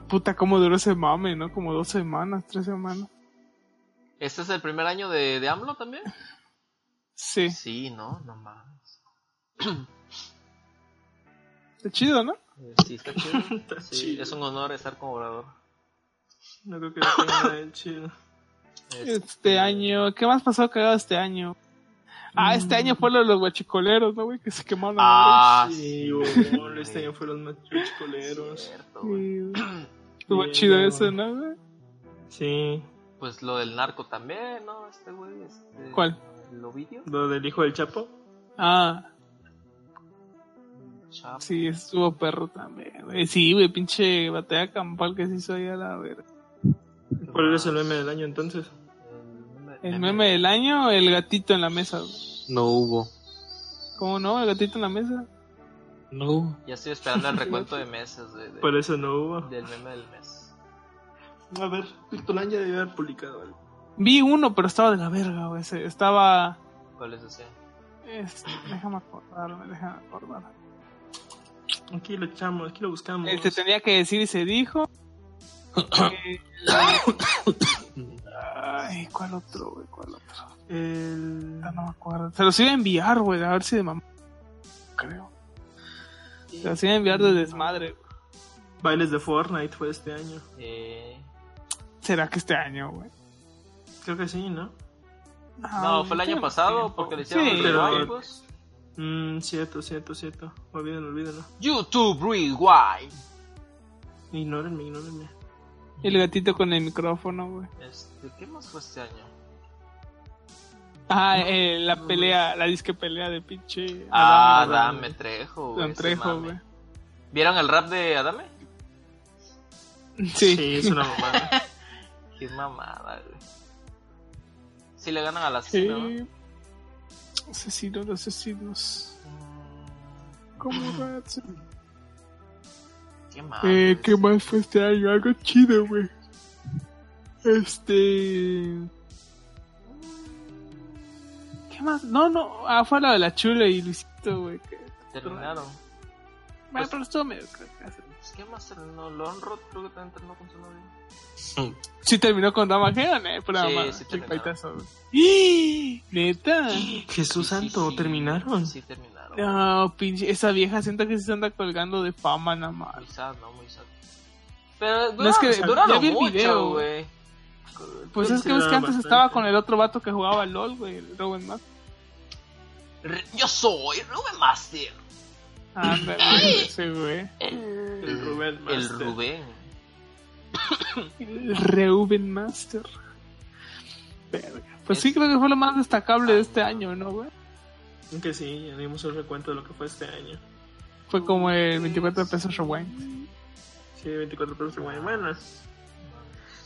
D: Puta, cómo duró ese mame, ¿no? Como dos semanas, tres semanas.
F: ¿Este es el primer año de, de AMLO también?
D: Sí,
F: Sí, no, no mames.
D: está chido, ¿no?
F: Eh, Sí, está chido.
A: [laughs] Está
F: Sí,
A: chido.
F: es un honor estar como orador.
A: No creo que tenga nada
F: [laughs]
A: de chido.
D: Este año, ¿qué más pasó cagado este año? Ah, este año fue lo de los guachicoleros, ¿no, güey? Que se quemaron. a
F: Mm. Ah,
A: Sí,
F: sí,
A: bueno,
F: güey.
A: este año fueron los
F: Es
A: coleros.
F: cierto,
D: madre.
F: güey.
D: Sí, güey. Estuvo
A: Bien,
D: chido
A: güey.
D: eso, ¿no? güey?
A: Sí,
F: Pues lo del narco también, ¿no? Este güey. Este,
D: ¿Cuál?
F: El Ovidio.
A: lo del hijo del Chapo.
D: Ah,
F: Chapo.
D: sí, estuvo perro también, güey. Sí, güey, pinche batalla campal que se hizo ahí a la verga.
A: ¿Cuál es el meme del año entonces?
D: El meme del año, el gatito en la mesa, güey.
C: No hubo.
D: ¿Cómo no? El gatito en la mesa.
C: No hubo.
F: Ya estoy
D: [laughs]
F: esperando el recuento de meses de- de-
A: Por eso no hubo.
F: del meme del mes.
A: A ver, Pictolán ya debe haber publicado algo.
D: Vi uno, pero estaba de la verga, güey. ese. Estaba...
F: ¿Cuál es ese?
D: es- déjame acordarme, déjame acordarme.
A: Aquí lo echamos, aquí lo buscamos.
F: Este
D: Se tenía que decir y se dijo. Eh, [coughs] Ay, ¿cuál otro, güey? ¿Cuál otro?
A: El...
D: Ah, No me acuerdo. Se los iba a enviar, güey, a ver si de mamá. Creo. Se los iba a enviar de desmadre. güey.
A: Bailes de Fortnite fue este año.
F: Eh,
D: ¿Será que este año, güey?
A: Creo que sí, ¿no?
F: no, fue el año pasado porque le hicieron pues.
D: Sí,
F: los
A: pero-
F: rewinds.
A: Mmm, cierto, cierto, cierto. Olvídenlo, olvídenlo.
F: YouTube Rewind.
A: Ignórenme, ignórenme.
D: El gatito con el micrófono, güey.
F: Este, ¿Qué más fue este año?
D: Ah, eh, la pelea, la disque pelea de pinche.
F: Ah,
D: Adame,
F: Adame Trejo. güey,
D: Don
F: ese
D: Trejo,
F: mame.
D: güey.
F: ¿Vieron el rap de Adame?
D: [laughs] Sí.
A: es una mamada.
F: [laughs] Qué mamada, güey. Si le ganan a la
D: Sí.
F: cena, ¿no?
D: Asesinos, de asesinos.
F: Ah.
D: Como rats.
F: Qué mal.
D: Eh,
F: güey.
D: ¿Qué más fue este año? Algo chido, güey. Este. ¿Qué más? No, no. Ah, fue la de la chula y Luisito, güey. que-
F: Terminaron.
D: Bueno, pero estuvo medio cracazo.
F: Pues, ¿Qué más terminó? Leon Roth creo que también terminó con su novio.
D: Sí terminó con Dama Geon, eh. Pero
F: Sí,
D: mamá,
F: sí
D: qué
F: terminaron.
D: paitazo, güey. ¡Ih! ¡Ah! ¿Neta?
A: Jesús
F: Sí, sí,
A: Santo,
F: sí.
A: terminaron.
F: Sí, terminaron.
D: No, pinche. Esa vieja siento que sí se anda colgando de fama, nada más.
F: Muy sad, ¿no? Muy sad. Pero duraron,
D: No, es que- ya
F: duraron
D: vi el video,
F: mucho, güey.
D: Pues es que ves que antes estaba con el otro vato que jugaba LOL, güey. El Robin Matt.
F: Re- Yo soy Rubén Master.
D: Ah, ese, güey.
A: El Rubén
F: El
A: Master.
F: Rubén.
D: El Reuben Master. Verga. Pues sí, creo que fue lo más destacable de este año, ¿no, güey?
A: Que sí, ya dimos un recuento de lo que fue este año.
D: Fue como el 24 de pesos rewind.
A: Sí, 24 pesos de guay. Bueno.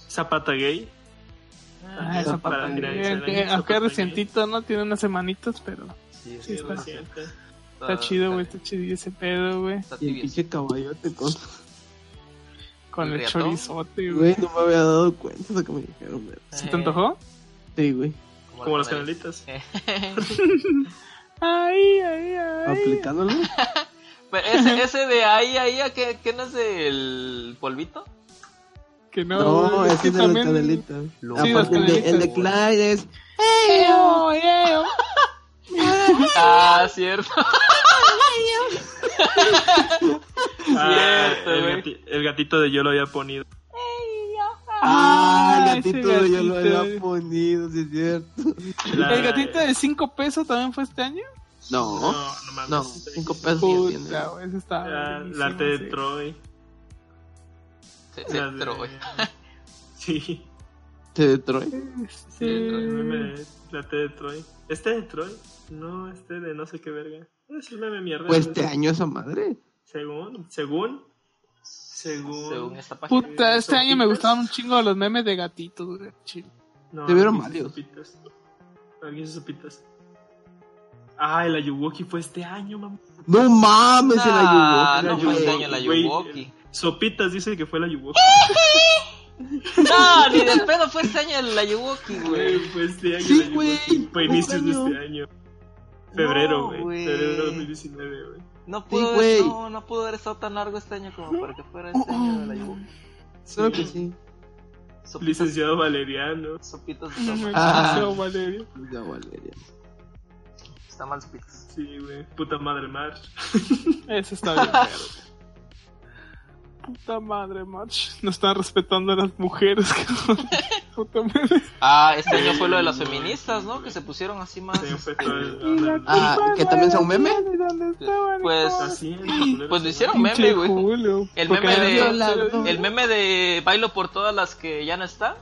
A: Zapata gay.
D: Ah,
A: Eso
D: esa
A: para
D: pata.
A: tirar el
D: Aunque
A: año,
D: aunque
A: eso para
D: eh, recientito, ¿no? Tiene unas semanitas, pero
F: Sí,
D: Sí, está
F: está,
A: reciente.
F: Ah,
D: está chido, güey. este Está chido ese pedo, güey.
F: Está
E: Y el
F: tibio.
E: pinche caballote con...
D: Con
F: ¿El
D: el
F: riatón?
D: chorizote, güey.
E: Güey, no me había dado cuenta de que me dijeron, güey.
D: ¿Se
F: Eh.
D: te antojó?
E: Sí, güey.
A: Como las canalitas.
F: Eh, [laughs]
D: Ay, ay, ay.
E: Aplicándolo.
F: Pero
A: [laughs]
F: ese, ese de ahí, ahí, ¿qué, ¿qué no es del
A: [laughs]
F: polvito?
D: Que no,
E: No,
D: güey,
E: ese es de las canelitas.
F: Lo-
D: Sí, las
E: Aparte, pues, el de, el de
D: canelitas.
E: Clyde es.
D: ¡Ey, oh, ey, oh!
F: Ah, cierto.
A: Ah,
F: Cierto,
A: el,
F: güey.
A: gati- el gatito de yo lo había ponido.
E: Ah, el
D: ese
E: gatito de yo lo
D: gatito,
E: había ponido, sí es cierto.
A: La-
D: ¿El gatito de 5 pesos también fue este año?
B: No,
A: No,
B: no,
A: no mames. está bien.
B: 5
F: Pues
B: pesos ya tiene.
D: Puta, güey, eso está.
A: La,
D: buenísimo,
A: la arte de
D: sí.
A: Troy.
F: Sí,
A: la de-
F: pero, güey.
A: [laughs] Sí,
B: ¿Te detroy?
A: sí, el meme de- la T de Troy. ¿Este de Troy? No, este de no sé qué verga. Es un meme mierda.
B: Pues este año esa madre.
A: Según, según, según.
F: Según esta página.
D: Puta, este año me
A: Sopitas.
D: gustaban un chingo los memes de gatitos, güey. chido.
A: No,
B: Te vieron
A: alguien hizo
B: varios.
A: sopitas. Alguien hizo sopitas. Ah, el Ayuwoki fue este año, mamá.
B: No mames, el
F: Ah,
B: ayuno.
F: no
A: Ayuwoki,
F: fue este año la
A: güey.
F: Yuwoki.
A: Sopitas dice que fue el Ayuwoki.
B: ¡Eh!
F: No, ni de pedo fue este año la Yuwoki,
A: Güey,
F: güey.
A: fue este año.
B: Sí,
A: el
B: güey,
A: Ayuwoki. Fue
B: fue
A: inicios de
B: este
A: este año. Febrero,
F: No,
A: güey.
F: güey.
A: Febrero de 2019, güey.
F: No pudo,
B: güey.
F: no, no pudo haber estado tan largo este año como para que fuera este año la Yuwoki.
B: Creo que sí.
F: Sopitas,
A: [laughs] Licenciado Valeriano.
F: sopitas
D: No
F: está mal.
D: me
B: Ah.
D: deseo, Valerio.
B: Ya, Valeria.
F: Está mal sopitas.
A: Sí, güey. Puta madre March.
D: Eso
E: [laughs]
D: está bien, pero. Puta madre, March. No están respetando a las mujeres, [laughs] cabrón. Puta madre.
F: Ah, este año fue lo de las feministas, ¿no? Que se pusieron así más.
A: Se Este fue todo
D: Y la
A: el.
B: Ah,
D: culpa
B: ¿que
D: no
B: también
D: era
B: sea un meme?
D: mía ni dónde estaba, ni
F: Pues-
D: cómo.
A: Así
F: [laughs]
A: es.
F: Pues lo hicieron
D: Pinche
F: meme, güey.
D: Julio.
F: El
D: Porque
F: meme de-
D: había-
F: El meme de bailo por todas las que ya no está.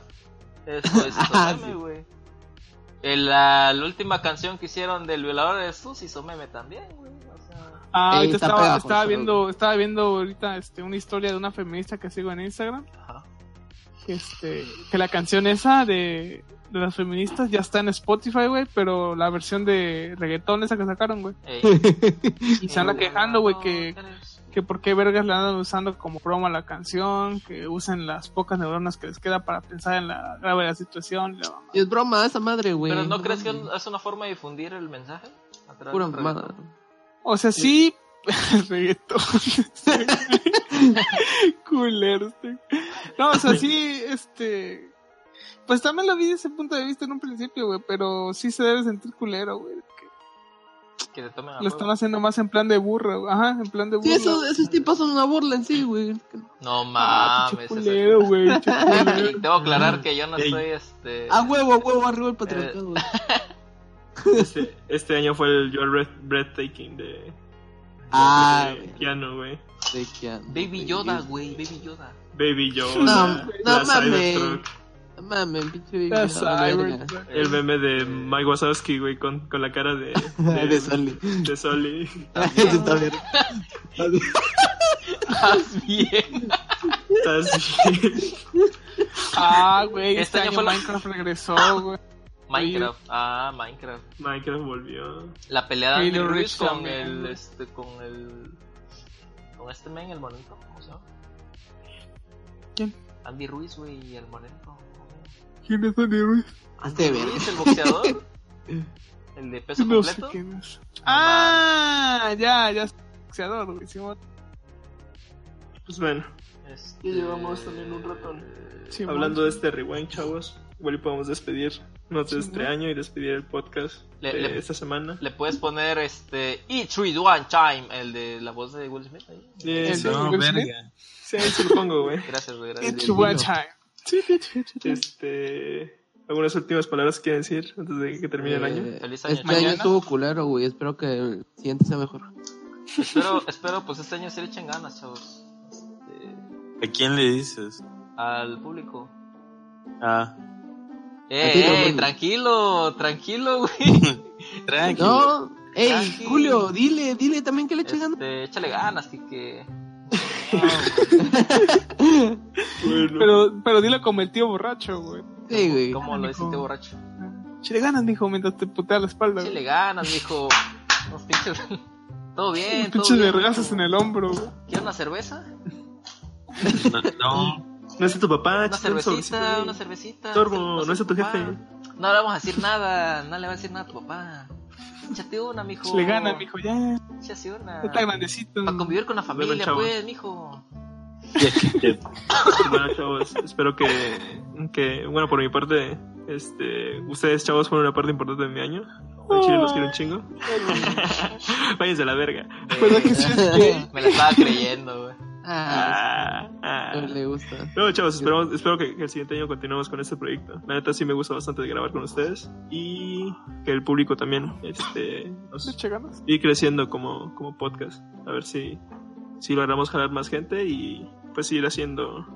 F: Eso es pues,
B: Ah,
F: meme,
B: sí.
F: güey. El- La, la última canción que hicieron del violador de Jesús hizo meme también, güey. O sea,
D: Ah,
B: Ey,
D: ahorita
B: eh, está
D: estaba,
B: pegajoso,
D: estaba
B: güey.
D: viendo, estaba viendo ahorita este, una historia de una feminista que sigo en Instagram.
F: ajá.
D: que este que la canción esa de, de las feministas ya está en Spotify, güey, pero la versión de reggaetón esa que sacaron, güey.
F: Ey.
D: Y se
F: Mm.
D: anda quejando, güey, que, que por qué vergas la andan usando como broma la canción, que usen las pocas neuronas que les queda para pensar en la grave de la situación. y la mamá.
B: Y es broma esa madre, güey.
F: Pero ¿no crees que es una forma de difundir el mensaje? A través
B: Pura
F: del
B: mamada.
F: reggaetón.
D: O sea, sí, [laughs] el reggaetón. [laughs] Culero, este. No, o sea, sí, este. Pues también lo vi desde ese punto de vista en un principio, güey, pero sí se debe sentir culero, güey. que-
F: Que te tomen a
D: Lo
F: juego.
D: están haciendo más en plan de burra, güey. ajá, en plan de burra.
B: Sí, esos, esos tipos son una burla en sí, güey.
F: No
D: Ah, pinche
F: mames. ese-
D: culero, güey. pinche
F: [laughs]
D: culero.
F: Y Debo aclarar que yo no
A: Ey.
F: soy este.
B: A huevo, a huevo, arriba el patriarcado, güey.
F: Eh,
A: Este, este año fue el Your Breath- Breathtaking de.
B: Ah,
A: de
B: güey.
A: Keanu, güey.
B: De Keanu,
F: eh, Baby
B: güey.
F: Yoda, güey. Baby Yoda.
A: Baby Yoda.
B: No,
A: la
B: no mames.
A: Cybertruck.
B: No Mames, pinche Baby
D: La
B: Yoda, la
D: Cyber,
B: verga.
D: güey.
A: El meme de Mike Wazowski, güey, con, con la cara de.
B: [laughs] De Sully.
A: De Sully. [laughs]
B: Eso está bien.
F: Estás bien.
A: Estás bien.
D: Ah, güey,
F: Este
D: este,
F: año
D: año,
F: fue la-
D: Minecraft regresó, güey.
F: Minecraft. Ah, Minecraft.
A: [laughs] Minecraft volvió.
F: La pelea de
D: Y
F: Andy
D: los
F: Ruiz
D: Rich
F: con
D: también,
F: el.
D: ¿no?
F: Este, con el. Con este men, el monito. ¿Cómo se llama?
D: ¿Quién?
F: Andy Ruiz, güey, y el monito.
D: ¿Quién es Andy Ruiz?
F: Andy
B: Este verga.
F: Ruiz, el
A: [laughs]
F: boxeador. el de peso
D: No sé
F: completo.
D: quién es. Ah, ya, ya es boxeador, güey. Simón.
A: Pues bueno,
F: Este...
A: Y llevamos también un ratón.
D: Simón.
A: hablando de este rewind, chavos, igual y podemos despedirnos de este año y despedir el podcast
F: Le-
A: de
F: le-
A: esta semana.
F: Le puedes poner este. E 3 One Time, el de la voz de Will Smith. ahí.
A: Eh,
D: El-
A: sí,
C: No,
D: Will
C: verga.
A: sí, ahí se lo pongo, güey.
F: Gracias, güey. Gracias.
D: It's one time. Sí, sí, sí, sí, sí.
A: Este, ¿Algunas últimas palabras quieren decir antes de que termine el año?
B: Eh,
F: Feliz año.
B: Este año
F: Mañana.
B: estuvo culero, güey. Espero que el siguiente sea mejor.
F: espero, espero, pues este año se le echen ganas, chavos. Este,
C: ¿A quién le dices?
F: al público.
C: Ah.
F: Eh,
B: Tranquilo,
F: eh,
B: Julio.
F: tranquilo, tranquilo, güey.
C: Tranqui.
B: No, ey,
F: Tranqui.
B: Julio, dile, dile también que le eche ganas.
F: Este, échale ganas, que, que...
A: Bueno,
D: Pero, pero dilo como el tío borracho, güey.
B: Sí, güey.
F: ¿Cómo lo dice
D: Ánimo.
F: este borracho?
D: Chile ganas, mijo, mientras te putea la espalda. güey.
F: Échale ganas, dijo. Unos pinches... [laughs] Todo bien, todo
D: Pinches
F: bien.
D: vergazos en el hombro, güey.
F: ¿Quieres una cerveza?
C: No, [laughs] no.
A: no es tu papá,
F: Una
A: chiste un
F: cervecita,
A: sobrecito,
F: una
A: güey.
F: cervecita.
A: Torbo,
F: no sé,
A: no es a tu
F: papá.
A: jefe.
F: No le vamos a decir nada, no le va a decir nada a tu papá. Échate una, mijo.
D: Chile ganas, mijo, ya.
F: Échate una.
D: Ya está grandecito.
F: Para convivir con la familia,
A: chavos.
F: pues, mijo.
A: Bueno, chavos, espero que, que, bueno, por mi parte, este, ustedes, chavos, fueron una parte importante de mi año. Al chile los quiero un
F: [laughs]
A: chingo. Váyanse a la verga.
F: Eh,
D: ¿Verdad que sí?
F: [laughs] Me la estaba creyendo, güey.
B: Ah,
A: Ah, ah. Ah.
B: No le gusta.
A: No, chavos, esperamos- espero que, que el siguiente año continuemos con este proyecto. La neta sí me gusta bastante grabar con ustedes y que el público también este, nos
D: Eche ganas.
A: ir creciendo como, como podcast. A ver si, si logramos jalar más gente y pues seguir haciendo.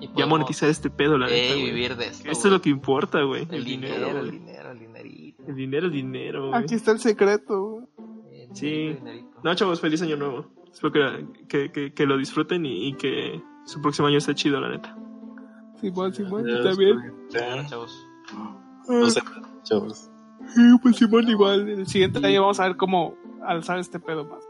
F: Y
A: Ya
F: podemos-
A: monetizar este pedo, la neta.
F: Ey,
A: güey.
F: vivir de esto.
A: Esto es lo
F: güey.
A: que importa, güey.
F: El dinero, el
A: güey.
F: dinero, el dinerito.
A: El dinero, el dinero, güey.
D: Aquí está el secreto, güey.
F: el
A: Sí.
F: dinerito, dinerito.
A: No, chavos, feliz año nuevo. Espero que, que, que- que lo disfruten y, y que su próximo año esté chido, la neta.
D: Simón, Simón, tú
C: Adiós,
D: también.
F: Bueno,
C: cuídense.
F: chavos.
C: No se metan, chavos.
D: Sí, pues Simón igual. El siguiente año vamos a ver cómo alzar este pedo más.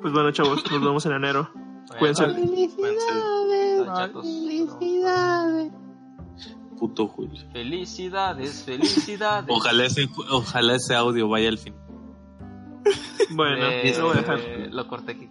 A: Pues bueno, chavos, nos vemos en enero.
F: [laughs]
A: Cuídense.
F: Bueno,
B: ¡Felicidades!
F: chatos.
B: ¡Felicidades!
C: Puto Julio.
F: Felicidades, felicidades.
C: Ojalá ese, ojalá ese audio vaya al fin.
A: Bueno,
F: Eh,
A: lo voy a dejar.
F: lo corté aquí.